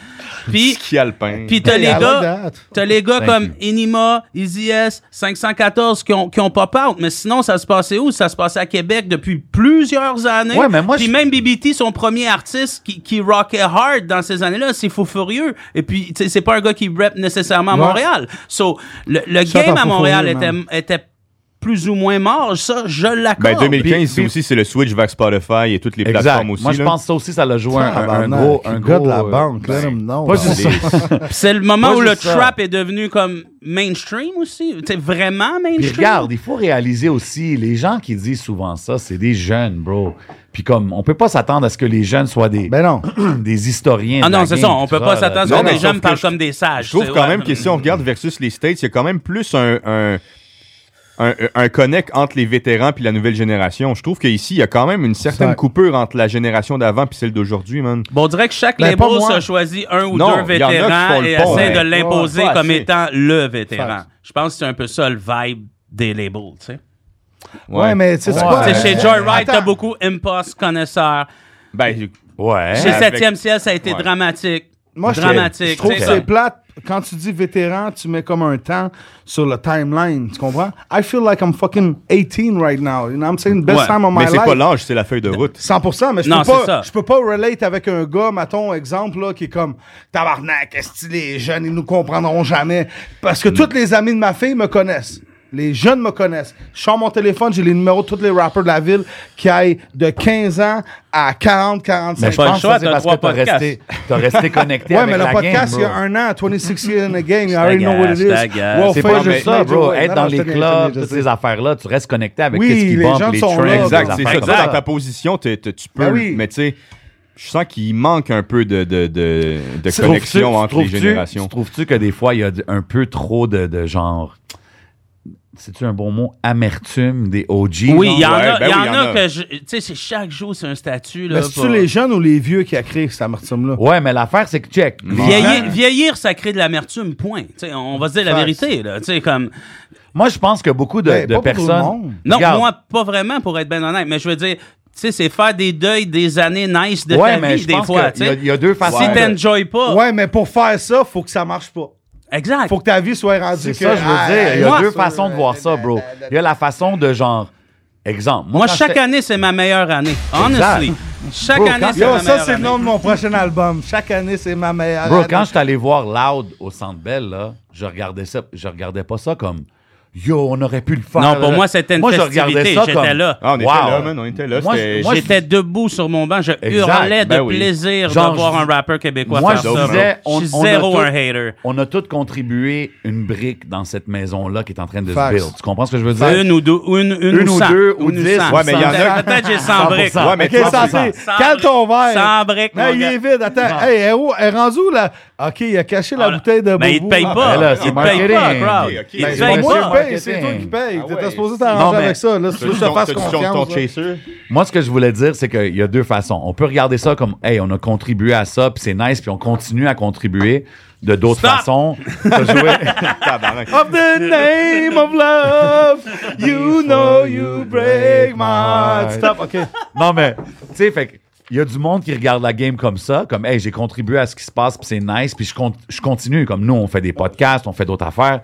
Puis,
Ski alpin.
puis t'as les
I like
gars,
that.
t'as les gars
Thank
comme Enima, Easy S, 514 qui ont, qui ont pop out, mais sinon, ça se passait où? Ça se passait à Québec depuis plusieurs années.
Ouais, mais moi,
puis
je-
même BBT, son premier artiste qui, qui rockait hard dans ces années-là, c'est Fou Furieux. Et puis, tu sais, c'est pas un gars qui rap nécessairement à
Ouais.
Montréal. So, le, le
Shout
game
out
à
Fou
Montréal
Furieux,
était,
man.
était plus ou moins mort, ça, je l'accorde.
Ben 2015,
puis-
c'est aussi c'est le switch vers Spotify et toutes les
Exact.
plateformes aussi.
Moi, je
là.
pense que ça aussi, ça l'a joué un,
Ah,
un- un
Tabarnak,
gros. Un
le gars
gros,
de la
euh,
banque, là, non.
Pas juste
Les-
ça.
Puis c'est le moment
Pas
où le
juste ça.
trap est devenu comme mainstream aussi. Tu sais, vraiment mainstream.
Puis regarde, il faut réaliser aussi, les gens qui disent souvent ça, c'est des jeunes, bro. Puis comme, on peut pas s'attendre à ce que les jeunes soient des,
Ben non.
des historiens.
Ah
de la
non, c'est
game,
ça, on
tout
peut pas s'attendre à
là.
ce
Non,
que
mais
les gens
sauf
me parlent
que
comme des sages.
Je trouve
tu sais,
quand
ouais.
même que si on regarde versus les States, il y a quand même plus un, un, un, un connect entre les vétérans puis la nouvelle génération. Je trouve qu'ici, il y a quand même une certaine
Ça-
coupure entre la génération d'avant puis celle d'aujourd'hui, man.
Bon, on dirait que chaque
Ben, pas
label
moi.
se choisit un ou
Non,
deux
y en a qui
vétérans
font le
et
pont,
essaie
ouais.
de l'imposer
Ouais,
comme
assez.
étant le vétéran.
Facts.
Je pense que c'est un peu ça le vibe des labels, tu sais.
Ouais, mais tu sais, c'est
Ouais.
quoi?
Tu sais, chez
Euh,
Joyride, t'as
attends.
beaucoup Impost Connaisseur.
Ben,
Ouais.
Chez
avec-
7e ciel, ça a été
Ouais.
dramatique.
Moi, je-
dramatique.
Je trouve
tu
que
sais,
c'est plate. Quand tu dis vétéran, tu mets comme un temps sur le timeline. Tu comprends? I feel like I'm fucking 18 right now. You know what I'm saying? Best
Ouais,
time of my
mais c'est
life.
pas l'âge, c'est la feuille de route.
100%, mais je
Non,
peux
c'est ça.
pas, je peux pas relate avec un gars, mettons, exemple, là, qui est comme,
Mm.
tabarnak, est-ce que les jeunes, ils nous comprendront jamais? Parce que tous les amis de ma fille me connaissent. Les jeunes me connaissent. Je sors mon téléphone, j'ai les numéros de tous les rappers de la ville qui aillent de 15 ans à 40, 45
Mais pas le
pense
choix,
que c'est
t'as
parce
trois
que t'as
podcasts.
resté, t'as resté connecté
Ouais,
avec
mais le
la
podcast,
game,
il y a
bro.
un an, 26 years in the game, you already know what it is.
Je t'agace.
Well,
C'est
Fais
pas
juste
mais
ça,
ça, bro.
Joe.
Être
Non,
dans
non, je
les
te gagne,
clubs,
je
toutes
sais.
ces affaires-là, tu restes connecté avec
Oui,
qu'est-ce qui
les
bump,
gens
les
sont
trends,
là,
les
Exact, c'est ça.
affaires
Toi,
comme
dans ta position, t'es- t'es- tu peux,
Ben oui.
mais tu sais, je sens qu'il manque un peu de, de, de, de
Tu trouves-tu-
connexion entre les
trouves-tu-
générations.
tu Trouves-tu que des fois, il y a d- un peu trop de, de genre. C'est-tu un bon mot? Amertume des OG?
Oui,
genre?
il y en
Ouais,
a,
ben
il y
oui,
en
il y en
a
a.
que je- tu sais, c'est chaque jour c'est un statut là.
Mais c'est-tu
pour-
les jeunes ou les vieux qui a créé cette amertume-là?
Ouais, mais l'affaire, c'est que check. les gens-
Vieillir, vieillir, ça crée de l'amertume, point. Tu sais, on va se dire la vérité. Là. Tu sais, Comme...
Moi, je pense que beaucoup de,
Ben,
de
pas pour tout le
personnes.
monde.
Non,
Regarde,
moi, pas vraiment, pour être bien honnête, mais je veux dire, tu sais, c'est faire des deuils des années nice de
Ouais,
ta
mais
vie,
je
des
pense
fois.
que il y a- il y a deux façons
Si
de-
t'enjoy pas,
Ouais, mais pour faire ça, faut que ça marche pas.
exact.
Faut que ta vie soit rendue
C'est
que-
ça, je veux
Ah,
dire. Il y a
moi,
deux
ça,
façons de
euh,
voir ça,
la-
bro.
la- la-
Il y a la façon de genre. Exemple.
Moi,
quand
chaque
j'étais-
année, c'est ma meilleure année. Honestly. Chaque
Bro,
année,
quand-
c'est
Yo,
ma
ça,
meilleure
c'est le
année.
nom de mon prochain album. Chaque année, c'est ma meilleure.
Bro,
année.
quand je suis allé voir Loud au Centre Bell, là, je regardais ça, je regardais pas ça comme Yo, on aurait pu le faire.
Non, pour moi, c'était une
Moi, je
festivité.
regardais ça
J'étais
comme,
là.
Ah, on était
Wow.
là, man, on était là.
Moi,
c'était-
moi, je-
J'étais debout sur mon banc, je
Exact,
hurlais de
ben oui.
plaisir
Genre,
de voir
je-
un rappeur québécois
Moi,
faire
je
ça.
disais,
bro.
on-
je suis
on a
zéro
tout-
un hater.
On a tous contribué une brique dans cette maison-là qui est en train de
Facts.
se build. Tu comprends ce que je veux dire?
Une ou deux, une, une,
Une ou
cent.
deux ou
Une
dix.
cent.
Ouais, mais il y en
Peut-être-
a-
Peut-être j'ai 100 briques.
100%.
Ouais, mais
Ok,
toi, tu-
santé.
Sans
Calme
briques.
ton verre.
Sans briques,
Non,
mon
il
gars.
est vide. Attends. Hey, elle est où? Elle est rendue, là? OK, il a caché la
Ah,
bouteille de
Mais il te
Boubou.
paye
Ah,
pas.
ben là, c'est
il te paye pas,
marketing.
crowd.
Ok, ok.
Il
ben,
te
Ben,
C'est
paye
c'est
moi
sûr,
qui
pas.
paye,
marketing.
c'est toi qui paye.
Ah
T'étais
ouais.
supposé t'arranger
Non, mais-
avec ça. Là, tu
Tu
veux que je te fasse confiance. là?
ton chaser?
Moi, ce que je voulais dire, c'est qu'il y a deux façons. On peut regarder ça comme, hey, on a contribué à ça, puis c'est nice, puis on continue à contribuer de d'autres
Stop!
façons. T'as joué.
Tabarnak.
Of the name of love, you know you break my heart. Stop, OK.
non, mais, tu sais, fait que, il y a du monde qui regarde la game comme ça, comme, hey, j'ai contribué à ce qui se passe, puis c'est nice, puis je, con- je continue. Comme nous, on fait des podcasts, on fait d'autres affaires.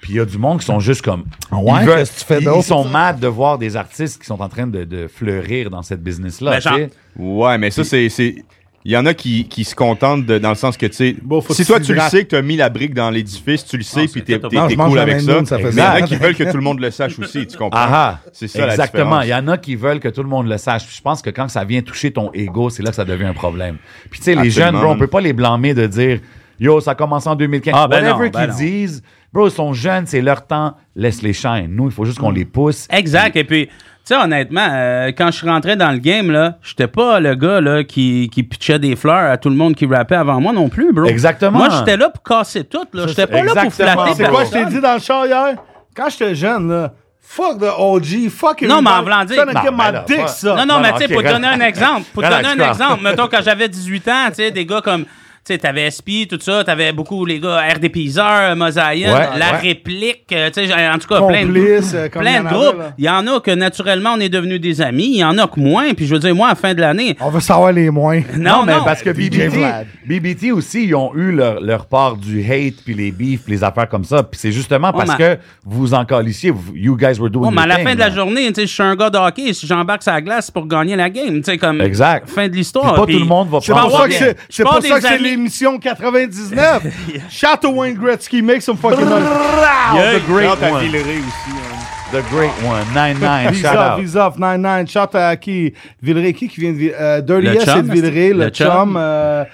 Puis il y a du monde qui sont juste comme.
ouais,
ils veulent-
qu'est-ce que tu fais
ils-
d'autre?
Ils sont mad de voir des artistes qui sont en train de, de fleurir dans cette business-là.
Mais genre-
tu sais.
Ouais, mais ça, c'est. c'est- Il y en a qui, qui se contentent de- dans le sens que, tu sais,
Bon, faut
si
que
toi
tu
tu le
grattes.
sais que tu as mis la brique dans l'édifice, tu le
Ah,
sais, puis t'es
c'est
t'es-
Non, je
t'es
mange
cool
la
avec
même
ça.
lune, ça fait
Mais il y en
ça.
a qui veulent que tout le monde le sache aussi, tu comprends?
Ah, ah.
C'est ça la
Exactement.
différence.
Il y en a qui veulent que tout le monde le sache. Puis je pense que quand ça vient toucher ton ego, c'est là que ça devient un problème. Puis tu sais, les
Absolument.
jeunes, bro, on peut pas les blâmer de dire Yo, ça a commencé en 2015.
Ah, ben
Whatever
non, ben
qu'ils
non.
disent, bro, ils sont jeunes, c'est leur temps, laisse-les chaînes. Nous, il faut juste qu'on
Mm.
les pousse.
Exact. Et puis, tu sais, honnêtement, euh, quand je suis rentré dans le game, là, j'étais pas le gars là, qui, qui pitchait des fleurs à tout le monde qui rappait avant moi non plus, bro.
Exactement.
Moi, j'étais là pour casser tout. Là. J'étais pas là pour
exactement.
flatter.
C'est quoi, je
personne.
t'ai dit dans le char hier? Quand j'étais jeune, là, fuck the OG, fuck
Non, mais
everybody.
en voulant dire-
Ça n'a que
Non,
ma
mais là,
dick,
pas-
ça.
Non, non,
Non,
mais
non,
tu sais,
ok,
pour te
relax.
donner un exemple, pour te
Relax,
donner un
quoi.
exemple, mettons, quand j'avais 18 ans, tu sais, des gars comme, tu sais, t'avais SP, tout ça, t'avais beaucoup, les gars, RD Piseur, Mosaïen,
Ouais,
La
ouais.
Réplique, euh, tu sais, en tout cas, plein
Complice, euh,
de,
comme
plein
il y
de
en avait,
groupes.
là.
Il y en a que, naturellement, on est devenus des amis, il y en a que moins, puis je veux dire, moi, à la fin de l'année,
On veut savoir les moins.
non,
mais
Eh, non,
parce que BBT,
Vlad.
BBT aussi, ils ont eu leur, leur part du hate, puis les beefs, puis les affaires comme ça. Puis c'est justement
Oh,
parce
mais-
que vous en calissiez, vous- you guys were doing
Bon, mais à
your
la
thing,
fin de la
là.
journée, tu sais, je suis un gars de hockey, si j'embarque sur la glace c'est pour gagner la game, tu sais, comme.
Exact.
Fin de l'histoire.
Puis pas
puis-
tout le monde va
Je
prendre
pars
ça
voir
que
des-
c'est
je
c'est
pars
pour
des
ça que c'est
amis-
l'émission 99. Shout out Wayne Gretzky, make some fucking money.
The great
Quand t'as
one.
Villeray aussi. hein.
The great one. 9-9. shout
Visa,
out.
Visa, 99, shout à qui? Villeray, qui qui vient de Villeray? Euh, Dirty
Le
S, c'est
chum,
de Villeray,
le
le
chum.
chum. euh,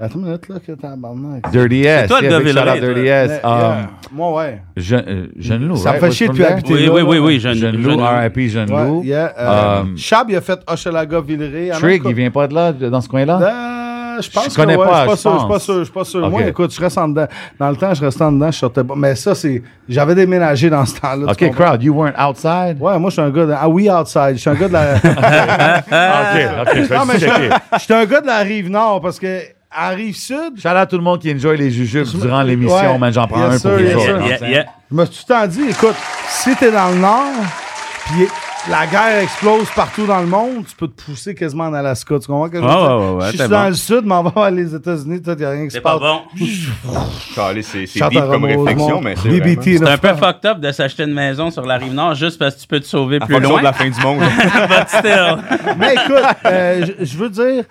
Attends une minute, là, que t'as un barnac. Euh,
Dirty S.
toi le
yeah,
gars
big shout out
Villeray, toi.
Dirty S. Um,
Moi, ouais.
Je- euh, Jeune Lou,
Ça
right?
me fait
Was
chier
from
depuis
there?
habiter.
Oui, oui, oui, oui, jeune,
Jeune
jeune-
Lou, RIP Jeune
Ouais,
Lou.
yeah, euh,
Um,
Chab, il a fait Hochelaga, Villeray. en
Trig,
même
il vient pas de là, de- dans ce coin-là?
Euh, je pense
Je connais
que ouais,
pas,
je suis
je
pas sûr, je suis pas
pense.
sûr, je suis pas sûr. Moi,
Ok.
écoute, je reste en dedans. Dans le temps, je restais en dedans, je sortais pas. Mais ça, c'est. J'avais déménagé dans ce temps-là. tu
OK,
comprends?
crowd, you weren't outside?
Ouais, moi, je suis un gars de. Ah oui, outside. Je suis un gars de la.
Ah, OK, OK, je vais
non, mais
juste
je
checker.
je suis un gars de la rive nord parce que à rive sud.
Shout out à tout le monde qui enjoy les jujubes durant l'émission,
Ouais.
man. J'en prends
Yes,
un
sir,
pour
yes,
les
sir.
autres.
Yeah, yeah, yeah.
Je me suis tout le temps dit, écoute, si t'es dans le nord, puis la guerre explose partout dans le monde, tu peux te pousser quasiment en Alaska. Tu comprends? ce que je veux
Ouais,
dire?
ouais, ouais, ouais,
je
t'es
suis dans
bon.
le sud, m'en vais vers les États-Unis, il n'y a rien qui se
C'est pas
passe.
bon.
Calais, C'est c'est
Shout
deep
à
comme
Rosemont,
réflexion, mais c'est.
BBT,
vraiment-
C'est
là.
un peu fucked up de s'acheter une maison sur la rive nord juste parce que tu peux te sauver
En
plus
fonction
loin.
de la fin du monde.
But still.
Mais écoute, euh, je- je veux dire,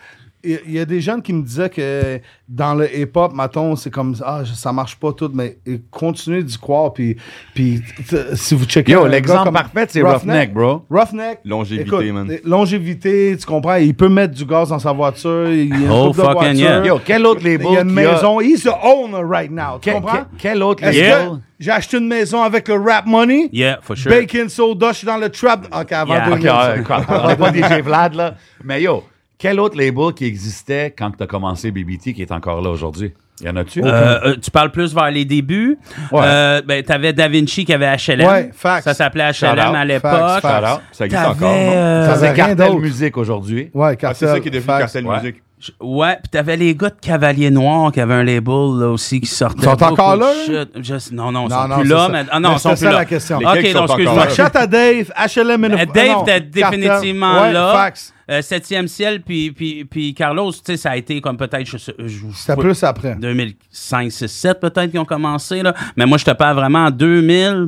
il il y a des jeunes qui me disaient que dans le hip-hop, mettons, c'est comme ah, je- ça marche pas tout, mais euh, continuez d'y croire. Puis, puis t- si vous checkez.
Yo,
un gars
l'exemple
comme
parfait, c'est Roughneck, bro.
Roughneck.
Longévité, man.
euh, Longévité, tu comprends? Il peut mettre du gaz dans sa voiture. Il y a une
Oh,
coupe de
fucking
voiture,
yeah.
Yo, quel autre label
Il y a une
qui a-
maison. He's the owner right now. Tu
Quel-
comprends?
quel- Quel autre
Est-ce
Yeah.
que j'ai acheté une maison avec le rap money?
Yeah, for sure.
Bacon soda, je suis dans le trap. Ok, avant
Yeah.
deux
Ok,
minutes.
ouais, crap, on parle pas de DJ Vlad, là. Mais yo, quel autre label qui existait quand t'as commencé BBT qui est encore là aujourd'hui? Y en a-tu?
Euh, euh, tu parles plus vers les débuts.
Ouais.
Euh, ben, t'avais Da Vinci qui avait HLM.
Ouais, facts.
Ça s'appelait HLM
out,
à l'époque.
facts, facts.
Alors,
Ça existe
T'avais,
encore, non?
euh,
Ça
ça faisait
avait rien
cartel
d'autre.
musique aujourd'hui.
Ouais,
Ah, c'est
cartel.
ça qui est devenu
facts.
Cartel
ouais.
Musique.
Je- Ouais, puis t'avais les gars de Cavalier Noir qui avaient un label là, aussi qui sortait.
Ils sont
beaucoup
encore
de
là,
shit. Je- non, non,
Non,
ils sont
non,
plus
c'est
là.
ça.
Mais, ah non,
Mais
ils
c'est
sont plus
ça
là.
la question.
Ok,
Lesquels qui
donc
sont
excuse-moi.
encore
Fait que Shout à Dave, HLM and
Euh, Dave était définitivement
ah Ouais,
là.
Facts.
Euh, Septième ciel, puis, puis, puis Carlos, tu sais, ça a été comme peut-être, je sais- je- je-
C'était plus après.
2005, 6, 7 peut-être qu'ils ont commencé, là. Mais moi, je te parle vraiment en 2000.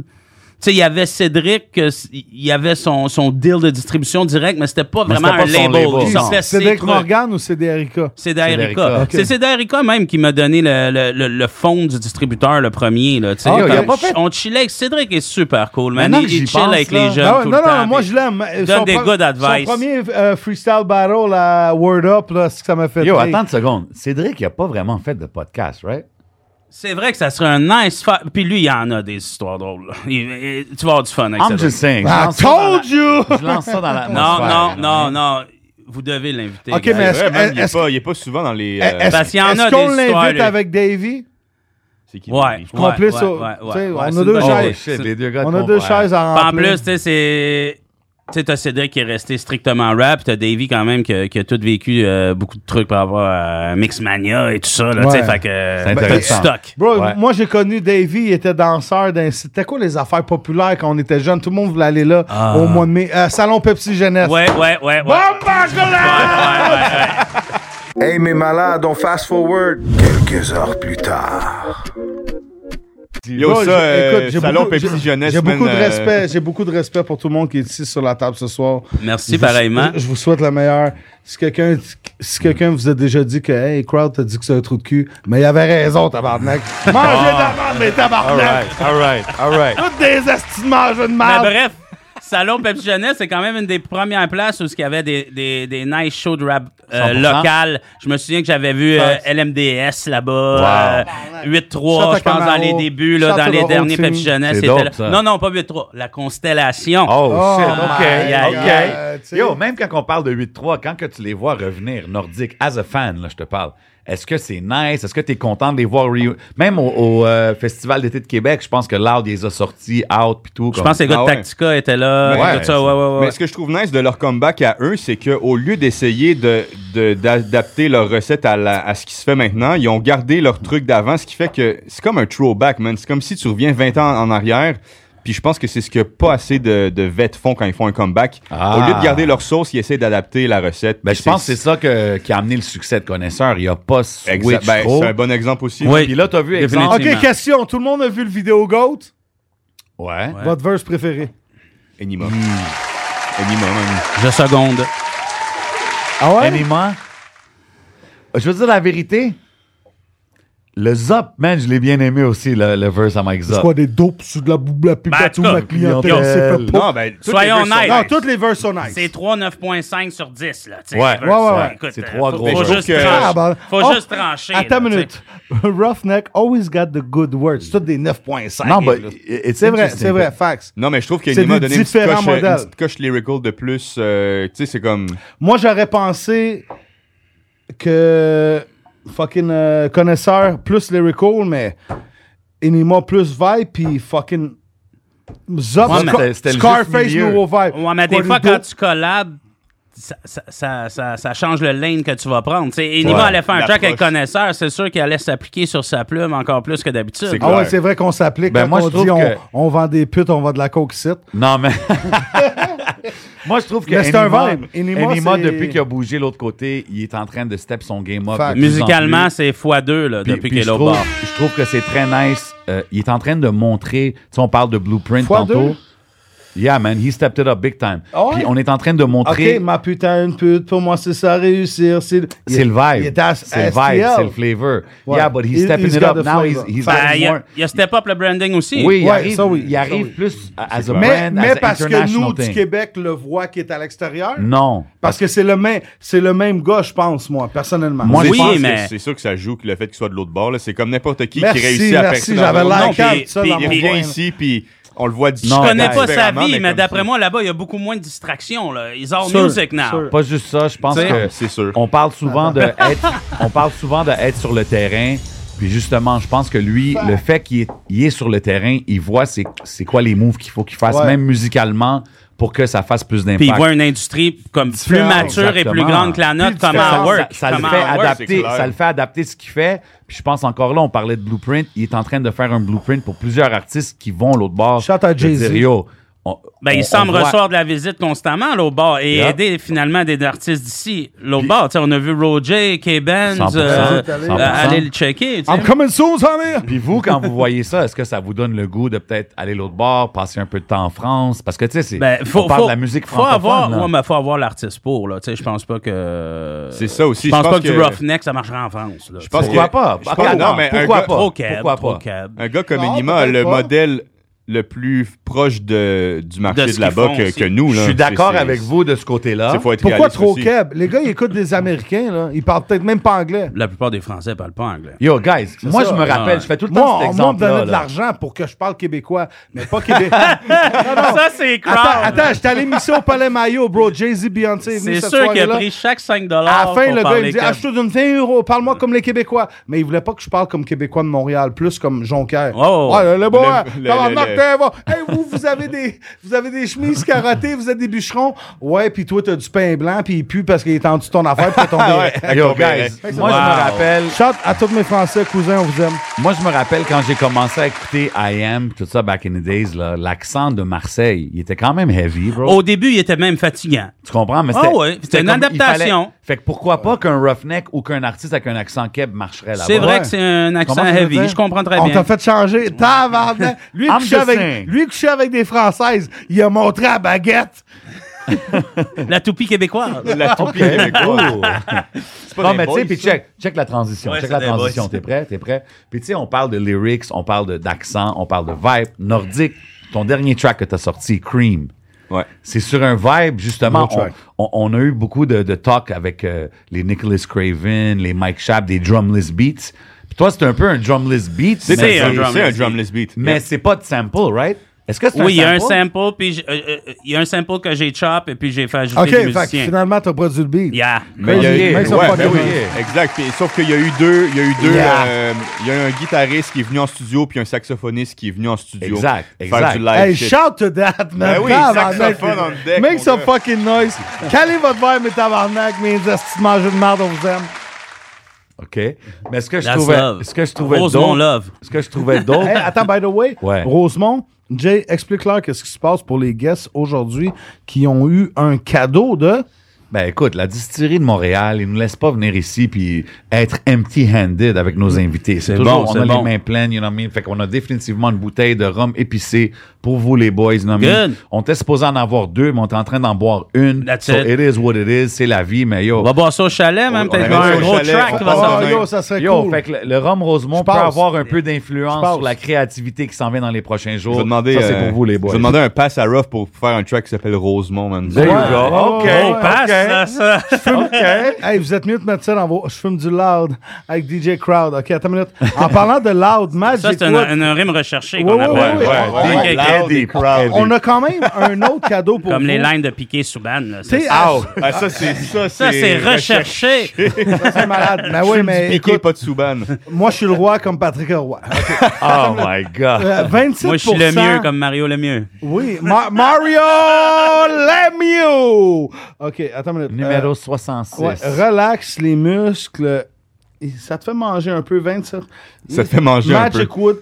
Tu sais, il y avait Cédric, euh, s- il y avait son, son deal de distribution direct, mais c'était pas vraiment
c'était pas
un
son
label.
label.
Il sortait
C'est
ses
Cédric
trucs.
Morgan ou CDRIK?
C'est d'Erica.
Ok.
C'est d'Erica même qui m'a donné le, le, le, le fond du distributeur, le premier. Là, tu sais.
Ah,
Yo,
ok.
y a pas fait-
On chillait avec Cédric, est super cool, man.
Maintenant
Il,
que
il
j'y
chill
pense,
avec
là.
les jeunes
Ah ouais,
tout
non,
le temps.
non, moi
puis-
je l'aime. Euh,
Donne
son
des
pre-
good advice.
Son premier euh, freestyle battle à Word Up, là, c'est ce que ça m'a fait.
Yo,
rire.
attends une seconde. Cédric, il a pas vraiment fait de podcast, right?
C'est vrai que ça serait un nice... fa- Puis lui, il en a des histoires drôles. là. Il- il- tu vas avoir du fun
Ah,
avec
I'm
Cédric.
just saying. Je
I
lance ça dans
told
la-
you!
Je lance ça dans la.
Non, non, non, non. Vous devez l'inviter.
hein. Ok,
gars.
mais est-ce
Ouais, man, il est
est-ce-
pas- il est pas souvent dans les. euh,
est-ce-
Parce qu'il y en a
est-ce
des
qu'on
histoires,
l'invite
là.
avec Davy?
c'est qui?
Ouais,
En plus,
ouais,
oh,
ouais,
tu
ouais,
sais,
ouais,
on a
c'est une
deux
bonne
chaises.
idée.
Oh, shit, les deux gars
On a
tombent,
deux
ouais.
chaises à
Puis en
remplir.
plus, tu sais, c'est. Tu sais, t'as Cédric qui est resté strictement rap, t'as Davy quand même qui, a- qui a tout vécu euh, beaucoup de trucs par rapport à Mixmania et tout ça, là, tu sais,
Ouais.
fait que.
C'est
T'as du
intéressant.
stock.
Bro,
Ouais.
moi j'ai connu Davy, il était danseur. d'un- C'était quoi les affaires populaires quand on était jeune? Tout le monde voulait aller là
Ah.
au mois de mai. Euh, Salon Pepsi Jeunesse.
Ouais, ouais, ouais, ouais.
Hey, mes malades, on fast forward. Quelques heures plus tard.
Yo,
Bro,
ça,
j'ai-
euh,
écoute, j'ai
Salon
beaucoup-
Pepsi
j'ai-
Jeunesse.
J'ai
man,
beaucoup de
euh,
respect. J'ai beaucoup de respect pour tout le monde qui est ici sur la table ce soir.
Merci
Je vous-
pareillement.
Je, je vous souhaite le meilleur. Si quelqu'un si quelqu'un vous a déjà dit que Hey Crowd t'a dit que c'est un trou de cul, mais il avait raison, tabarnak. Mangez de la merde, mais
All
tabarnak!
right, Ah. all right, all right.
Toutes des estis de manger de
Mais
merde!
bref, Salon Pepsi Jeunesse, c'est quand même une des premières places où il y avait des, des, des nice shows de rap
100%.
euh, local. Je me souviens que j'avais vu euh, LMDS là-bas, euh, 8-3,
Shout
je pense,
à
dans les
Camaro.
débuts, là,
Shout
dans
to
les
the
derniers
whole team.
Pepsi Jeunesse.
C'est
étaient
dope,
là.
ça.
Non, non, pas 8-3, la Constellation.
Oh, shit,
my
OK,
God.
OK.
Euh, tu sais-
Yo, même quand on parle de 8-3, quand que tu les vois revenir nordiques, as a fan, là, je te parle, est-ce que c'est nice? Est-ce que tu es content de les voir? reu- Même au, au, euh, Festival d'été de Québec, je pense que Loud, les a sortis, out, puis tout.
Je pense que les gars
Ah
de
ouais.
Tactica étaient là.
bah Ouais.
tout ça, ouais, ouais, ouais.
Mais ce que je trouve nice de leur comeback à eux, c'est qu'au lieu d'essayer de, de- d'adapter leur recette à, la- à ce qui se fait maintenant, ils ont gardé leur truc d'avant, ce qui fait que c'est comme un throwback, man. C'est comme si tu reviens 20 ans en arrière. Puis je pense que c'est ce que pas assez de, de vets font quand ils font un comeback.
Ah.
Au lieu de garder leur sauce, ils essaient d'adapter la recette.
Ben, je
Puis
pense que c'est ça que- qui a amené le succès de connaisseurs. Il n'y a pas switch
Exact. Ben,
trop.
c'est un bon exemple aussi.
Oui.
Puis là, t'as vu,
Définitivement.
exemple...
Ok, question. Tout le monde a vu le vidéo GOAT?
Ouais.
Ouais.
Votre verse préféré?
Anima. Anima, man.
Je seconde.
Ah
Anima. Euh, Je veux dire la vérité. Le Zop, man, je l'ai bien aimé aussi, le, le verse à Mike
C'est
Zop.
quoi des dopes sur de la boule à
Ben, en
toute
tout cas,
ma clientèle?
yo,
c'est fait
yo,
pas.
Non, ben, toutes
Soyons
les versions-
honnêtes.
Non, toutes les verses sont nice.
C'est 3, 9.5 sur 10, là. tu sais.
Ouais.
Versus,
Ouais,
ouais, ouais.
écoute,
C'est
euh,
trois
faut-
gros
Faut
jeux.
juste
Je trouve que-
trancher.
Ah, ben,
Euh, Faut
oh,
juste trancher.
Attends
là,
une
tu sais.
minute. Roughneck always got the good words. C'est tout des 9.5.
Non, bah, mais
C'est vrai, c'est vrai, facts.
Non, mais je trouve
C'est
qu'Anima a
des
donné une petite,
différents
coche, euh, une
modèles.
petite coche lyrical de plus. euh, tu sais, c'est comme.
Moi, j'aurais pensé que fucking euh, connaisseur plus lyrical, mais Enima plus vibe, puis fucking Zop,
Ouais,
Scar-
mais
c'était- c'était le juste
Scarface,
milieu.
nouveau vibe.
Ouais, mais des
Corrido.
fois, quand tu collabes, ça, ça, ça, ça- ça change le lane que tu vas prendre. Tu sais, Enima
Ouais.
allait faire un track avec
L'approche.
connaisseur, c'est sûr qu'il allait s'appliquer sur sa plume encore plus que d'habitude.
C'est
Ah ouais,
clair.
c'est vrai qu'on s'applique
Ben,
quand
moi, je
on
trouve
dit on,
que-
on vend des putes, on vend de la coke site.
Non, mais. Moi, je trouve que.
Mais c'est un
Enima-
vibe. Enima,
Enima,
c'est-
depuis qu'il a bougé l'autre côté, il est en train de step son game up.
Fact.
de plus en
Musicalement,
plus.
c'est x2 là,
Puis-
depuis
puis
qu'il est
je
au
trouve-
bord.
Je trouve que c'est très nice. Euh, il est en train de montrer. Tu sais, on parle de blueprint
Fois
tantôt.
deux?
Yeah, man, he stepped it up big time.
Ah ouais?
Puis on est en train de montrer.
Ok, ma putain, une pute, pour moi, c'est ça, réussir. C'est le
C'est le
Il
vibe.
est à-
C'est le
STL.
vibe, c'est le flavor.
Ouais.
Yeah, but he's
He-
stepping
he's
it
got
up
the
now. He's,
flavor.
he's
Ben,
got
il,
more.
a, il a step up le branding aussi.
Oui, il
Ouais,
arrive,
ça oui,
il
ça
arrive
oui.
plus a- as a
Mais,
brand,
mais
as a
parce que
international
nous, du
thing.
Québec, le voit qui est à l'extérieur.
Non.
Parce que c'est le même, c'est le même gars, je pense, moi, personnellement.
Moi,
C'est
Oui,
sûr que
mais-
C'est sûr que ça joue que le fait qu'il soit de l'autre bord. là. C'est comme n'importe qui
merci,
qui réussit à
merci,
percer dans
j'avais
un
l'air
autre-
l'air
Non,
calme,
puis-
ça,
puis-
dans
Il
mon
puis-
revient
coin, là.
ici, puis on le voit
Je
Je
Ouais,
connais pas sa
différemment,
vie, mais
comme
d'après
ça.
moi, là-bas, il y a beaucoup moins de distractions. Là. Ils ont
Sûr,
music now.
sûr.
Pas juste ça, je pense
T'sais,
que
c'est sûr.
On parle souvent de être, on parle souvent de être sur le terrain. Puis justement, je pense que lui, le fait qu'il est, il est sur le terrain, il voit c'est, c'est quoi les moves qu'il faut qu'il fasse,
Ouais.
même musicalement, pour que ça fasse plus
Puis
d'impact.
il voit une industrie comme plus
Différent,
mature et plus
exactement.
grande que la nôtre,
Plus
comme
différent.
à work.
ça, ça le
comment
fait
à work.
c'est
adapter,
clair.
ça le fait adapter ce qu'il fait. Puis je pense encore là, on parlait de blueprint. Il est en train de faire un blueprint pour plusieurs artistes qui vont l'autre bord.
Shout out
de
Jay-Z.
dire, Yo, on-
Ben,
on-
il semble
on voit-
recevoir de la visite constamment là, au bar et
Yeah.
aider finalement des artistes d'ici. L'autre bar, tu sais, on a vu Roger, K-Benz,
100%,
euh,
100%.
euh, aller le checker. tu sais.
I'm coming soon, ça, mère!
Puis vous, quand vous voyez ça, est-ce que ça vous donne le goût de peut-être aller l'autre bord, passer un peu de temps en France? Parce que, tu sais, c'est-
Ben, faut,
on parle
faut-
de la musique
faut avoir,
francophone. là.
ouais, mais faut avoir l'artiste pour là. Tu sais, je pense pas que.
C'est ça aussi,
Je pense
je pense
pas que, du
que-
Roughneck ça marchera en France. Là, je
pense
Pourquoi
que-
pas?
je
Ok,
pense-
non,
non, mais un
pourquoi
gars-
pas?
Trop cab,
pourquoi
trop
pas?
cab.
Un gars comme
Non,
Enima a
peut-être
le
pas.
modèle le plus proche de, du marché
De
de,
ce
là-bas
qu'ils font
que,
aussi.
que nous.
Je
là.
suis d'accord
C'est-
avec
c'est-
vous de ce côté-là.
c'est- faut être
Pourquoi
réaliste
trop
aussi.
keb? Les gars, ils écoutent des Américains, là. Ils parlent peut-être même pas anglais.
La plupart des Français parlent pas anglais.
Yo, guys, moi,
ça. euh,
je me
Ouais.
rappelle, je fais tout le
Moi,
temps cet
on moi, on me
exemple-là.
donnait de
là.
l'argent pour que je parle québécois, mais pas québécois.
Ah,
Ça c'est crowd.
attends, attends, j'étais allé misser au Palais Mayo, bro. Jay-Z, Beyoncé, est venu
C'est
cette
sûr qu'il a
soirée-là.
pris chaque 5
À la fin,
pour
le gars, il
parler
me dit
ah,
Ah,
cab.
Achète une 20 euros, parle-moi comme les Québécois. Mais il voulait pas que je parle comme Québécois de Montréal, plus comme Jonquière.
Oh.
Ah, le, le bon,
Le-
hein,
le-
comment
le-
Marc,
le-
t'es bon. Hey, vous, vous avez, des, vous avez des chemises carottées, vous êtes des bûcherons. Ouais, puis toi, t'as du pain blanc, puis il pue parce qu'il est tendu ton affaire, puis t'es
Ah
tombé.
Yo,
On verrait.
guys, moi, je me rappelle...
Shout à tous mes Français, cousins, on vous aime.
Moi, je me rappelle quand j'ai commencé à écouter I Am, tout ça, back in the days, là, l'accent de Marseille, il était quand même heavy, bro.
Au début, il était même fatigant.
Tu comprends? Mais
Oh, Ah
c'était-
ouais, c'était une
comme- il
adaptation.
fallait- fait que pourquoi pas qu'un roughneck ou qu'un artiste avec un accent keb marcherait là-bas?
C'est vrai
ouais.
que c'est un accent
Comment tu veux
heavy.
dire?
Je comprends très
On
bien.
t'a fait changer. Tabarnak. Lui,
I'm
couché
just
avec,
saying.
lui couché avec des Françaises, il a montré à baguette.
La toupie québécoise.
La toupie québécoise. C'est pas
Non,
des
mais tu sais,
boys,
puis
ça.
check, check la transition.
Ouais,
check
c'est
la
des
transition.
boys.
T'es prêt? T'es prêt? Puis tu sais, on parle de lyrics, on parle de- d'accent, on parle de vibe nordique. Ton dernier track que t'as sorti, Cream.
Ouais.
C'est sur un vibe, justement.
Gros track.
On, on- on a eu beaucoup de, de talk avec euh, les Nicholas Craven, les Mike Schaap, des drumless beats. Puis toi, c'est un peu un drumless beat.
C'est
mais-
un,
un drumless
c'est un
beat.
drumless beat.
Mais c'est pas de sample, right? Est-ce que c'est
Oui, il y a un
sample?
sample, puis j'ai- euh, euh, il y a un sample que j'ai chop et puis j'ai fait ajouter
OK,
des
fait que
musiciens.
finalement, t'as produit le beat.
Yeah.
Mais il y a eu,
Make some
ouais,
fucking
ben oui,
noise.
exact. Puis, sauf qu'il y a eu deux, il y a eu deux,
Yeah.
euh, il y a eu un guitariste qui est venu en studio puis un saxophoniste qui est venu en studio.
Exact,
Faire
exact.
du live.
Hey,
shit.
shout to that, man.
Ben oui,
Tabarnak.
saxophone on deck,
Make
mon
some
gars.
fucking noise. Calez votre verre, mes tabarnak, mes estis de manger de merde, on vous aime.
OK. Mais ce que je
That's
trouvais.
love.
Ce que je trouvais
Rosemont
d'autre-
love.
Ce que je trouvais
Oh.
d'autre.
Hey, attends, by the way,
Ouais.
Rosemont, Jay, explique-leur qu'est-ce qui se passe pour les guests aujourd'hui qui ont eu un cadeau de...
Ben écoute, la distillerie de Montréal, ils nous laissent pas venir ici puis être empty-handed avec nos invités. C'est toujours,
bon,
on
c'est
a
bon.
les mains pleines, you know what I mean? Fait qu'on a définitivement une bouteille de rhum épicé pour vous les boys, you know what I mean?
Good.
On était supposé en avoir deux, mais on est en train d'en boire une.
That's
so
it. Bah,
it is what it is, c'est la vie, mais yo.
On va boire ça au chalet, même.
On-
Peut-être
on
qu'on a
avait
un
ça au
gros
chalet,
track
on
qui va
Oh,
part
sortir.
en-
Ah, yo, ça serait
Yo,
cool.
fait que le, le rhum Rosemont
Je
peut
pense.
avoir un peu
Je
d'influence
pense.
sur la créativité qui s'en vient dans les prochains jours.
Je vais demander,
Ça, c'est
euh,
pour vous les boys.
Je vais demander un pass à Ruff pour faire un track qui s'appelle Rosemont, man.
There you go.
Ouais.
OK.
Oh,
Ah, Ouais,
ok.
passe, là, ça.
Hey, vous êtes mieux de mettre ça dans vos. Je fume du loud avec DJ Crowd. OK, attends une minute. En parlant de loud, Matt,
Ça, c'est un,
j'écoute-
un, rime recherché
Ouais,
qu'on
ouais,
appelle.
ouais, ouais,
Ouais,
ouais.
ouais.
Loud et proud.
On a quand même un autre cadeau pour
Comme
vous.
les lines de piqué Souban. là. Ça,
Tu sais,
c'est-
ah,
Ah, ça, c'est ça,
ça, c'est recherché.
ça, c'est malade. Mais oui, mais
Piqué,
écoute,
pas de Souban.
moi, je suis le roi comme Patrick Roy.
Oh my God.
Euh, 27
Moi, je suis le mieux, comme Mario le mieux.
Oui, Ma- Mario Lemieux. OK, attends une minute.
Numéro
Euh,
66.
ouais, relaxe les muscles. Et Ça te fait manger un peu, 27.
Ça te fait manger un peu.
Magic Wood.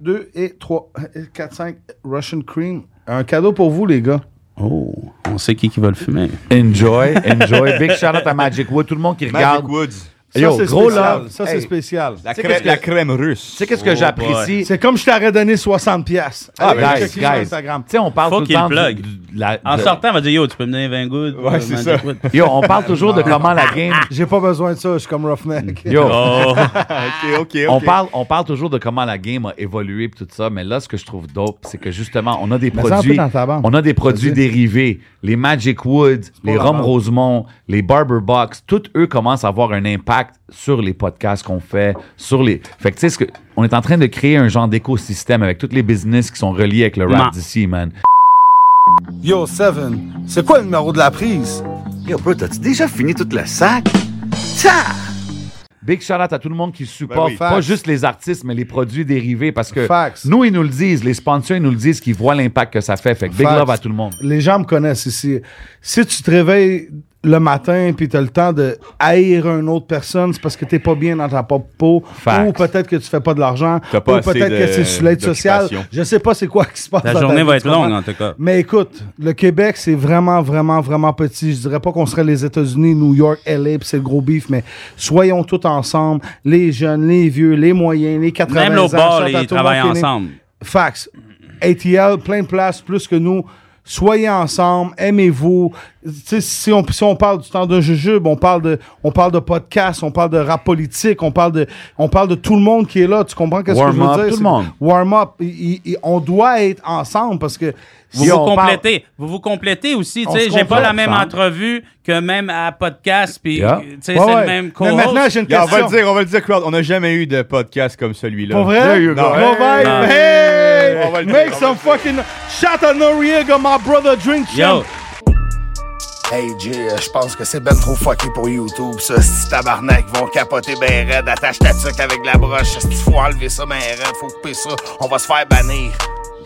Deux et trois, quatre, cinq, Russian Cream. Un cadeau pour vous, les gars.
Oh, on sait qui qui va le fumer.
Enjoy, enjoy. Big shout out à Magic Wood. Tout le monde qui regarde.
Magic Woods.
Ça,
Yo,
c'est
gros
spécial.
love.
Ça, c'est
Hey.
spécial.
La,
Tu sais
crème,
qu'est-ce que-
la crème russe.
Tu sais,
Oh,
qu'est-ce que j'apprécie?
C'est comme je t'aurais donné 60 pièces.
Ah, guys, guys. Tu sais, on parle
Faut
tout le
qu'il
temps
plug.
du- du- la-
En
de-
sortant, on va dire Yo, tu peux me donner 20 gouttes.
Ouais, c'est ça.
Yo, on parle toujours de comment la game.
J'ai pas besoin de ça, je suis comme Roughneck.
Yo,
Oh,
Ok, ok, ok.
on, parle, on parle toujours de comment la game a évolué et tout ça, mais là, ce que je trouve dope, c'est que justement, on a des
ça, un peu
produits.
dans ta bande.
On a des produits
Vas-y.
dérivés. Les Magic Woods, les
la
Rome
bande.
Rosemont, les Barber Box, tous eux commencent à avoir un impact sur les podcasts qu'on fait, sur les. Fait que tu sais, ce que- on est en train de créer un genre d'écosystème avec tous les business qui sont reliés avec le
Ma-
rap d'ici, man.
Yo, Seven, c'est quoi le numéro de la prise?
Yo, bro, t'as-tu déjà fini tout le sac? Big shout-out à tout le monde qui supporte,
Ben oui.
pas
Facts.
juste les artistes, mais les produits dérivés, parce que
Facts.
nous, ils nous le disent, les sponsors, ils nous le disent, qu'ils voient l'impact que ça fait. Fait que big
Facts.
love à tout le monde.
Les gens me connaissent ici. Si tu te réveilles le matin puis tu as le temps de haïr une autre personne, c'est parce que t'es pas bien dans ta propre peau.
Facts.
Ou peut-être que tu fais pas de l'argent.
T'as pas
ou
assez
peut-être
de-
que c'est sur l'aide sociale.
d'occupation.
Je sais pas c'est quoi qui se passe.
La
dans ta
journée
vie,
va
tu
être longue,
comprends?
en tout cas.
Mais écoute, le Québec, c'est vraiment, vraiment, vraiment petit. Je dirais pas qu'on serait les États-Unis, New York, LA, puis c'est le gros beef, mais soyons tous ensemble, les jeunes, les vieux, les moyens, les 80
Même
ans.
l'autre bord,
shout à tout
ils
le monde
travaillent
qui est né.
ensemble.
Fax. ATL, plein de places, plus que nous. Soyez ensemble, aimez-vous. Tu sais, Si on, si on parle du temps d'un jujube, on parle de, on parle de podcast, on parle de rap politique, on parle de, on parle de tout le monde qui est là. Tu comprends qu'est-ce que je veux
Warm up,
dire?
tout le
C'est-
monde.
Warm up. Il- il- il- on doit être ensemble parce que
Vous
si
vous
on parle-
complétez. Vous vous complétez aussi. Tu
On
sais,
se
j'ai pas
complète
la même
ensemble.
entrevue que même à podcast. Puis,
Yeah.
tu
Ouais,
sais, c'est
ouais.
le même
Mais
co-host.
maintenant, j'ai une
Regarde, on va
question.
le dire, on va le dire, crowd. On n'a jamais eu de podcast comme celui-là.
Pour
There
vrai?
you go.
Non.
Hey!
Bon,
Non.
ben, hey!
On va le dire,
Make
on va
some fucking... Shout out Noriega, my brother, drink champ.
Yo,
Hey Jay, euh, je pense que c'est ben trop fucké pour YouTube, ça. Si tabarnak vont capoter ben raide, attache ta tuque avec la broche. Si faut enlever ça ben raide, faut couper ça, on va se faire bannir.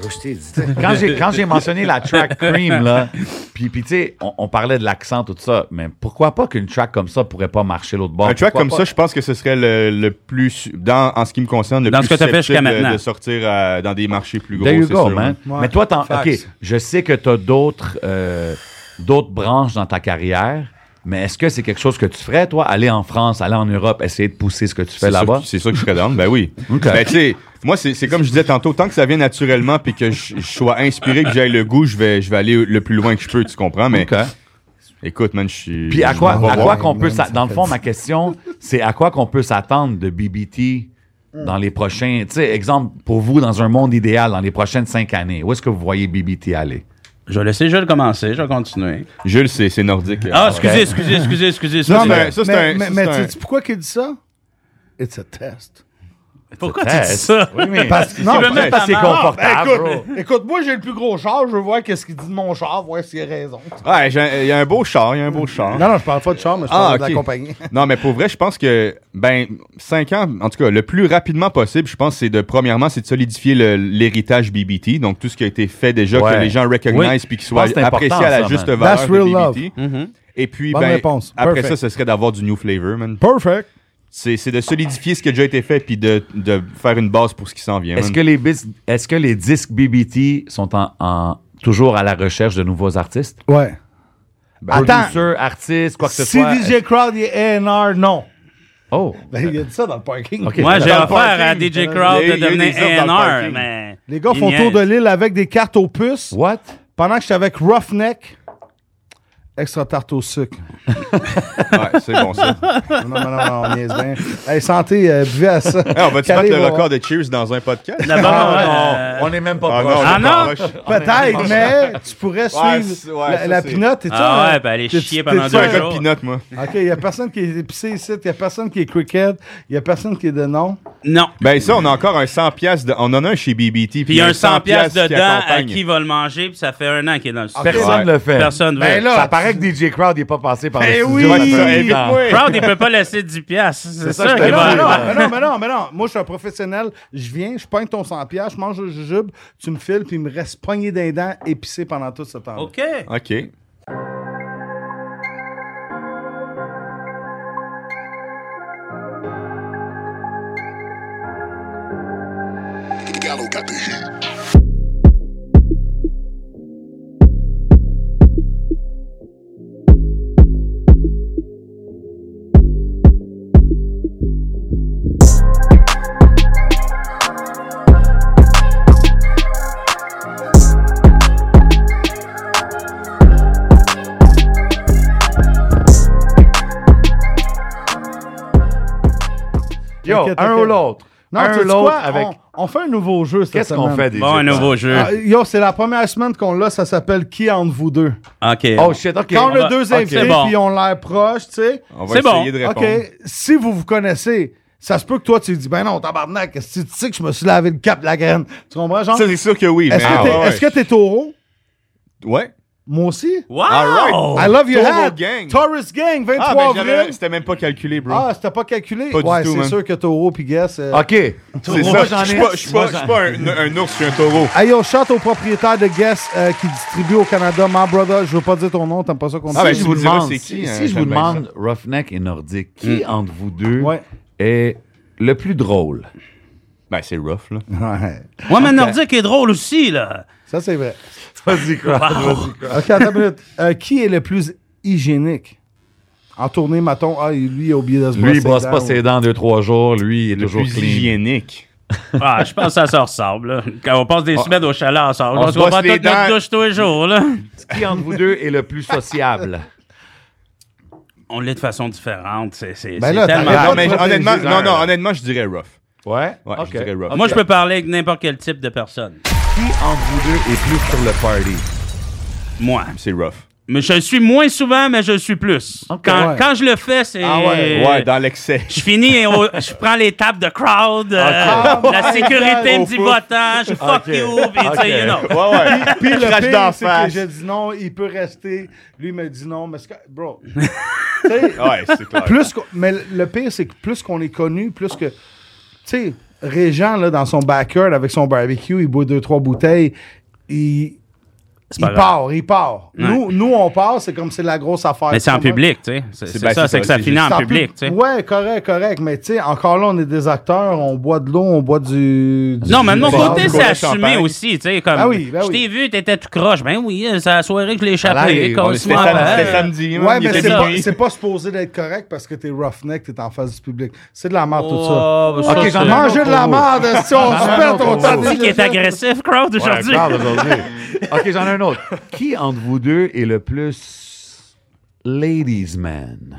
Bro, Je t'ai dit, t'sais.
Quand j'ai, quand j'ai mentionné la track Cream, là, puis, puis tu sais, on, on parlait de l'accent, tout ça, mais pourquoi pas qu'une track comme ça pourrait pas marcher l'autre bord?
Un track
Pourquoi
comme
pas?
ça, je pense que ce serait le, le plus, su- dans, en ce qui me concerne, le
Dans
plus
ce que t'as fait
susceptible de-
jusqu'à maintenant.
de sortir euh, dans des marchés plus gros.
There you
c'est
go,
sûr, hein.
man.
Ouais.
Mais toi, t'en-
Facts.
OK, je sais que tu as d'autres euh, d'autres branches dans ta carrière, mais est-ce que c'est quelque chose que tu ferais, toi, aller en France, aller en Europe, essayer de pousser ce que tu fais
C'est sûr
là-bas?
que- C'est sûr que je serais down, ben oui.
OK.
Ben, tu sais, moi, c'est c'est comme je disais tantôt, tant que ça vient naturellement puis que je, je sois inspiré, que j'aille le goût, je vais, je vais aller le plus loin que je peux, tu comprends, mais
OK.
écoute, man, je suis...
Puis à
je
quoi,
m'en vais
à
voir.
quoi qu'on peut
man,
s'a-
ça
dans le
fait
fond
du-
ma question c'est à quoi qu'on peut s'attendre de BBT dans les prochains tu sais exemple pour vous dans un monde idéal dans les prochaines cinq années où est-ce que vous voyez BBT aller
je vais laisser Jules commencer. Je vais continuer.
Jules, c'est c'est nordique.
Ah, excusez, excusez, excusez, excusez. ça,
Non,
c'est-
mais ça, c'est
Mais,
un...
mais,
ça,
mais
c'est un-
sais-tu pourquoi qu'il dit ça? It's a test.
Pourquoi tu
Hey,
dis ça?
oui, mais
Parce que non,
veut
parce-
mettre ta
c'est
main.
confortable
Ben, écoute,
bro.
écoute, moi j'ai le plus gros char, je veux voir qu'est-ce qu'il dit de mon char, voir s'il a raison.
Ouais, j'ai un- il y a un beau char, il y a un beau char.
Ah Non, non, je parle pas de char, mais je parle
Ah,
de
ok.
la compagnie.
Non, mais pour vrai, je pense que, ben, cinq ans, en tout cas, le plus rapidement possible, je pense, c'est de, premièrement, c'est de solidifier le- l'héritage BBT. Donc, tout ce qui a été fait déjà,
Ouais.
que les gens reconnaissent
Oui.
puis qu'ils
Je pense
soient
que c'est important,
appréciés à la
ça,
juste
man. Mm-hmm.
valeur
That's
de
real
BBT. Et puis,
Bonne
ben,
réponse.
après
Perfect.
ça, ce serait d'avoir du new flavor, man.
Perfect.
C'est c'est de solidifier ce qui a déjà été fait puis de, de faire une base pour ce qui s'en vient,
est-ce
man.
que les bis- est-ce que les disques BBT sont en- en toujours à la recherche de nouveaux artistes
Ouais. Attends.
Producer, artiste, quoi que ce
Si
soit.
DJ Crowd il est A&R, non.
Oh,
Ben, il a dit ça dans le parking.
OK.
Moi, j'ai
Dans le
offert à
parking.
DJ
Il
Crowd
y a-
de
il y a eu
devenir
des offres dans le
A&R,
parking.
mais...
Les gars
ils
font tour de
niaisent.
l'île avec des cartes aux puces.
what?
Pendant que j'étais avec Roughneck, extra tarte au sucre.
Ouais, c'est bon, ça.
non, non, non, non, on niaise bien. Hey, santé, euh, buvez à ça. hein.
Hey, on va-tu
Calé,
battre le
va-
record de Cheers dans un podcast?
D'abord,
Ah,
euh,
non, on n'est même pas
Ah,
proche.
on est
Ah,
pas
non?
proche.
Peut-être, mais tu pourrais
Ouais,
suivre
c'est- ouais,
la,
ça,
la
c'est-
pinote et tout.
Ah
hein?
ouais, ben, aller
T'es-
chier
t'es-
pendant
t'es-
Je suis un
deux
gars
jours.
de peanut, moi.
OK, il n'y a personne qui est épicé ici, il n'y a personne qui est cricket, il n'y a personne qui est de nom.
Non.
Ben ça, on a encore un 100 pièces. De... On en a un chez BBT.
Puis il y a un 100 pièces
piastres qui
dedans à
accompagne.
qui va le manger, puis ça fait un an qu'il est dans le sucre.
Personne ne le fait.
Personne veut.
Ben là,
ça paraît que DJ Crowd n'est pas passé par
Eh
le
oui!
studio.
Ouais, c'est ça,
depuis
évite-moi.
longtemps.
Crowd, il peut pas laisser 10 piastres.
ça,
C'est ça
je te
qu'il
Mais non,
va
mais non,
arriver.
mais Ah non, mais non, mais non. Moi, je suis un professionnel. Je viens, je pogne ton 100 piastres, je mange le jujube, tu me files, puis il me reste pogné d'un dents épicé pendant tout ce temps-là.
OK.
OK.
Yo,
T'inquiète,
un
t'inquiète.
ou l'autre.
Non,
un
tu
ou
sais
l'autre
quoi?
avec.
On, on fait un nouveau jeu cette
Qu'est-ce qu'on
semaine.
fait déjà?
Bon, un nouveau jeu.
Ah, yo, c'est la première semaine qu'on l'a, ça s'appelle Qui entre vous deux?
OK.
Oh shit, ok.
Quand
on
on a
va-
deux
ok.
invités
C'est bon.
puis on l'air proche, tu sais.
On va
C'est
essayer
bon.
de
OK,
répondre.
si vous vous connaissez, ça se peut que toi tu dis ben non, tabarnak, est-ce que tu sais que je me suis lavé le cap de la graine. Tu comprends genre
Ça, c'est sûr que oui.
Est-ce
mais-
que t'es
Ah, ouais.
est-ce que t'es taureau
Ouais.
Moi aussi
Wow!
All
I love your
Taureau
hat.
gang.
Taurus gang 23
Ah, mais j'avais-
avril.
c'était même pas calculé, bro.
Ah, c'était pas calculé.
Pas du
ouais,
tout,
c'est
man.
sûr que taureau puis guess. euh,
Ok.
c'est ça.
Moi, j'en ai-
Je suis pas- je suis pas, je suis pas un, un ours, je suis un taureau.
Hey yo, shout au propriétaire de Guess euh, qui distribue au Canada. My brother, je veux pas dire ton nom, t'aimes pas ça qu'on
Ah, ben,
dit.
tu
je vous
me diras
demande,
c'est
si,
qui, hein,
si je vous
j'aime bien
demande Roughneck et Nordique, qui entre vous deux
Ouais.
est le plus drôle?
Ben, c'est rough, là.
Ouais.
Ouais, mais Nordique est drôle aussi, là.
Ça, c'est vrai.
Vas-y, quoi. Vas-y, quoi.
OK, attends une minute. Euh, qui est le plus hygiénique? En tournée, maton, ah, lui, il a oublié de se brosser
Lui, il brosse
les
pas
dents,
ses dents deux, trois jours. Lui, il est toujours
Plus
clean.
hygiénique.
Ah, je pense que ça se ressemble, là. Quand on passe des semaines au chalet ensemble,
on
on
se
se prend
brosse
pas
les
toute notre
dents.
douche tous les jours, là.
Qui entre vous deux est le plus sociable?
On l'est de façon différente. C'est c'est-
Ben
c'est
là,
tellement...
t'as-
Non,
Arrête
mais
de protéger
honnêtement,
les
non, non, honnêtement, je dirais rough.
Ouais?
Ouais,
Ok.
je dirais rough.
Moi, je peux parler avec n'importe quel type de personne.
Qui entre vous deux est plus sur le party?
Moi.
C'est rough.
Mais je le suis moins souvent, mais je le suis plus. Quand,
Ouais.
quand je le fais, c'est...
Ah ouais,
Ouais, dans l'excès.
Je finis, au- je prends les tables de crowd, euh, la sécurité me dit votant, je fuck you, pis tu sais, you know.
Ouais, ouais.
Puis le
Crache
pire,
d'en
c'est que
face.
j'ai dit non, il peut rester. Lui, il me dit non, mais c'est que- Bro. Tu sais,
Ouais, c'est clair.
plus qu'on- mais le pire, c'est que plus qu'on est connu, plus que. Tu sais, Régent, là, dans son backyard avec son barbecue, il boit deux, trois bouteilles. Il, il
pas grave.
part, il part. Nous, nous, on part, c'est comme si c'est la grosse affaire.
Mais c'est en
Tu comprends?
public, tu sais. C'est c'est
ben,
ça,
c'est
c'est
ça,
que ça
c'est
finit
C'est
en public, tu sais.
Ouais, correct, correct. Mais tu sais, encore là, on est des acteurs, on boit de l'eau, on boit du. du-
Non, mais de mon
du bar,
côté,
du
c'est
cola.
assumé
champagne.
aussi, tu sais, comme...
Ben oui, ben
Je
oui.
t'ai vu, t'étais tout croche. Ben oui, euh, c'est la soirée que je l'ai
Ah là,
échappé.
on
qu'on
est-
se
C'était
voit
sam-
après.
c'était samedi,
Ouais,
man, il
mais
était
c'est pas,
minuit.
c'est pas supposé d'être correct parce que t'es roughneck, t'es en face du public. C'est de la merde, tout ça.
Oh, ben, ça,
Ok, j'en
c'est-
ai un
Manger de la
pour vous.
merde, si on se pète, on
pour
t'a
vous.
C'est qui est agressif, crowd,
Ouais,
aujourd'hui.
parle aujourd'hui. OK, j'en ai un autre. Qui entre vous deux est le plus ladies man?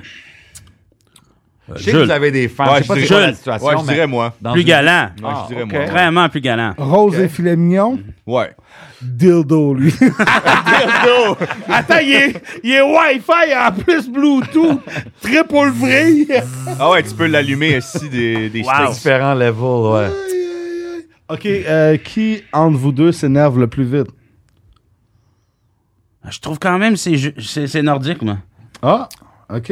Je sais que
Jules.
vous avez des femmes.
Ouais,
je sais pas
je
c'est
dirais-
quoi la
Jules.
situation.
Ouais, je
mais
dirais moi.
dans
Plus
une-
galant.
Ouais,
Ah,
je dirais
ok.
moi. ouais.
Vraiment plus galant.
Rose et filet mignon,
Ouais.
dildo, lui.
Dildo!
Attends, il est, il est Wi-Fi en plus Bluetooth, triple vrai.
Ah ouais, tu peux l'allumer aussi des, des
Wow.
sticks.
Différents levels, ouais.
ok, euh, qui entre vous deux s'énerve le plus vite?
Je trouve quand même que c'est ju- c'est c'est nordique, moi.
Ah, ok.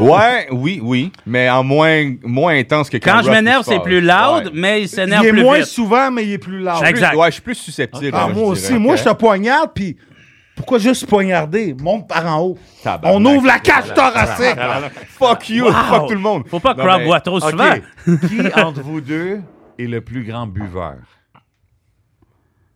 Ouais, oui, oui. Mais en moins, moins intense que quand
Quand je
Rough
m'énerve,
se passe.
c'est plus loud,
Ouais.
mais il
Il
s'énerve
est
plus
moins
vite.
souvent, mais il est plus large.
Exact.
Ouais, je suis plus susceptible.
Ah,
hein,
moi
je
aussi.
dirais.
Moi, je te poignarde, puis pourquoi juste poignarder? Monte par en haut.
Tabarnak.
On ouvre la cage thoracique.
Fuck you, fuck tout le monde.
Faut pas que
Non,
crowd
mais-
voit trop souvent.
OK. Qui entre vous deux est le plus grand buveur?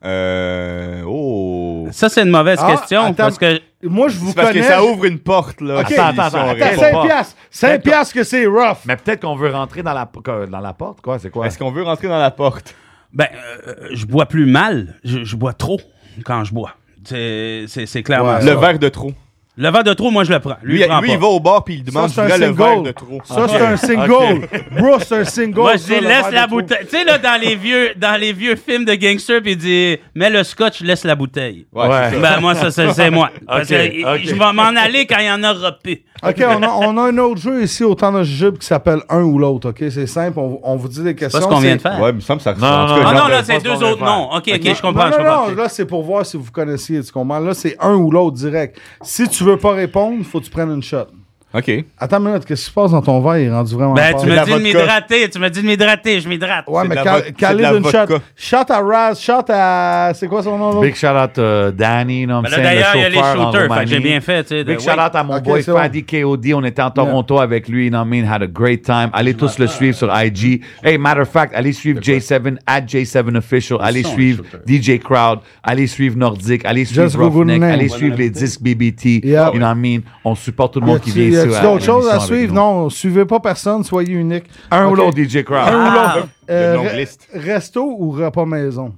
Euh. Oh.
Ça, c'est une mauvaise
Ah,
question,
attends.
parce que...
Moi, je vous
C'est parce
connais.
que ça ouvre une porte, là.
Ok.
si-
Attends, attends,
si on
attends.
répond.
C'est
Bon.
5 piastres. 5
D'accord.
piastres que c'est rough.
Mais peut-être qu'on veut rentrer dans la, que- dans la porte, quoi. C'est quoi?
Est-ce qu'on veut rentrer dans la porte?
Ben, euh, je bois plus mal, je, je bois trop quand je bois. C'est c'est- c'est clairement
Ouais.
ça.
Le verre de trop.
Le verre de trop, moi, je le prends. Lui,
Lui,
il prend
lui,
pas.
il va au bar puis il demande
Ça, c'est un
je voudrais le verre de
single.
trop.
Ça, c'est un single. Bro, c'est un single.
Moi, je
ça,
dis,
le
laisse
verre
la
de trop.
bouteille. Tu sais, là, dans les vieux, dans les vieux films de gangsters, puis il dit, mets le scotch, laisse la bouteille.
Ouais, c'est ça.
Ben, moi, ça, ça, c'est moi. Parce que
ok.
je vais m'en aller quand il y en aura plus.
OK, on a, on a un autre jeu ici au temps de jujube qui s'appelle un ou l'autre. OK, c'est simple. On, on vous dit des questions.
C'est pas ce qu'on vient de
c'est-
faire.
Ouais, il me semble que ça
non,
ressemble. en tout
Ah
cas,
non,
non,
genre
là,
de-
c'est
pense qu'on
deux
vient de
autres noms. OK, OK, je comprends,
Non,
je
non,
comprends.
non, là, c'est pour voir si vous connaissiez, tu comprends? Là, c'est un ou l'autre direct. Si tu veux pas répondre, faut que tu prennes une shot.
Ok.
Attends une minute, qu'est-ce qui se passe dans ton verre? Il est rendu vraiment
Ben,
fort.
tu
de
me
la
dis de
vodka.
m'hydrater, tu me dis de m'hydrater, je m'hydrate.
Ouais,
de
mais
la
cal-
vo- c'est de
calé
la
d'une shot.
vodka.
Shot à Raz, shot à... C'est quoi son nom, là?
Big shout-out euh, Danny, non,
Ben là, d'ailleurs, il y a les shooters, fait que j'ai bien fait, tu sais. de-
Big
ouais.
shout-out à mon
Ok,
boy
c'est bon.
Fadi KOD. On était en Toronto avec lui. You know what I mean? Had a great time. Allez tous le suivre sur IG. Hey, matter of fact, allez suivre J7 at J7 Official. Allez suivre DJ Crowd. Allez suivre Nordic. Allez suivre
Just Google
Roughneck.
name.
Allez suivre les disques BBT. You
Yeah.
know what I mean? On supporte tout le
Y
monde
a-tu
qui vient ici.
y a-tu d'autres choses à
l'émission avec
suivre?
nous.
Non, suivez pas personne, soyez unique.
Un
Ok.
ou l'autre, DJ Crowd.
Un ou
Ah,
l'autre. Euh,
longue
re-
liste.
Resto ou repas maison?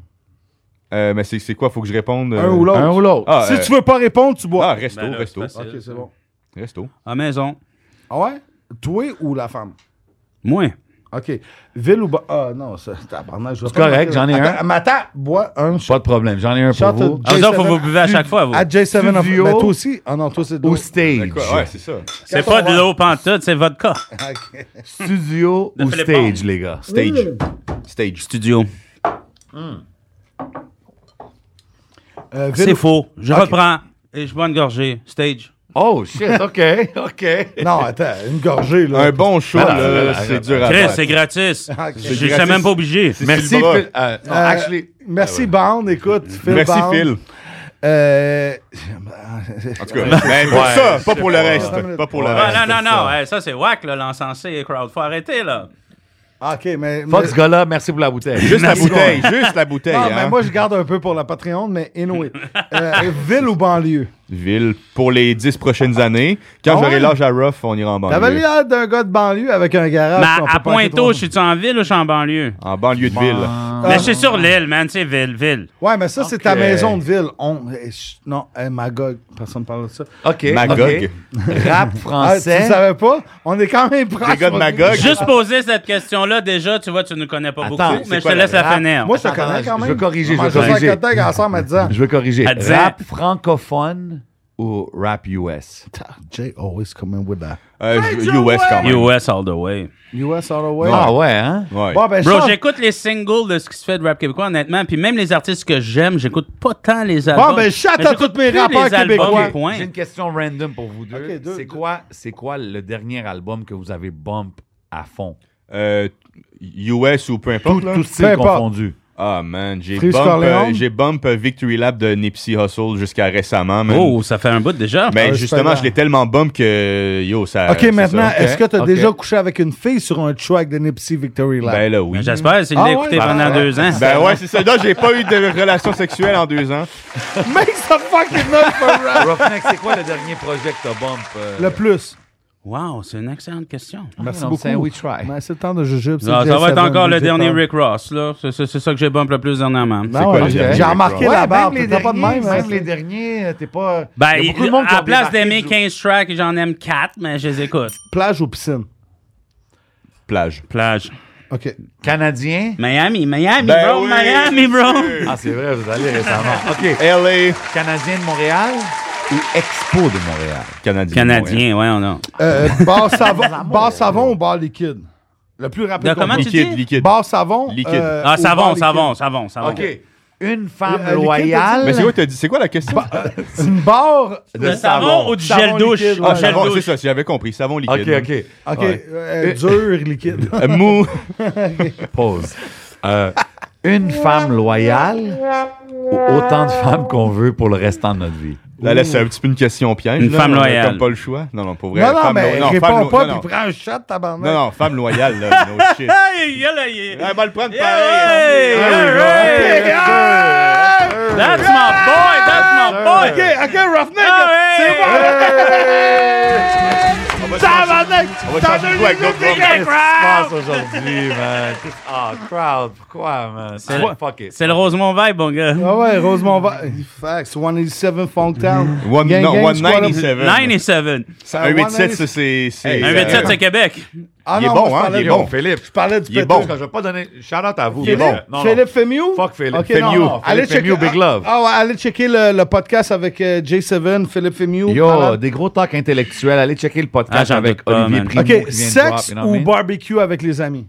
Euh, mais c'est c'est quoi? Faut que je réponde. euh,
Un ou l'autre.
Un ou l'autre.
Ah,
si
euh,
tu veux pas répondre, tu bois.
Ah, resto,
Ben là,
resto.
c'est facile.
ok, c'est bon.
Resto.
À maison.
Ah ouais? Toi ou la femme?
Moi.
OK. Ville ou... ba- Ah, non, ça, tabarnak, je vais
C'est
pas
correct,
manquer-
j'en ai un.
Attends, mais attends, bois un.
Pas de problème, j'en ai un pour
Chante
vous.
Ah, vous autres, faut vous buvez à chaque fois, vous.
À J7 of...
Studio.
Mais toi aussi? Ah non, toi, c'est...
Au
d'autres.
stage.
Quoi? Ouais, c'est ça.
C'est pas de l'eau pantoute, c'est vodka.
OK.
Studio
De
ou
Philippe
stage,
Bond.
les gars?
Stage. Stage.
Studio.
Euh, ville
C'est
ou-
faux. Je
Ok.
reprends et je bois une gorgée. Stage.
Oh shit, OK, OK.
Non, attends, une gorgée, là.
Un bon show,
Ah, là,
là,
là,
c'est
là,
dur à
Chris,
faire.
c'est gratis.
Ok.
Je suis même pas obligé.
Merci,
Phil Bra.
Phil. euh, non,
Euh,
actually,
Merci, Bond, écoute. Phil
Merci,
Bond.
Phil.
Euh...
En tout cas, ben, pour
Ouais,
ça,
je
pas pour le reste.
minutes.
Pas pour le
Ouais,
reste.
Ah, non, non, non. hey, ça, c'est whack, là, l'encensé crowd. Faut arrêter, là.
OK, mais...
fuck
mais-
ce gars-là, merci pour la bouteille.
Juste la bouteille, juste la bouteille.
Non,
hein.
mais moi, je garde un peu pour la Patreon, mais anyway. Euh, ville ou banlieue?
Ville pour les 10 prochaines années. Quand
Ah ouais?
j'aurai l'âge à rough, on ira en
T'avais
banlieue.
l'air d'un gars de banlieue avec un garage.
Mais
qu'on
à,
Ah, peut
à
pas arrêter
Pointeau,
de
je suis en ville ou je suis en banlieue?
En banlieue de ville.
Mais je suis sur l'île, man. C'est ville, ville.
Ouais, mais ça, c'est ta maison de ville. On... eh, chut, Non, eh, Magog, personne ne parle de ça.
Ah,
OK.
Magog.
ok.
Ah,
Rap
tu
français.
savais pas? On est quand même proche.
Les gars de Magog.
Juste poser cette question-là, déjà, tu vois, tu ne connais pas
Attends,
beaucoup,
c'est
mais je
quoi
te
le
laisse la
rap?
finir.
Moi, je te
Attends,
connais
attends,
quand
je
même.
veux corriger, je
Moi,
veux corriger.
Je suis ensemble en disant.
Je veux corriger.
À dire-
Rap francophone ou rap US?
Jay always coming with that.
Euh, je- US quand même.
US all the way.
US all the way.
Ah ouais, hein?
Ouais.
Bon, ben,
Bro,
change-
j'écoute les singles de ce qui se fait de rap québécois, honnêtement. Puis même les artistes que j'aime, j'écoute pas tant les albums.
Bon, ben, shout
Mais
à
j'écoute
tous mes
plus
rappeurs
les albums,
québécois.
point.
J'ai une question random pour vous deux.
Ok, deux, deux.
c'est quoi, c'est quoi le dernier album que vous avez bump à fond?
ben-
Euh, US ou peu importe. là.
Tout style
importe.
confondu.
Ah man, j'ai
Freeze
bump, euh,
Corleone.
j'ai bump euh, Victory Lap de Nipsey Hussle jusqu'à récemment. man.
Oh, ça fait un bout déjà.
Mais
Ah,
justement,
c'est
je l'ai tellement bump que yo, ça.
Ok,
c'est
maintenant, euh,
ça.
est-ce que t'as
Ok.
déjà couché avec une fille sur un track de Nipsey Victory Lap?
Ben là, oui.
J'espère s'il
Ah
l'a
ouais?
écouté
Ah,
pendant
ouais.
deux ans.
Ben ouais, c'est ça. Là, j'ai pas eu de relation sexuelle en deux ans.
Make some fucking noise for rap.
Roughneck, c'est quoi le dernier projet que t'as bump? euh?
Le plus.
Wow, c'est une excellente question.
Ben,
Merci
Non,
beaucoup.
c'est un We Try.
Ben, c'est le hein. temps de jujube.
Ah, ça va être encore le dernier Rick Ross, là. C'est- C'est c'est ça que j'ai bump le plus dernièrement.
quoi le
Non,
dernier
j'ai remarqué
Ouais,
la barbe.
même les
T'as pas de
derniers,
même. hein.
même les derniers, euh, t'es pas...
Ben,
y a beaucoup de
il-
monde qui
à
ont
place
débarqué
d'aimer
du-
15 tracks, j'en aime 4, mais je les écoute.
Plage ou piscine?
Plage.
Plage.
OK.
Canadien?
Miami, Miami,
Ben
bro,
oui,
Miami, bro.
Ah, c'est vrai, vous allez récemment. OK.
LA.
Canadien de Montréal ou Expo de Montréal?
Canadien.
Canadien, ouais, on a.
Euh, bar savon, bar savon ou bar liquide? Le plus rapide.
De
qu'on
comment
peut.
tu
Liquide,
dis?
liquide.
Bar savon.
Liquide.
euh,
Ah,
ou
savon,
bar
savon,
liquide.
savon, savon.
Une femme
Euh, euh,
loyale...
Mais c'est quoi, que t'as dit? C'est quoi la question? Euh,
Une barre.
Le savon ou du gel
Savon
douche?
liquide,
Du
ouais.
Ah,
gel
savon,
douche.
c'est ça, si j'avais compris. Savon
OK,
liquide.
OK.
OK.
Ouais.
euh, dur, liquide.
Euh, mou.
Pause. Euh, une femme loyale ou autant de femmes qu'on veut pour le restant de notre vie?
Là, là, c'est un petit peu une question piège.
Une
là,
femme
on a
loyale.
Comme pas le choix. Non, non, pour vrai.
Non, non,
femme
mais
lo- non, femme
réponds
lo-
pas
non,
puis prends un shot, Ah, tabarnak.
non, non, femme loyale, là. No shit.
Hey, y'a là, y'a-
Elle va le prendre
Hey,
pareil. hein.
hey, hey, That's my boy, that's my boy. Oh,
OK, OK, Roughneck.
Hey.
On va changer de goût avec d'autres
Qu'est-ce qui
membres.
se
Ah,
passe aujourd'hui, man? Ah, crowd, pourquoi, man?
C'est le-
Fuck it.
C'est le Rosemont vibe, mon gars.
Ah ouais, Rosemont va. Mm-hmm. Facts, 187 Funktown.
One-
Gang,
non,
gang,
197.
97.
squad up.
187, ça, c'est. c'est-
Un 27, c'est Québec.
Ah
Il est
non,
bon,
moi, je
hein,
parlais
il est
de-
bon.
Philippe,
Je parlais du
Il est
péteux.
bon.
je vais pas donner. Shout out à vous.
Il est
Philippe.
bon.
Non, non.
Philippe Femiou?
Fuck Philippe.
Ok,
Femiou.
non, non, allez
Philippe Femiou,
checker-
Big Love.
Ah ouais, allez checker le, le podcast avec euh, J7, Philippe Femiou.
Yo,
Parade.
Oh, des gros talks intellectuels. Allez checker le
Ah,
podcast
j'en
avec
doute pas,
Olivier
man.
Primo. qui vient
OK,
de
sexe
drop, you know what I
ou
mean?
barbecue avec les amis?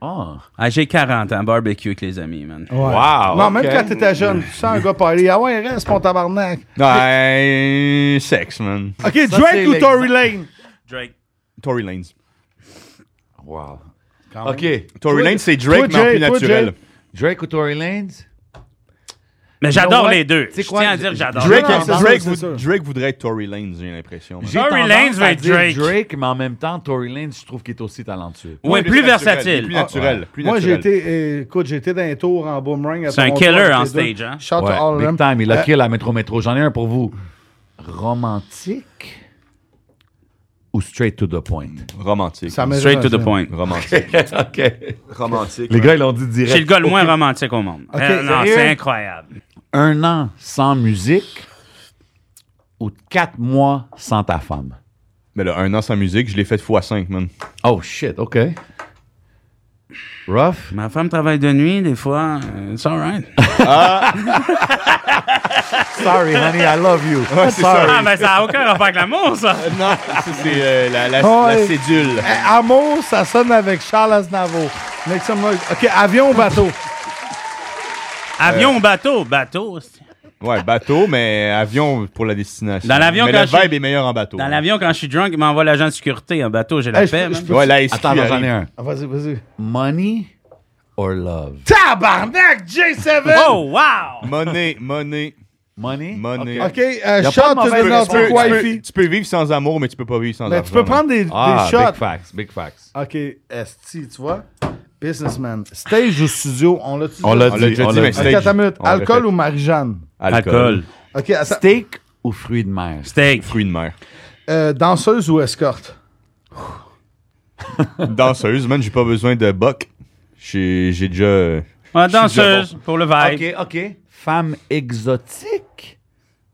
Ah.
Ah, j'ai 40 ans, barbecue avec les amis, man.
Ouais.
Wow,
Non, même
ok.
quand t'étais jeune, tu sens un gars parler. Ah ouais, reste mon tabarnak.
Non, euh, sexe, man.
OK,
Ça, c'est
Drake ou Tory
l'exemple.
Lane?
Drake.
Tory Lanez.
Wow.
Quand
OK.
Tory Lanez, c'est
toi,
Drake, mais en
Jay,
plus
toi,
naturel.
Drake ou Tory Lanez?
Mais j'adore
what?
les deux.
Tu sais
Je
quoi?
tiens à dire que j'adore.
Drake,
Non, non, c'est
Drake
sûr, c'est sûr.
vou- Drake voudrait être Tory Lanez, j'ai l'impression. man.
J'ai
Tory
tendance
Lanez va
à
être
dire
Drake.
mais en même temps, Tory Lanez, je trouve qu'il est aussi talentueux.
Il
Oui,
est
plus
naturel,
versatile.
il est Plus naturel. plus
Moi, j'ai
naturel.
été, euh, écoute, j'ai été dans les tours en boomerang. à
C'est un
Toronto
killer
avec
en
les deux.
stage, hein?
Shout to
Ouais,
all of
big
them.
time. Il a
Euh,
kill à Métro Métro. J'en ai un pour vous. Romantique ou straight to the point?
Romantique.
ça m'est
Straight
jamais
to the
fait.
point.
Romantique.
OK.
Romantique.
Les gars, ils l'ont dit
Je suis le
direct.
gars le moins romantique au monde. Euh, non,
sérieux?
c'est incroyable.
Un an sans musique ou quatre mois sans ta femme?
Mais là, un an sans musique, je l'ai fait x5, man.
Oh, shit. OK. Rough?
Ma femme travaille de nuit, des fois. euh, It's alright.
Sorry, honey, I love you. Sorry.
Ah, mais ça n'a aucun rapport avec l'amour, ça.
Non, ça, c'est euh, la, la,
Oh,
la
et-
cédule.
Eh, Amour, ça sonne avec Charles Aznavour. Make some noise. OK, avion ou bateau?
Avion ou bateau? Bateau. c'est-
Ouais, bateau, mais avion pour la destination.
Dans l'avion,
mais
quand
le
je-
vibe est meilleur en bateau.
Dans l'avion, quand je suis drunk, il m'envoie l'agent de sécurité. En bateau, j'ai la
Hey, je-
paix,
je
man.
peux-
Ouais, la SQ
Attends, j'en ai
arrive.
un.
Ah, vas-y, vas-y.
Money or love?
Tabarnak, J7!
Oh, wow!
Monnaie, monnaie,
Money?
monnaie.
OK,
Y
euh,
a
shot
pas de
to
mauvaise
the
Tu peux,
Norfolk
tu peux-
Wifi.
tu peux vivre sans amour, mais tu peux pas vivre sans
Mais
argent.
tu peux prendre des, des
Ah, big
shots.
facts, big facts.
OK, esti, tu vois? Businessman. Stage ou studio? On l'a-tu
On l'a
On l'a
dit,
déjà
on
dit,
l'a
mais
dit.
stage.
OK, attends une minute.
On
Alcool
répète.
ou marijuane?
Alcool.
OK, attends.
Steak ou fruits de mer?
Steak.
Fruits de mer.
Euh, danseuse ou escorte?
Danseuse, man, j'ai pas besoin de buck. J'ai j'ai déjà. euh,
Ouais,
Je suis déjà
danseuse pour le vibe.
OK. Femme exotique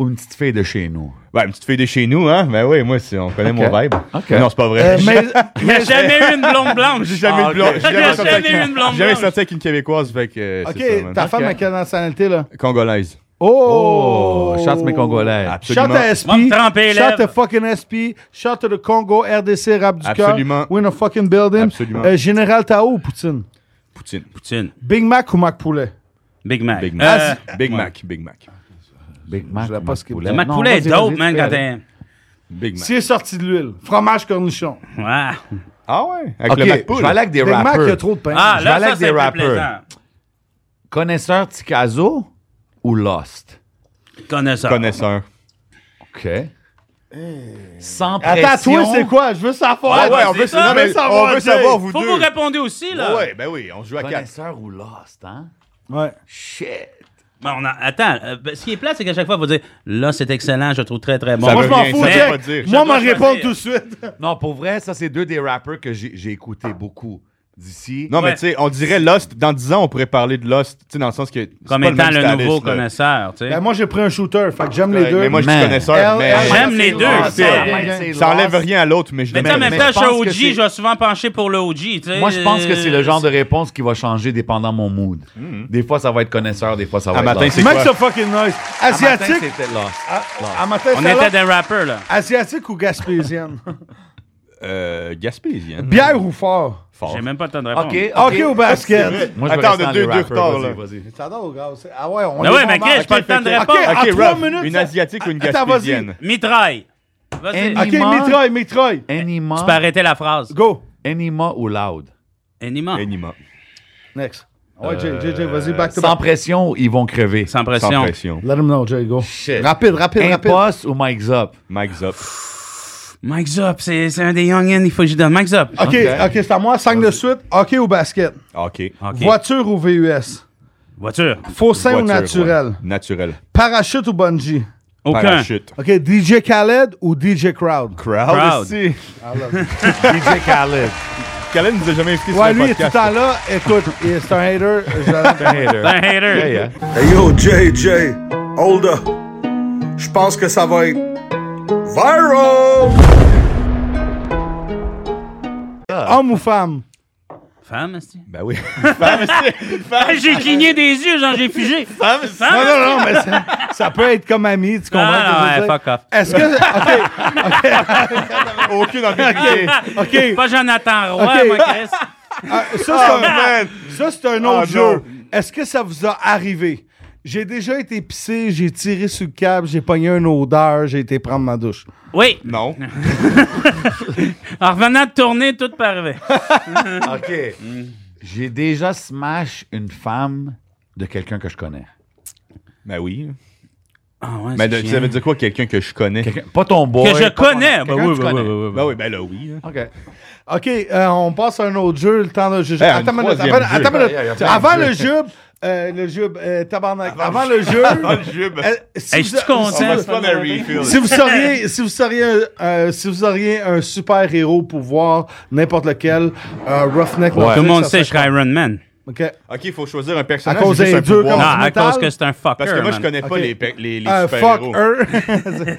ou une petite fille de chez nous?
Ouais, une petite fille de chez nous, hein? Ben oui, moi, c'est- on connaît mon vibe.
Ok.
Non, c'est pas vrai.
Euh, mais-
Mais jamais eu une blonde blanche.
J'ai jamais eu de blonde.
Ah, ok.
J'ai jamais
J'ai
sorti
jamais eu
avec-
une blonde
j'ai jamais
blanche.
sorti avec une Québécoise, fait que. euh,
OK,
c'est ça, man.
ta femme a quelle nationalité, là?
Congolaise.
Oh!
chante mes Congolais.
Absolument.
Shot à SP.
Va me tremper,
Shot
lèvres.
à fucking SP. Shot to the Congo, RDC, rap du cœur.
Absolument.
Win a fucking building.
Absolument.
Euh, Général Tao ou Poutine?
Poutine.
Poutine.
Big Mac ou Mac Poulet?
Big Mac.
Big Mac.
Euh,
Big Mac. Big Mac.
Big Mac.
l'ai
ou
pas
Mac
skippé.
Poulet?
Le Mac
Non,
Poulet est
vas-y,
dope,
vas-y,
man,
tu
quand
peux aller.
t'es.
Big Mac.
Si est sorti de l'huile. Fromage cornichon.
Ouais.
Ah ouais? Avec
Ok,
le Mac
je vais aller avec des
Big Mac, il y a
rappers.
trop de pain.
Ah,
Je
là,
vais aller
ça,
avec des
c'est plus
rappers.
plaisant.
Connaisseur Ticazo ou Lost?
Connaisseur.
Connaisseur.
OK. Sans pression.
Attends, toi, c'est quoi? Je veux savoir.
Ah
ouais,
on
c'est
veut
ça,
non, mais
on veut savoir,
on
Jay.
veut savoir, vous
Faut
deux.
vous répondez aussi, là.
Ouais, ben oui, on joue à quatre.
Connaisseur ou Lost, hein?
Ouais.
Shit.
Ben, on a- Attends, euh, ben, ce qui est plate, c'est qu'à chaque fois, il faut dire Là, c'est excellent, je le trouve très, très bon.
Ça
Moi,
veut
je m'en
rien,
fous,
ça veut
Jack.
pas dire.
Moi,
Je
m'en
dois
répondre
choisir.
tout de suite.
Non, pour vrai, ça, c'est deux des rappers que j'ai j'ai écouté beaucoup d'ici.
Non,
Ouais.
mais tu sais, on dirait Lost. Dans 10 ans, on pourrait parler de Lost, tu sais, dans le sens que. c'est
Comme
pas
étant
même
le
styliste,
nouveau
là.
connaisseur, tu sais.
Ben, moi, j'ai pris un shooter. Fait que j'aime les
Ouais,
deux.
Mais moi, je suis
Man.
connaisseur, mais.
Elle-
J'aime les deux.
Ah, c'est-
Ah,
c'est
Ça enlève
Lost.
rien à l'autre, mais je
Mais
l'aime.
tu sais, en même
mais
temps,
je
je suis
pense
OG,
que c'est-
je vais souvent pencher pour le OG, tu sais.
Moi, je pense que c'est le genre de
Euh,
réponse qui va changer dépendant mon mood. Des fois, ça va être connaisseur, des fois, ça va
À
être
matin,
Lost.
c'est
Make
quoi?
some fucking noise.
À matin,
Asiatique.
c'était Lost.
Ah, ah, matin,
On
ça
était
là.
des rappers, là.
Asiatique ou gaspésienne?
Euh, Gaspésienne.
Bière ou fort?
Fort.
J'ai même pas le temps de répondre.
OK,
Hockey ou basket?
Moi, je vais
Attends,
rester
on a
dans
deux-
les
deux
rappers,
retards,
vas-y,
là.
vas-y.
Ça dort, gars. c'est- Ah ouais, on est
Mais Ben ouais,
bon
mais
marre.
qu'est-ce, j'ai
Ok,
pas le
fait
temps de
que-
répondre.
Ok,
Ok,
à trois
rap.
minutes.
Une
ça-
asiatique ou une
Attends, vas-y.
gaspésienne?
Mitraille. Vas-y.
Anima.
Ok, mitraille, mitraille.
Anima,
Tu peux arrêter la phrase.
Go.
Anima ou Loud?
Anima.
Anima.
Next. Ouais, Jay, Jay, Jay, vas-y, back to
Sans
back.
pression, ils vont crever.
Sans
Sans
pression.
pression.
Let him know, Jay, go.
Shit.
Rapide, rapide, rapide.
Impost ou Mike's Up?
Mike's up.
Mike Zop, c'est c'est un des youngins, il faut que je donne. Mike Zop.
Ok, ok, c'est à moi. 5 de suite. Hockey ou basket?
OK.
OK.
Voiture ou VUS?
Voiture.
Faux sein ou
Voiture,
naturel?
ouais. Naturel.
Parachute ou bungee?
Aucun.
Parachute.
Ok, DJ Khaled ou DJ Crowd?
Crowd.
Proud.
aussi.
DJ Khaled.
Kalen nous a jamais invité sur
Ouais,
le
lui, il est tout le
podcast.
temps là. Écoute, il- c'est un hater. Je-
C'est un hater.
Hey, hein?
Hey yo, JJ, hold up. Je pense que ça va être viral.
Homme ou femme?
Femme, esti.
Ben oui.
Ah, j'ai cligné des yeux, genre j'ai figé. Femme,
Non,
femme.
non, non, mais ça, ça peut être comme ami, tu comprends?
Ah,
ce que je veux
non, ouais,
dire?
fuck off.
Est-ce que. OK,
Aucune ambiguïté.
OK.
Pas Jonathan Roy,
Ok.
moi, Chris.
Ah, ça,
Oh,
c'est un,
man.
ça, c'est un autre
Ah,
jeu.
non.
Est-ce que ça vous a arrivé? J'ai déjà été pissé, j'ai tiré sur le câble, j'ai pogné une odeur, j'ai été prendre ma douche.
Oui,
Non.
en revenant de tourner, tout peut arriver.
OK. Mm. J'ai déjà smash une femme de quelqu'un que je connais.
Ben oui.
Ah ouais,
Mais
c'est
de-
chiant.
ça veut dire quoi, quelqu'un que je connais?
Quelqu'un- Pas ton boy.
Que je
pas ton-
connais. Ben
quelqu'un que
oui,
tu
ben oui,
connais.
ben oui, ben
Ben
oui.
oui, ben là, oui. hein.
OK.
OK, euh, on passe à un autre jeu, le temps de juger.
Eh, un
attends, une minute,
troisième
attends,
jeu.
attends une minute.
Yeah, yeah, yeah,
Avant le jeu, euh, le jeu, euh, tabarnak. Avant le jeu.
jeu, ben-
euh, si
Hey,
vous-
je suis
On va
content.
se prendre un refill.
si vous seriez, si vous seriez, un- euh, si vous auriez un super héros pour voir n'importe lequel, euh, Roughneck. Nordic,
Tout le monde
ça
sait que je
serait-
serais Iron Man.
Ok.
OK, il faut choisir un personnage.
À cause
c'est juste
des
un
deux,
pouvoir.
Non,
comme-
à
Metal.
cause que c'est un fucker.
Parce que moi, je
man.
connais pas
Ok.
les, pe- les, les
Euh, fuck
super-héros.
her.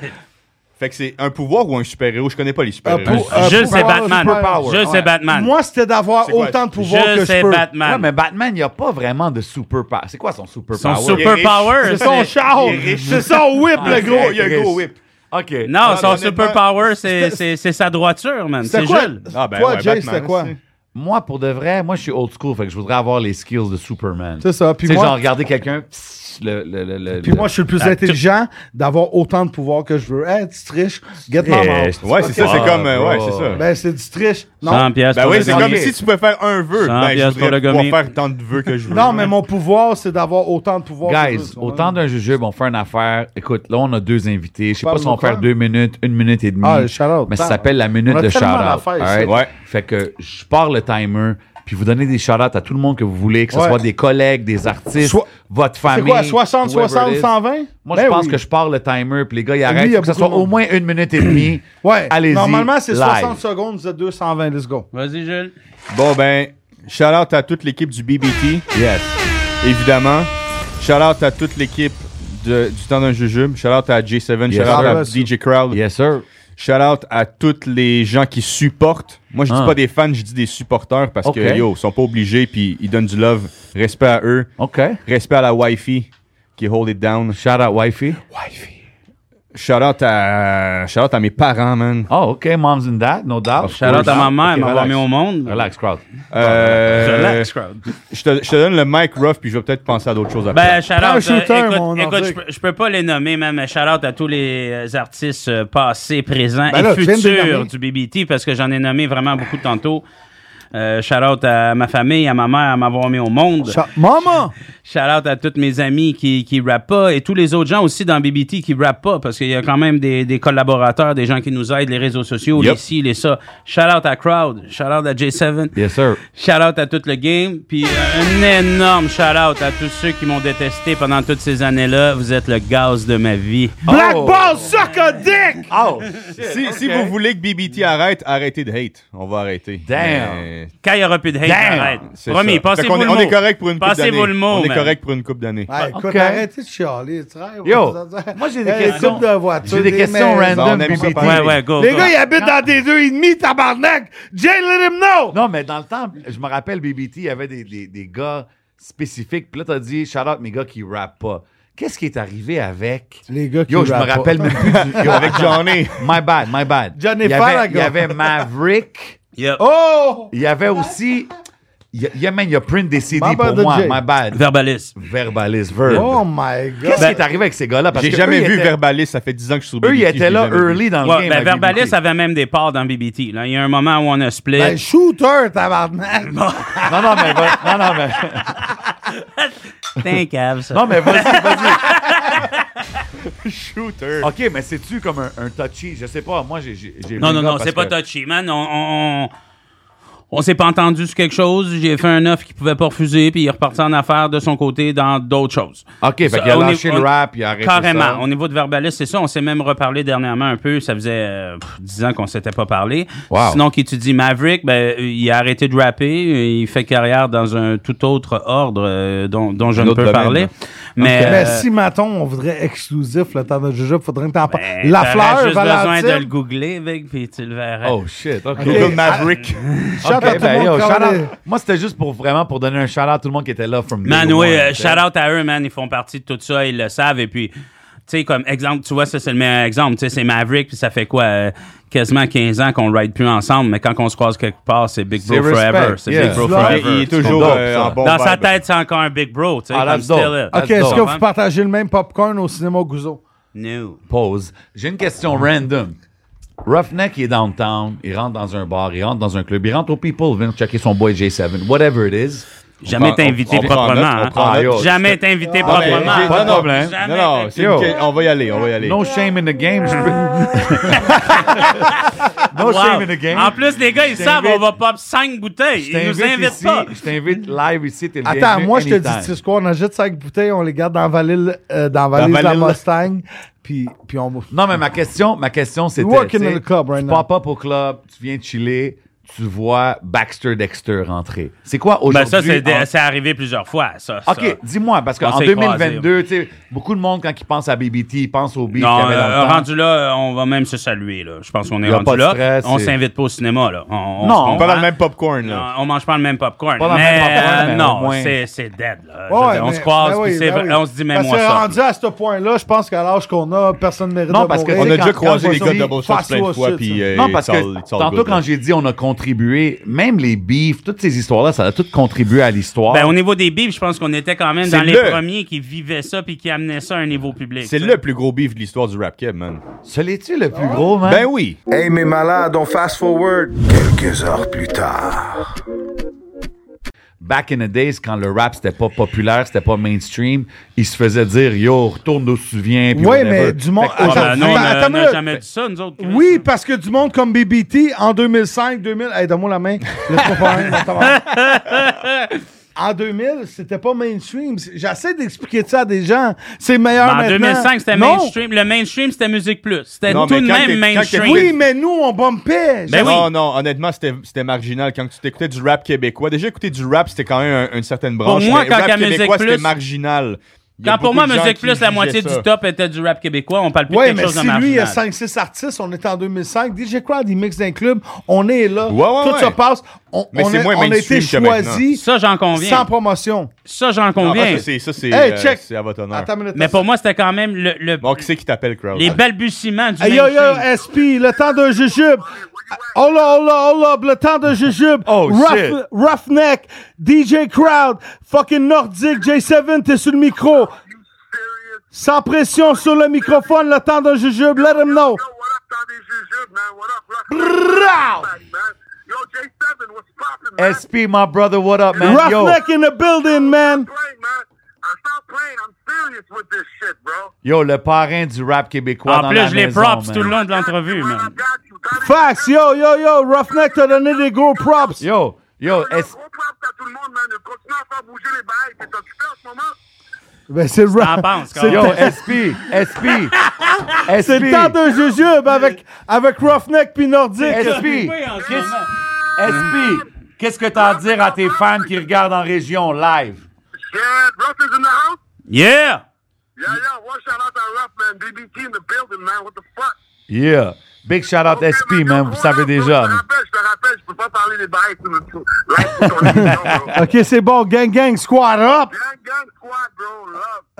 Fait que c'est un pouvoir ou un super-héros? Je connais pas les
Un
super-héros.
pou- euh, un
Juste c'est
pouvoir,
Batman.
superpower.
Juste c'est Batman.
Moi, c'était d'avoir
C'est quoi,
autant de
je
pouvoir que
Juste
je
c'est
peux.
Ouais,
Batman.
mais ben Batman, il n'y a pas vraiment de super power. C'est quoi son super
Son
power?
Il est riche.
super power.
C'est son char,
Il est riche.
c'est son whip, le
Ah,
gros.
il y a un gros whip.
OK.
Non, son
honnêtement,
super power, c'est c'est- c'est sa droiture, man.
C'était
C'est
quoi?
Jules.
Ah, ben
Toi,
ouais,
Jay,
Batman,
c'était quoi?
c'est-
Moi, pour de vrai, moi, je suis old school, fait que je voudrais avoir les skills de Superman.
C'est ça. Puis
Tu sais,
moi-
genre regarder quelqu'un, pss, le, le, le, le-
Puis moi, je suis le plus
Ah,
intelligent d'avoir autant de pouvoir que je veux. Hey, tu triches, get
Eh,
my
Yes.
mouth.
Ouais, c'est ça, c'est
Ah,
comme. euh, Ouais,
bro.
c'est ça.
Ben, c'est du triche. Non.
100 piastres
Ben
pour
oui,
le
c'est
gommer.
comme si tu pouvais faire un vœu.
Cent
Ben, je
piastres pour
voudrais
le
pouvoir
gommer.
faire tant de vœux que je veux.
Non, mais mon pouvoir, c'est d'avoir autant de pouvoir que je veux,
Guys,
tu comprends?
autant d'un jujube, on fait une affaire. Écoute, là, on a deux invités. Je sais
Parle
pas si on
encore.
va faire deux minutes, une minute et demie.
Ah, le shout-out.
Mais ça
Tant.
s'appelle la minute
On a
de
tellement
shout-out.
d'affaires ici.
alright?
Ouais.
Fait que je pars le timer, puis vous donnez des shout-outs à tout le monde que vous voulez, que ce
Ouais.
soit des collègues, des artistes,
Soit-
votre
C'est
famille.
quoi, 60,
whoever it
60,
is.
120?
Moi,
Ben
je pense
oui.
que je pars le timer, puis les gars, ils
il
arrêtent.
y a
Faut que ça
beaucoup de
soit au
monde.
moins une minute et demie.
Ouais.
Allez-y.
Normalement, c'est
live.
60 secondes, vous êtes 220, let's go.
Vas-y, Jules.
Bon, ben, shout out à toute l'équipe du BBT,
Yes.
évidemment. Shout out à toute l'équipe de- du temps d'un jujube. Shout out à J7,
Yes.
shout out à
Yes.
DJ Crowd.
Yes, sir.
Shout out à tous les gens qui supportent. Moi, je dis
Ah.
pas des fans, je dis des supporters parce
Ok.
que yo, ils sont pas obligés puis ils donnent du love. Respect à eux.
OK.
Respect à la Wi-Fi qui hold it down.
Shout-out, wifey.
Shout out à shout out à mes parents, man.
Oh, OK. Moms and dad, no doubt.
Of
Shout-out à ma
Ok,
mère, elle m'avoir
relax.
mis au monde.
Relax, crowd.
Euh,
Relax, crowd.
je, te, je te donne le mic rough puis je vais peut-être penser à d'autres choses après.
Ben, shout-out.
Prends un
euh,
shooter, mon
écoute, écoute,
André.
je peux- je peux pas les nommer, même. mais Shout-out à tous les euh, artistes euh, passés, présents
Ben
et
là, tu viens de les nommer.
futurs du BBT, parce que j'en ai nommé vraiment beaucoup tantôt. Euh, shout-out à ma famille, à ma mère, à m'avoir mis au monde.
Cha- Maman!
Shout-out à tous mes amis qui, qui rappent pas et tous les autres gens aussi dans BBT qui rappent pas parce qu'il y a quand même des, des collaborateurs, des gens qui nous aident, les réseaux sociaux,
Yep.
les ci, les ça. Shout-out à Crowd, shout-out à J7,
Yes, sir.
shout-out à tout le game, puis un énorme shout-out à tous ceux qui m'ont détesté pendant toutes ces années-là. Vous êtes le gaz de ma vie.
Black
Oh.
Ball suck a dick!
si, si vous voulez que
Mm.
BBT arrête, arrêtez de hate. On va arrêter.
Damn.
Mais
Quand il n'y aura plus de hate,
Damn!
arrête.
c'est
Promis,
ça. Fait
passez-vous
qu'on
le
est-
mot.
On est correct pour une coupe d'années.
Passez-vous le mot,
On est
man.
correct pour une coupe d'années.
Hey, écoute,
Ah, Ok.
arrêtez de chialer, tu sais.
Yo, moi, j'ai des questions-
coupes de voiture,
j'ai des questions
maisons.
random,
On aime ça
BBT.
parler.
Ouais, ouais, go.
Les
go.
gars, ils habitent dans des deux et demi, tabarnak! Jay, let him know!
Non, mais dans le temps, je me rappelle, BBT, il y avait des, des- des gars spécifiques. Puis là, t'as dit, shout out mes gars qui rappent pas. Qu'est-ce qui est arrivé avec.
Les gars qui
Yo, je me
rappent pas.
rappelle même plus du. Yo,
Avec Johnny.
My bad, my bad.
Johnny
il y avait,
Farrago.
il y avait Maverick.
Yep.
Oh!
Il y avait aussi. Il y a, il y a, man, il y a Print des CD
My
pour
bad,
moi.
DJ.
My bad.
Verbaliste.
Verbalist, verb.
Oh my god!
Qu'est-ce qui est arrivé avec ces gars-là? Parce
J'ai
que
jamais
eux, ils
vu
étaient-
Verbalist, ça fait 10 ans que je suis sur
Eux, ils
BBT, je
étaient
l'ai
là
jamais vu.
early dans le
Ouais,
game.
ben,
à
Verbalist
BBT.
avait même des parts dans BBT. Là. Il y a un moment où on a split.
Ben, shooter, tabarnak!
Non, non, mais, va- non, non, mais,
T'es un cave, ça.
non, mais vas-y, vas-y.
Shooter.
OK, mais c'est-tu comme un, un touchy? Je sais pas. Moi, j'ai. j'ai- j'ai
Non,
vu
non,
le gars
non,
parce
c'est pas
que-
touchy, man. On, on, on- on s'est pas entendu sur quelque chose. J'ai fait un offre qu'il pouvait pas refuser, puis il est reparti en affaires de son côté dans d'autres choses.
OK, fait
Ça,
qu'il a
on est-
lâché
on-
le rap, il a arrêté
Carrément.
ça.
Au niveau de Verbalist, c'est ça. On s'est même reparlé dernièrement un peu. Ça faisait euh, pff, 10 ans qu'on s'était pas parlé.
Wow.
Sinon, qui tu dis Maverick, ben, il a arrêté de rapper. Il fait carrière dans un tout autre ordre euh, dont, dont je
Un
ne
autre
peux
domaine,
parler.
là.
Mais,
Mais
euh,
si, mettons, on voudrait exclusif le temps de juger, faudrait que t'en parles.
ben,
La
t'aurais
fleur,
juste
Valentine.
besoin de le googler, Vic, puis tu le verras.
Oh, shit. OK.
Google Maverick.
Shout
OK,
out à tout
ben,
le monde
yo,
qui
shout-out.
travaille.
Moi, c'était juste pour vraiment pour donner un shout-out à tout le monde qui était là. From day
Man,
one,
oui,
tu
euh,
sais.
shout out à eux, man. Ils font partie de tout ça, ils le savent. Et puis, tu sais, comme exemple, tu vois, ça, c'est le meilleur exemple. Tu sais, c'est Maverick, puis ça fait quoi? euh, quasiment 15 ans qu'on ride plus ensemble, mais quand on se croise quelque part, c'est Big Bro
C'est respect,
Forever. C'est
yeah.
Big Bro
Tu l'as-
Forever.
Il il est toujours
dope,
euh,
ça.
en bon
Dans sa
vibe.
tête, c'est encore un Big Bro, tu sais.
Ah,
comme
that's dope.
still it.
That's
Ok, est-ce
dope.
que vous partagez le même popcorn au cinéma au Gouzeau?
No.
Pause. J'ai une question random. Roughneck, il est downtown, il rentre dans un bar, il rentre dans un club, il rentre au People, vient checker son boy J7, whatever it is.
Jamais
prend-
été invité
on- on prend
proprement.
note, on
hein.
prend
Ah, note. yo,
Jamais été invité
Non, mais-
proprement.
j'ai-
Pas de
non,
problème.
Non,
Jamais
non,
été-
c'est
Yo.
une- on va y aller, on va y aller.
No shame in the game. je peux- no
Wow.
shame in the game.
En plus, les gars, ils
Je
savent,
t'invite-
on va pop 5 bouteilles.
je
Ils nous
t'invite
invitent
ici,
pas.
Je t'invite live ici. t'es le
Attends,
bienvenu
moi, je te dis,
anytime.
tu sais quoi, on achète cinq bouteilles, on les garde dans la valise, euh, dans la valise de la
valise.
Mustang, puis, puis on...
Non, mais ma question, ma question c'était.
Working
tu sais,
in the club right
tu
now.
pop up au club, tu viens chiller, tu tu vois Baxter Dexter rentrer? C'est quoi aujourd'hui?
Ben ça, c'est
en-
c'est arrivé plusieurs fois, ça. ça.
OK, dis-moi, parce
On
qu'en
s'est
2022, tu sais, beaucoup de monde, quand ils pensent à BBT, ils pensent au beat qu'il y
Non,
avait dans le
euh,
temps.
rendu là, euh, on va même se saluer. Là. Je pense qu'on est
Y a pas
rendu
de
là.
stress,
on
c'est-
s'invite pas au cinéma. Là. On, on
Non,
se
on
comprend.
Pas dans le même popcorn, là.
Non, on mange pas le même popcorn.
Pas dans le
mais,
même popcorn,
euh,
mais au
non,
moins-
c'est c'est dead. Là. Je veux
Ouais,
dire, on
mais-
se croise,
ben
puis
oui,
c'est
ben
vrai-
oui.
on se dit, mais
Parce
moi
que
ça.
rendu à ce point-là, je pense qu'à l'âge qu'on a, personne ne mérite
Non,
de
parce que-
mourir.
On a
quand-
déjà croisé
quand
les gars
voici-
de Double Shots plein de
face-toi
fois,
shit,
puis
ça.
euh,
Non,
it's
parce que
all- it's all
tantôt,
good,
quand
là.
j'ai dit on a contribué, même les beefs, toutes ces histoires-là, ça a tout contribué à l'histoire.
Ben, au niveau des bibles, je pense qu'on était quand même dans
C'est
les
le-
premiers qui vivaient ça puis qui amenaient ça à un niveau public.
C'est
tu
le plus gros beef de l'histoire du rap keb, man.
Ce l'es-tu le plus gros, man?
Ben oui.
Hey, mes malades, on fast forward. Quelques heures plus tard.
Back in the days, quand le rap, c'était pas populaire, c'était pas mainstream, il se faisait dire, yo, retourne nous souviens. puis
Ouais,
whatever.
mais du monde-
Fait que-
sais.
Ah,
Ah, ben, nous, on
Attends,
a- on
attends,
n'a
là.
jamais dit ça, nous autres. Chris.
Oui, parce que du monde comme BBT, en 2005, 2000... Hey, donne-moi la main. Laisse-moi pas rien, mon tabarnak. En 2000, c'était pas mainstream. C'est- J'essaie d'expliquer ça à des gens. C'est meilleur
Ben, En
maintenant.
2005, c'était
Non.
mainstream. Le mainstream, c'était Musique Plus. C'était
Non,
tout
mais
de
quand t'es-
même
quand t'es-
mainstream.
Oui, mais nous, on bumpait.
Ben oui.
Non, non, honnêtement, c'était c'était marginal. Quand tu t'écoutais du rap québécois, déjà écouter du rap, c'était quand même un- une certaine branche.
moi,
mais
quand qu'à
rap
Musique
québécois, c'était
Plus-
marginal. Il y a
Quand pour
beaucoup
moi,
de gens
Musique
qui
Plus, la
jugeaient
moitié
ça.
du top était du rap québécois. On parle plus
Ouais,
de
mais
quelque chose de
si lui, il y a
marginal.
5-6 artistes, on est en 2005, DJ Crowd, il mixe dans un club, on est là,
Ouais, ouais,
tout
ouais.
se passe, on,
Mais
on
c'est
a,
moins
on a été
mainstream que
choisi
Ça, j'en
sans
conviens.
promotion.
Ça, j'en
Ah,
conviens.
ça, c'est- ça, c'est
Hey,
euh,
check.
c'est à votre honneur.
Attends une minute.
Mais pour moi, c'était quand même le, le-
Bon, qui c'est qui t'appelle, Crowd?
les balbutiements du
Hey, yo, yo,
mainstream.
SP, le temps d'un jujube. Hold up, hold up, hold up, le temps d'un jujube.
Oh,
Rough-
shit.
Roughneck, DJ Crowd, fucking Nordic, J7, t'es sur le micro. Sans pression sur le microphone, le temps d'un jujube, let him know. Brrrah!
SP, my brother, what up, man? Yo,
Roughneck in the building, man.
yo, le parrain du rap québécois.
En
dans
plus,
la
je les
maison,
props
man.
tout le long de l'entrevue, man.
Facts, yo, yo, yo, Roughneck t'a donné des gros props.
Yo, yo, SP.
Ben, c'est
T'en
Roughneck.
penses,
C'est-
Yo,
Carl?
SP, SP,
C'est le temps d'un jujube avec, avec Roughneck puis Nordic.
SP,
Oui, en ce
qu'est-ce-
moment.
SP, qu'est-ce que t'as à dire à tes fans qui regardent en région live?
Yeah!
Yeah. Big shout out Eh, SP, man, vous savez déjà. hein.
Je te rappelle, je te rappelle, je peux pas parler des bails sur le sur- live sur ton émission, bro.
OK, c'est bon. Gang, gang, squad up.
Gang, gang, squad, bro,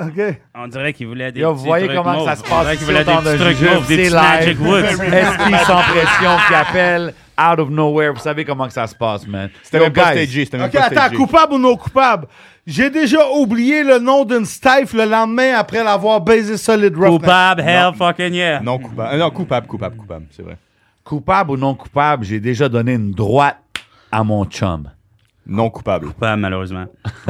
love.
OK.
On dirait qu'il voulait des
Yo,
petits
vous voyez
trucs
comment
mauves.
ça se
On
passe
dirait
ici
qu'il
au
voulait des
temps
petits
d'un
trucs
jeu,
mauves, des
c'est
petits Magic Woods.
SP sans pression qui appelle out of nowhere. Vous savez comment que ça se passe, man.
C'était
Yo,
même pas
guys,
stagé, c'était même
OK,
pas
attends,
stagé.
coupable ou non coupable? J'ai déjà oublié le nom d'une stife le lendemain après l'avoir baisé solid Roughneck.
Coupable, hell fucking yeah.
Non, coupable. Euh, Non, coupable, coupable, coupable, c'est vrai.
Coupable ou non coupable, j'ai déjà donné une droite à mon chum.
Non coupable.
Pas malheureusement.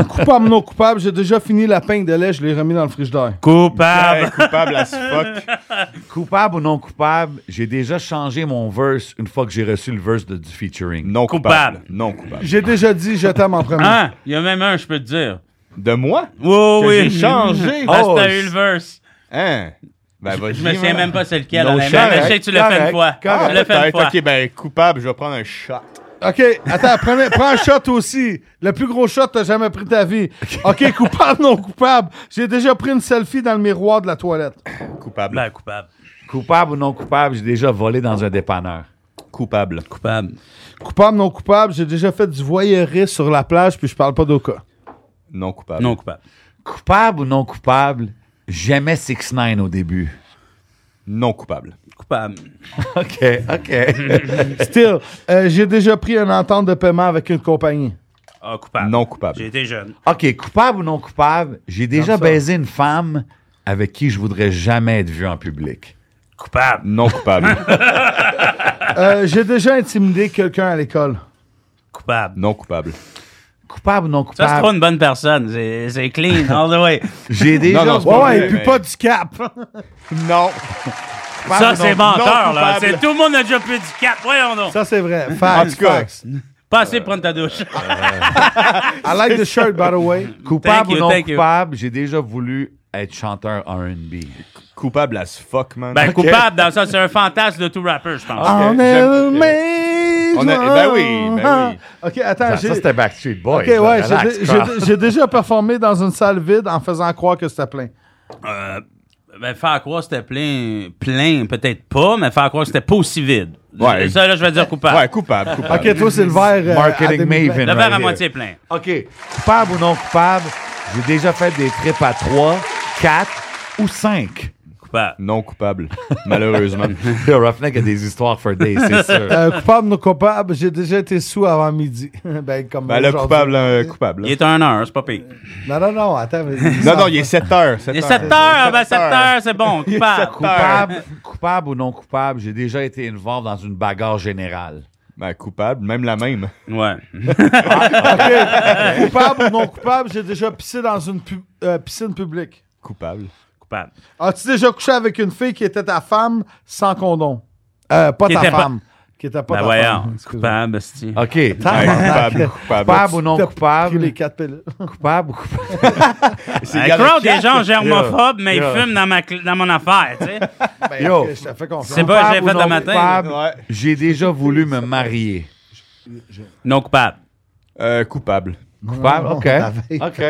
Coupable ou non coupable, j'ai déjà fini la peigne de lait, je l'ai remis dans le frigidaire.
Coupable.
Ouais, coupable as fuck.
Coupable ou non coupable, j'ai déjà changé mon verse une fois que j'ai reçu le verse de, du featuring.
Non coupable.
Coupable.
Non coupable.
J'ai déjà dit je t'aime en premier.
Hein? Il y a même un, je peux te dire.
De moi?
Oh,
Que
oui.
j'ai changé.
Parce que
Oh,
t'as eu le verse.
Hein? Ben, vas-y.
Je me souviens
man.
même pas c'est lequel.
No
honnêtement.
shame.
Mais je sais que tu l'as fait une fois. Tu
Ah,
l'as fait une
peut-être.
fois.
Ok, ben, coupable, je vais prendre un shot.
OK, attends, prenez- prends un shot aussi. Le plus gros shot que t'as jamais pris de ta vie. OK, coupable ou non coupable, j'ai déjà pris une selfie dans le miroir de la toilette.
Coupable.
Ben, coupable.
Coupable ou non coupable, j'ai déjà volé dans un dépanneur.
Coupable.
Coupable.
Coupable ou non coupable, j'ai déjà fait du voyeurisme sur la plage puis je parle pas d'Oka.
Non coupable.
Non coupable.
Coupable ou non coupable, j'aimais 6 9 au début.
Non coupable.
Coupable.
OK, OK.
Still, euh, j'ai déjà pris une entente de paiement avec une compagnie.
Ah, coupable.
Non coupable.
J'ai été jeune.
OK, coupable ou non coupable, j'ai déjà
Comme ça.
baisé une femme avec qui je voudrais jamais être vu en public.
Coupable.
Non coupable.
Euh, j'ai déjà intimidé quelqu'un à l'école.
Coupable.
non coupable.
Coupable ou non
Ça, c'est trop
coupable,
une bonne personne. C'est c'est clean, all the way.
j'ai déjà...
non, Ah, c'est
Ouais,
pas
ouais,
vrai,
et puis
mais-
pas du cap.
Non.
Ça, c'est menteur, là.
coupable.
C'est- Tout le monde a déjà plus du cap. Voyons donc.
Ça, c'est vrai. Facts,
En tout cas.
facts.
Pas
euh,
assez de prendre ta douche.
I like the shirt, by the way.
Thank
Coupable
you,
ou non
thank you.
coupable, j'ai déjà voulu être chanteur R&B.
Coupable as fuck, man.
Ben,
Ok. Ah.
coupable, dans ça, c'est un fantasme de tout rapper, je pense.
On
j'aime-
est on
a- ben oui, ben oui.
OK, attends,
Ça,
j'ai...
ça, c'était Backstreet Boys.
OK, ouais,
là,
j'ai-
relax,
j'ai-
Carl.
j'ai- j'ai déjà performé dans une salle vide en faisant croire que c'était plein.
Euh, ben, faire croire que c'était plein, plein, peut-être pas, mais faire croire que c'était pas aussi vide.
Ouais.
Ça, là, je vais dire coupable.
Ouais, coupable, coupable.
OK, toi, c'est le verre... euh,
Marketing
à demi-
Maven.
Le verre
right
à
here.
moitié plein.
OK. Coupable ou non coupable, j'ai déjà fait des trips à 3, 4 ou 5.
Coupable.
Non coupable, malheureusement. Ben,
Le Roughneck a des histoires for days, c'est sûr.
Euh, coupable, non coupable, j'ai déjà été sous avant midi. ben, comme
Ben, le
aujourd'hui.
coupable, euh, coupable. là.
Il est un heure, c'est pas pire.
Non, non, non, attends. mais-
Non, non, il est 7 heures.
Il est 7 heures, ben 7 heures, c'est bon, coupable.
Coupable, coupable ou non coupable, j'ai déjà été involved dans une bagarre générale.
Ben, coupable, même la même.
Ouais.
OK, coupable ou non coupable, j'ai déjà pissé dans une pu- euh, piscine publique.
Coupable.
Coupable.
As-tu déjà couché avec une fille qui était ta femme sans condom? Euh, pas
Qui
ta
était pas-
femme. Qui était pas
Ben
ta
voyons,
femme. excuse-moi.
coupable, c'est
OK.
Ouais,
Ah,
coupable, coupable.
Coupable ou non
T'as pris
coupable,
les quatre pilules.
coupable ou coupable.
C'est- il y en a
Euh, crowd des
quatre.
gens germophobes, mais ils
Yeah.
fument dans, ma cl- dans mon affaire, tu sais.
Ben,
Yo.
ok, je te fais confiance.
C'est pas, j'ai
Coupable
fait
ou
le
non
matin.
coupable?
Ouais.
J'ai déjà voulu me marier.
Non coupable.
Euh, coupable.
Coupable? OK.
la veille.
OK.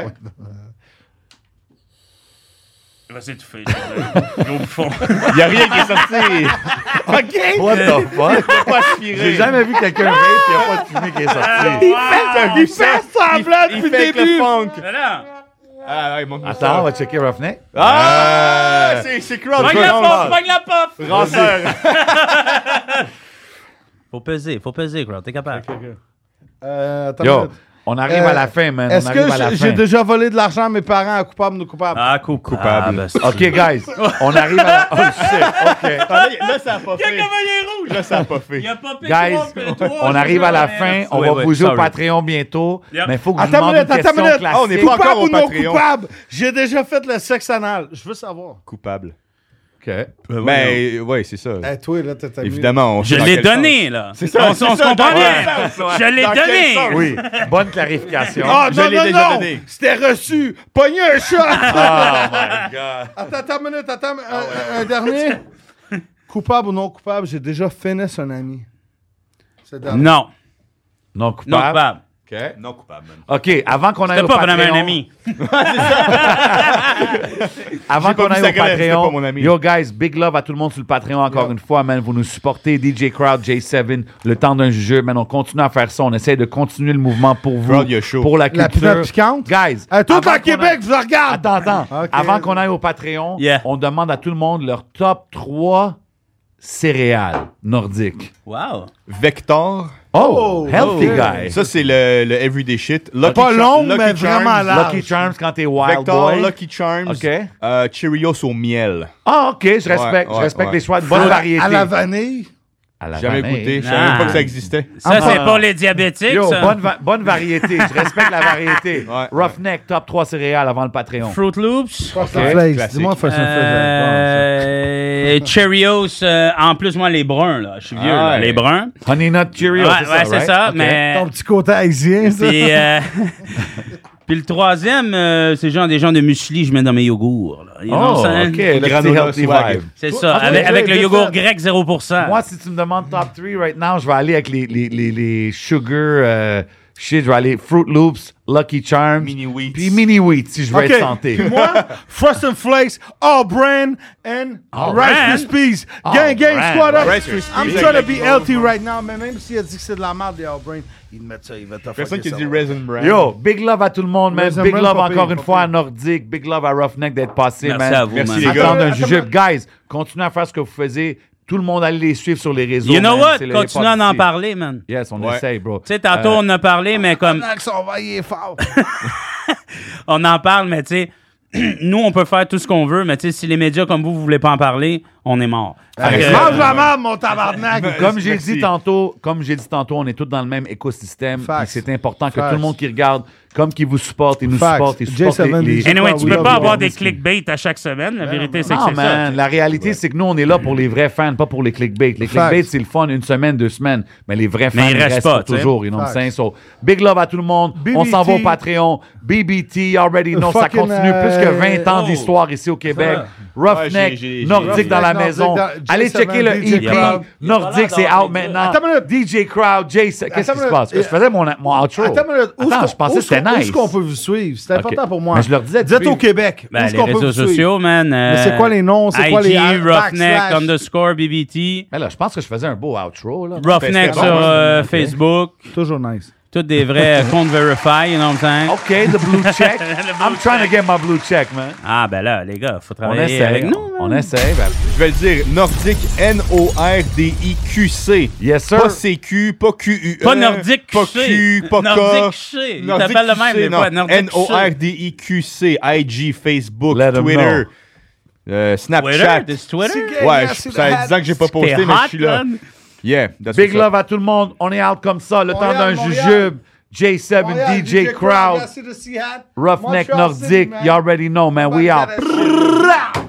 Il va s'étouffer. je- Gros bouffon.
Il n'y a rien qui est sorti.
What the fuck?
Pas aspiré.
J'ai jamais vu quelqu'un vape et il n'y a pas de fumée qui est
Ah,
sortie.
Il fait semblant depuis le début.
Alors,
Ah, ouais, montre-nous
Attends, on
ça.
va checker Roughneck.
Ah, c'est c'est crowd.
pogne la pof, pogne la pof!
Ranceur.
Faut peser, faut peser, crowd, t'es capable.
Euh, attends une
Yo,
minute.
on arrive
Euh,
à la fin, man.
Est-ce
on arrive à la
que j'ai-
fin.
j'ai déjà volé de l'argent à mes parents à coupable ou coupable?
Ah, coupable.
Coupable.
Ah, ben,
OK, guys, on arrive à la... Oh, shit, OK.
Attendez, Là, ça a pas
Il y a
fait.
rouge!
Là, ça a pas fait.
Il a pas
Guys, on arrive à la fin. On
Oui,
va
oui,
bouger au
sorry.
Patreon bientôt.
Yep.
Mais il faut que je vous
Attends
demande
une minute,
une
attends une
question
minute.
classique.
Ah, on est pas
coupable
encore
ou
au
non
Patreon.
coupable? J'ai déjà fait le sexe anal. Je veux savoir.
Coupable.
OK.
Ben, ouais, c'est ça.
Eh, toi, là, t'as- t'as mis-
Évidemment, on
Je
sait dans
l'ai
quel
donné, là.
sens. C'est ça,
on
c'est
on se
ça,
comprend
dans
bien.
quel sens.
Je l'ai
Dans quel sens?
donné.
Oui, bonne clarification.
Ah,
Je
non,
l'ai
non,
déjà
non!
donné.
C'était reçu! Pogné un chat!
Oh my God.
attends, attends une minute, attends.
Ah,
un- un, un dernier. coupable ou non coupable, j'ai déjà finesse un ami. C'est dernier.
Non,
Non
non
coupable.
coupable.
sens. Non coupable, man.
OK, avant qu'on aille
C'était
au
pas
Patreon...
vraiment un ami.
Avant
J'ai pas
qu'on
vu
aille
sa
au
galère, c'était
Patreon,
pas mon ami.
yo guys, big love à tout le monde sur le Patreon encore une fois, man. Vous nous supportez, DJ Crowd, J7, le temps d'un jeu, man. On continue à faire ça, on essaie de continuer le mouvement pour vous,
Crowd, il a chaud.
pour la
La
culture.
pinotte piquante?
Guys,
Eh, tout
avant
en
qu'on
Québec,
aille-
je regarde!
Attends, attends.
Ok.
Avant qu'on aille au Patreon,
Yeah.
on demande à tout le monde leur top 3 céréales nordiques.
Wow.
Vector.
Oh,
Oh,
healthy
oh.
guy.
Ça, c'est le, le everyday shit. Lucky
Pas
Char-
long,
Lucky
mais
Charms.
vraiment large.
Lucky Charms quand t'es wild
Vector,
boy.
Lucky Charms.
OK.
Euh, Cheerios au miel.
Ah, ok, je respecte,
Ouais,
je
ouais,
respecte
ouais.
les choix de bonne variété.
À la vanille.
À la
Jamais
vanille.
goûté. Je
Ah.
savais même pas que ça existait.
Ça,
Ah,
c'est
bon.
pour les diabétiques,
Yo,
ça.
bonne, va- bonne variété. Je respecte la variété.
Ouais.
Roughneck, top 3 céréales avant le Patreon.
Fruit Loops.
Frosted Flakes.
classique.
Dis-moi, Frosted Flakes, j'aime
Euh, Cheerios, euh, en plus, moi, les bruns, là. Je suis vieux, là,
ouais.
les bruns.
Honey Nut Cheerios.
ouais, ouais, c'est
right?
ça,
Ok.
pas
mais...
ça. Ton petit côté haïtien, ça.
Puis, euh, puis le troisième, euh, c'est genre des gens de muesli je mets dans mes yogourts. là. You know
Oh,
what I'm
ok,
saying?
le petit
Granola
healthy
swag.
vibe.
C'est ça,
Ah,
avec,
ouais,
avec
ouais,
le
bien
yogourt
fait.
grec 0%.
Moi, si tu me demandes top 3 right now, je vais aller avec les, les, les, les sugar euh, shit. Je vais aller Fruit Loops, Lucky Charms.
Mini Wheats.
Puis Mini Wheats, si je veux
Ok.
être santé.
Puis moi, Frosted Flakes, all brand and
All
Rice Krispies. Gang, gang,
brand.
squad up.
Rice Krispies.
I'm trying to be healthy right now, mais même s'il a dit que c'est de la merde, les all brand, il met ça, il va te
Personne
fucker
qui
ça.
dit Raisin Bran.
Yo, big love à tout le monde, man.
Les
Big
Emerald
love
Poppy,
encore une
Poppy.
fois à Nordique. Big love à Roughneck d'être passé,
Merci
man.
à vous,
Merci,
man.
les gars.
Attends d'un
Attends,
jujube. Guys, continuez à faire ce que vous faisiez. Tout le monde, allez les suivre sur les réseaux.
You know
man.
what?
C'est le
Continue à
hip-hop
en
ici.
parler, man.
Yes, on
Ouais.
essaye, bro.
Tu sais, tantôt,
Euh,
on en a parlé, mais comme...
Tabarnak, son va, il est fort.
on en parle, mais tu sais, nous, on peut faire tout ce qu'on veut, mais tu sais, si les médias comme vous, vous voulez pas en parler, on est mort.
Ah,
Fait que-
Mange la merde, mon tabarnak.
Comme j'ai
Merci.
dit tantôt, comme j'ai dit tantôt, on est tous dans le même écosystème.
Facts.
Et C'est important que
Facts.
tout le monde qui regarde, comme qui vous supporte et nous
Facts.
supporte et supporte
J7
les- les-
dit-
Anyway, tu peux
Oui,
pas
oui,
avoir
oui, Ben
des
oui.
clickbait à chaque semaine. La vérité, c'est que
Non,
c'est ça.
Ah, man, la réalité, c'est que nous, on est là pour les vrais fans, pas pour les clickbait. Les
Facts.
clickbait, c'est le fun une semaine, deux semaines, mais les vrais fans
Mais ils
ils
restent
restent
pas,
pour
tu sais.
toujours. You know what I'm
Facts.
saying? So, big love à tout le monde. On s'en va au
BBT.
Patreon. BBT, you already know, ça
Fucking,
continue
euh,
plus que 20 ans
oh.
d'histoire ici au Québec. Roughneck,
j'ai- j'ai-
Nordique dans la
Roughneck,
maison.
Nordique dans-
Allez
J7,
checker le
DJ
EP.
Crowd.
Nordique, c'est out maintenant. DJ Crowd, Jason. Qu'est-ce
Attends
qui
une
se passe?
minute.
Je faisais mon, mon outro.
Attends, une minute. Où est-ce
Attends,
qu'on-
je pensais
où
que c'était
est-ce qu'on- Où
nice.
est-ce qu'on peut vous suivre? C'est
Ok.
important pour moi.
Mais je leur disais de
Vous êtes
suivre.
au Québec. Où
Ben,
est-ce
les
qu'on peut vous
réseaux
suivre?
sociaux, man. euh,
Mais c'est quoi les noms? C'est quoi les
IG,
ar-
Roughneck,
backslash?
underscore, BBT.
Mais là, je pense que je faisais un beau outro. Là.
Roughneck
Ben,
c'était
sur
bon, hein?
euh, Facebook.
Toujours nice.
Toutes des vrais euh, comptes verify, you know what I'm saying?
Oh.
OK, the blue check. I'm trying to get my blue check, man.
Ah, ben là, les gars, faut
On
travailler
essaye.
avec nous.
On essaye. ben,
Je vais le dire, Nordique, N-O-R-D-I-Q-C.
yes, sir.
Pas CQ, pas QUE.
Pas Nordique
Pas
QC.
Q, pas K.
Nordique QC. Il
Nordique
t'appelle le même,
QC,
des
non.
fois, Nordique
N-O-R-D-I-Q-C. IG, Facebook,
Let 'em
Twitter.
know.
euh, Snapchat.
Twitter, this Twitter?
Ouais, je- ça fait 10 ans que j'ai pas posté, mais je suis là.
man.
Yeah, that's
Big
what's up.
love à tout le monde. On est out comme ça. Le temps
Montréal,
d'un
Montréal.
jujube. J7,
Montréal,
DJ, Crowd,
merci de Seattle.
Roughneck
Montreal City,
Nordique.
man.
You already know, man. We out.
Back to that shit.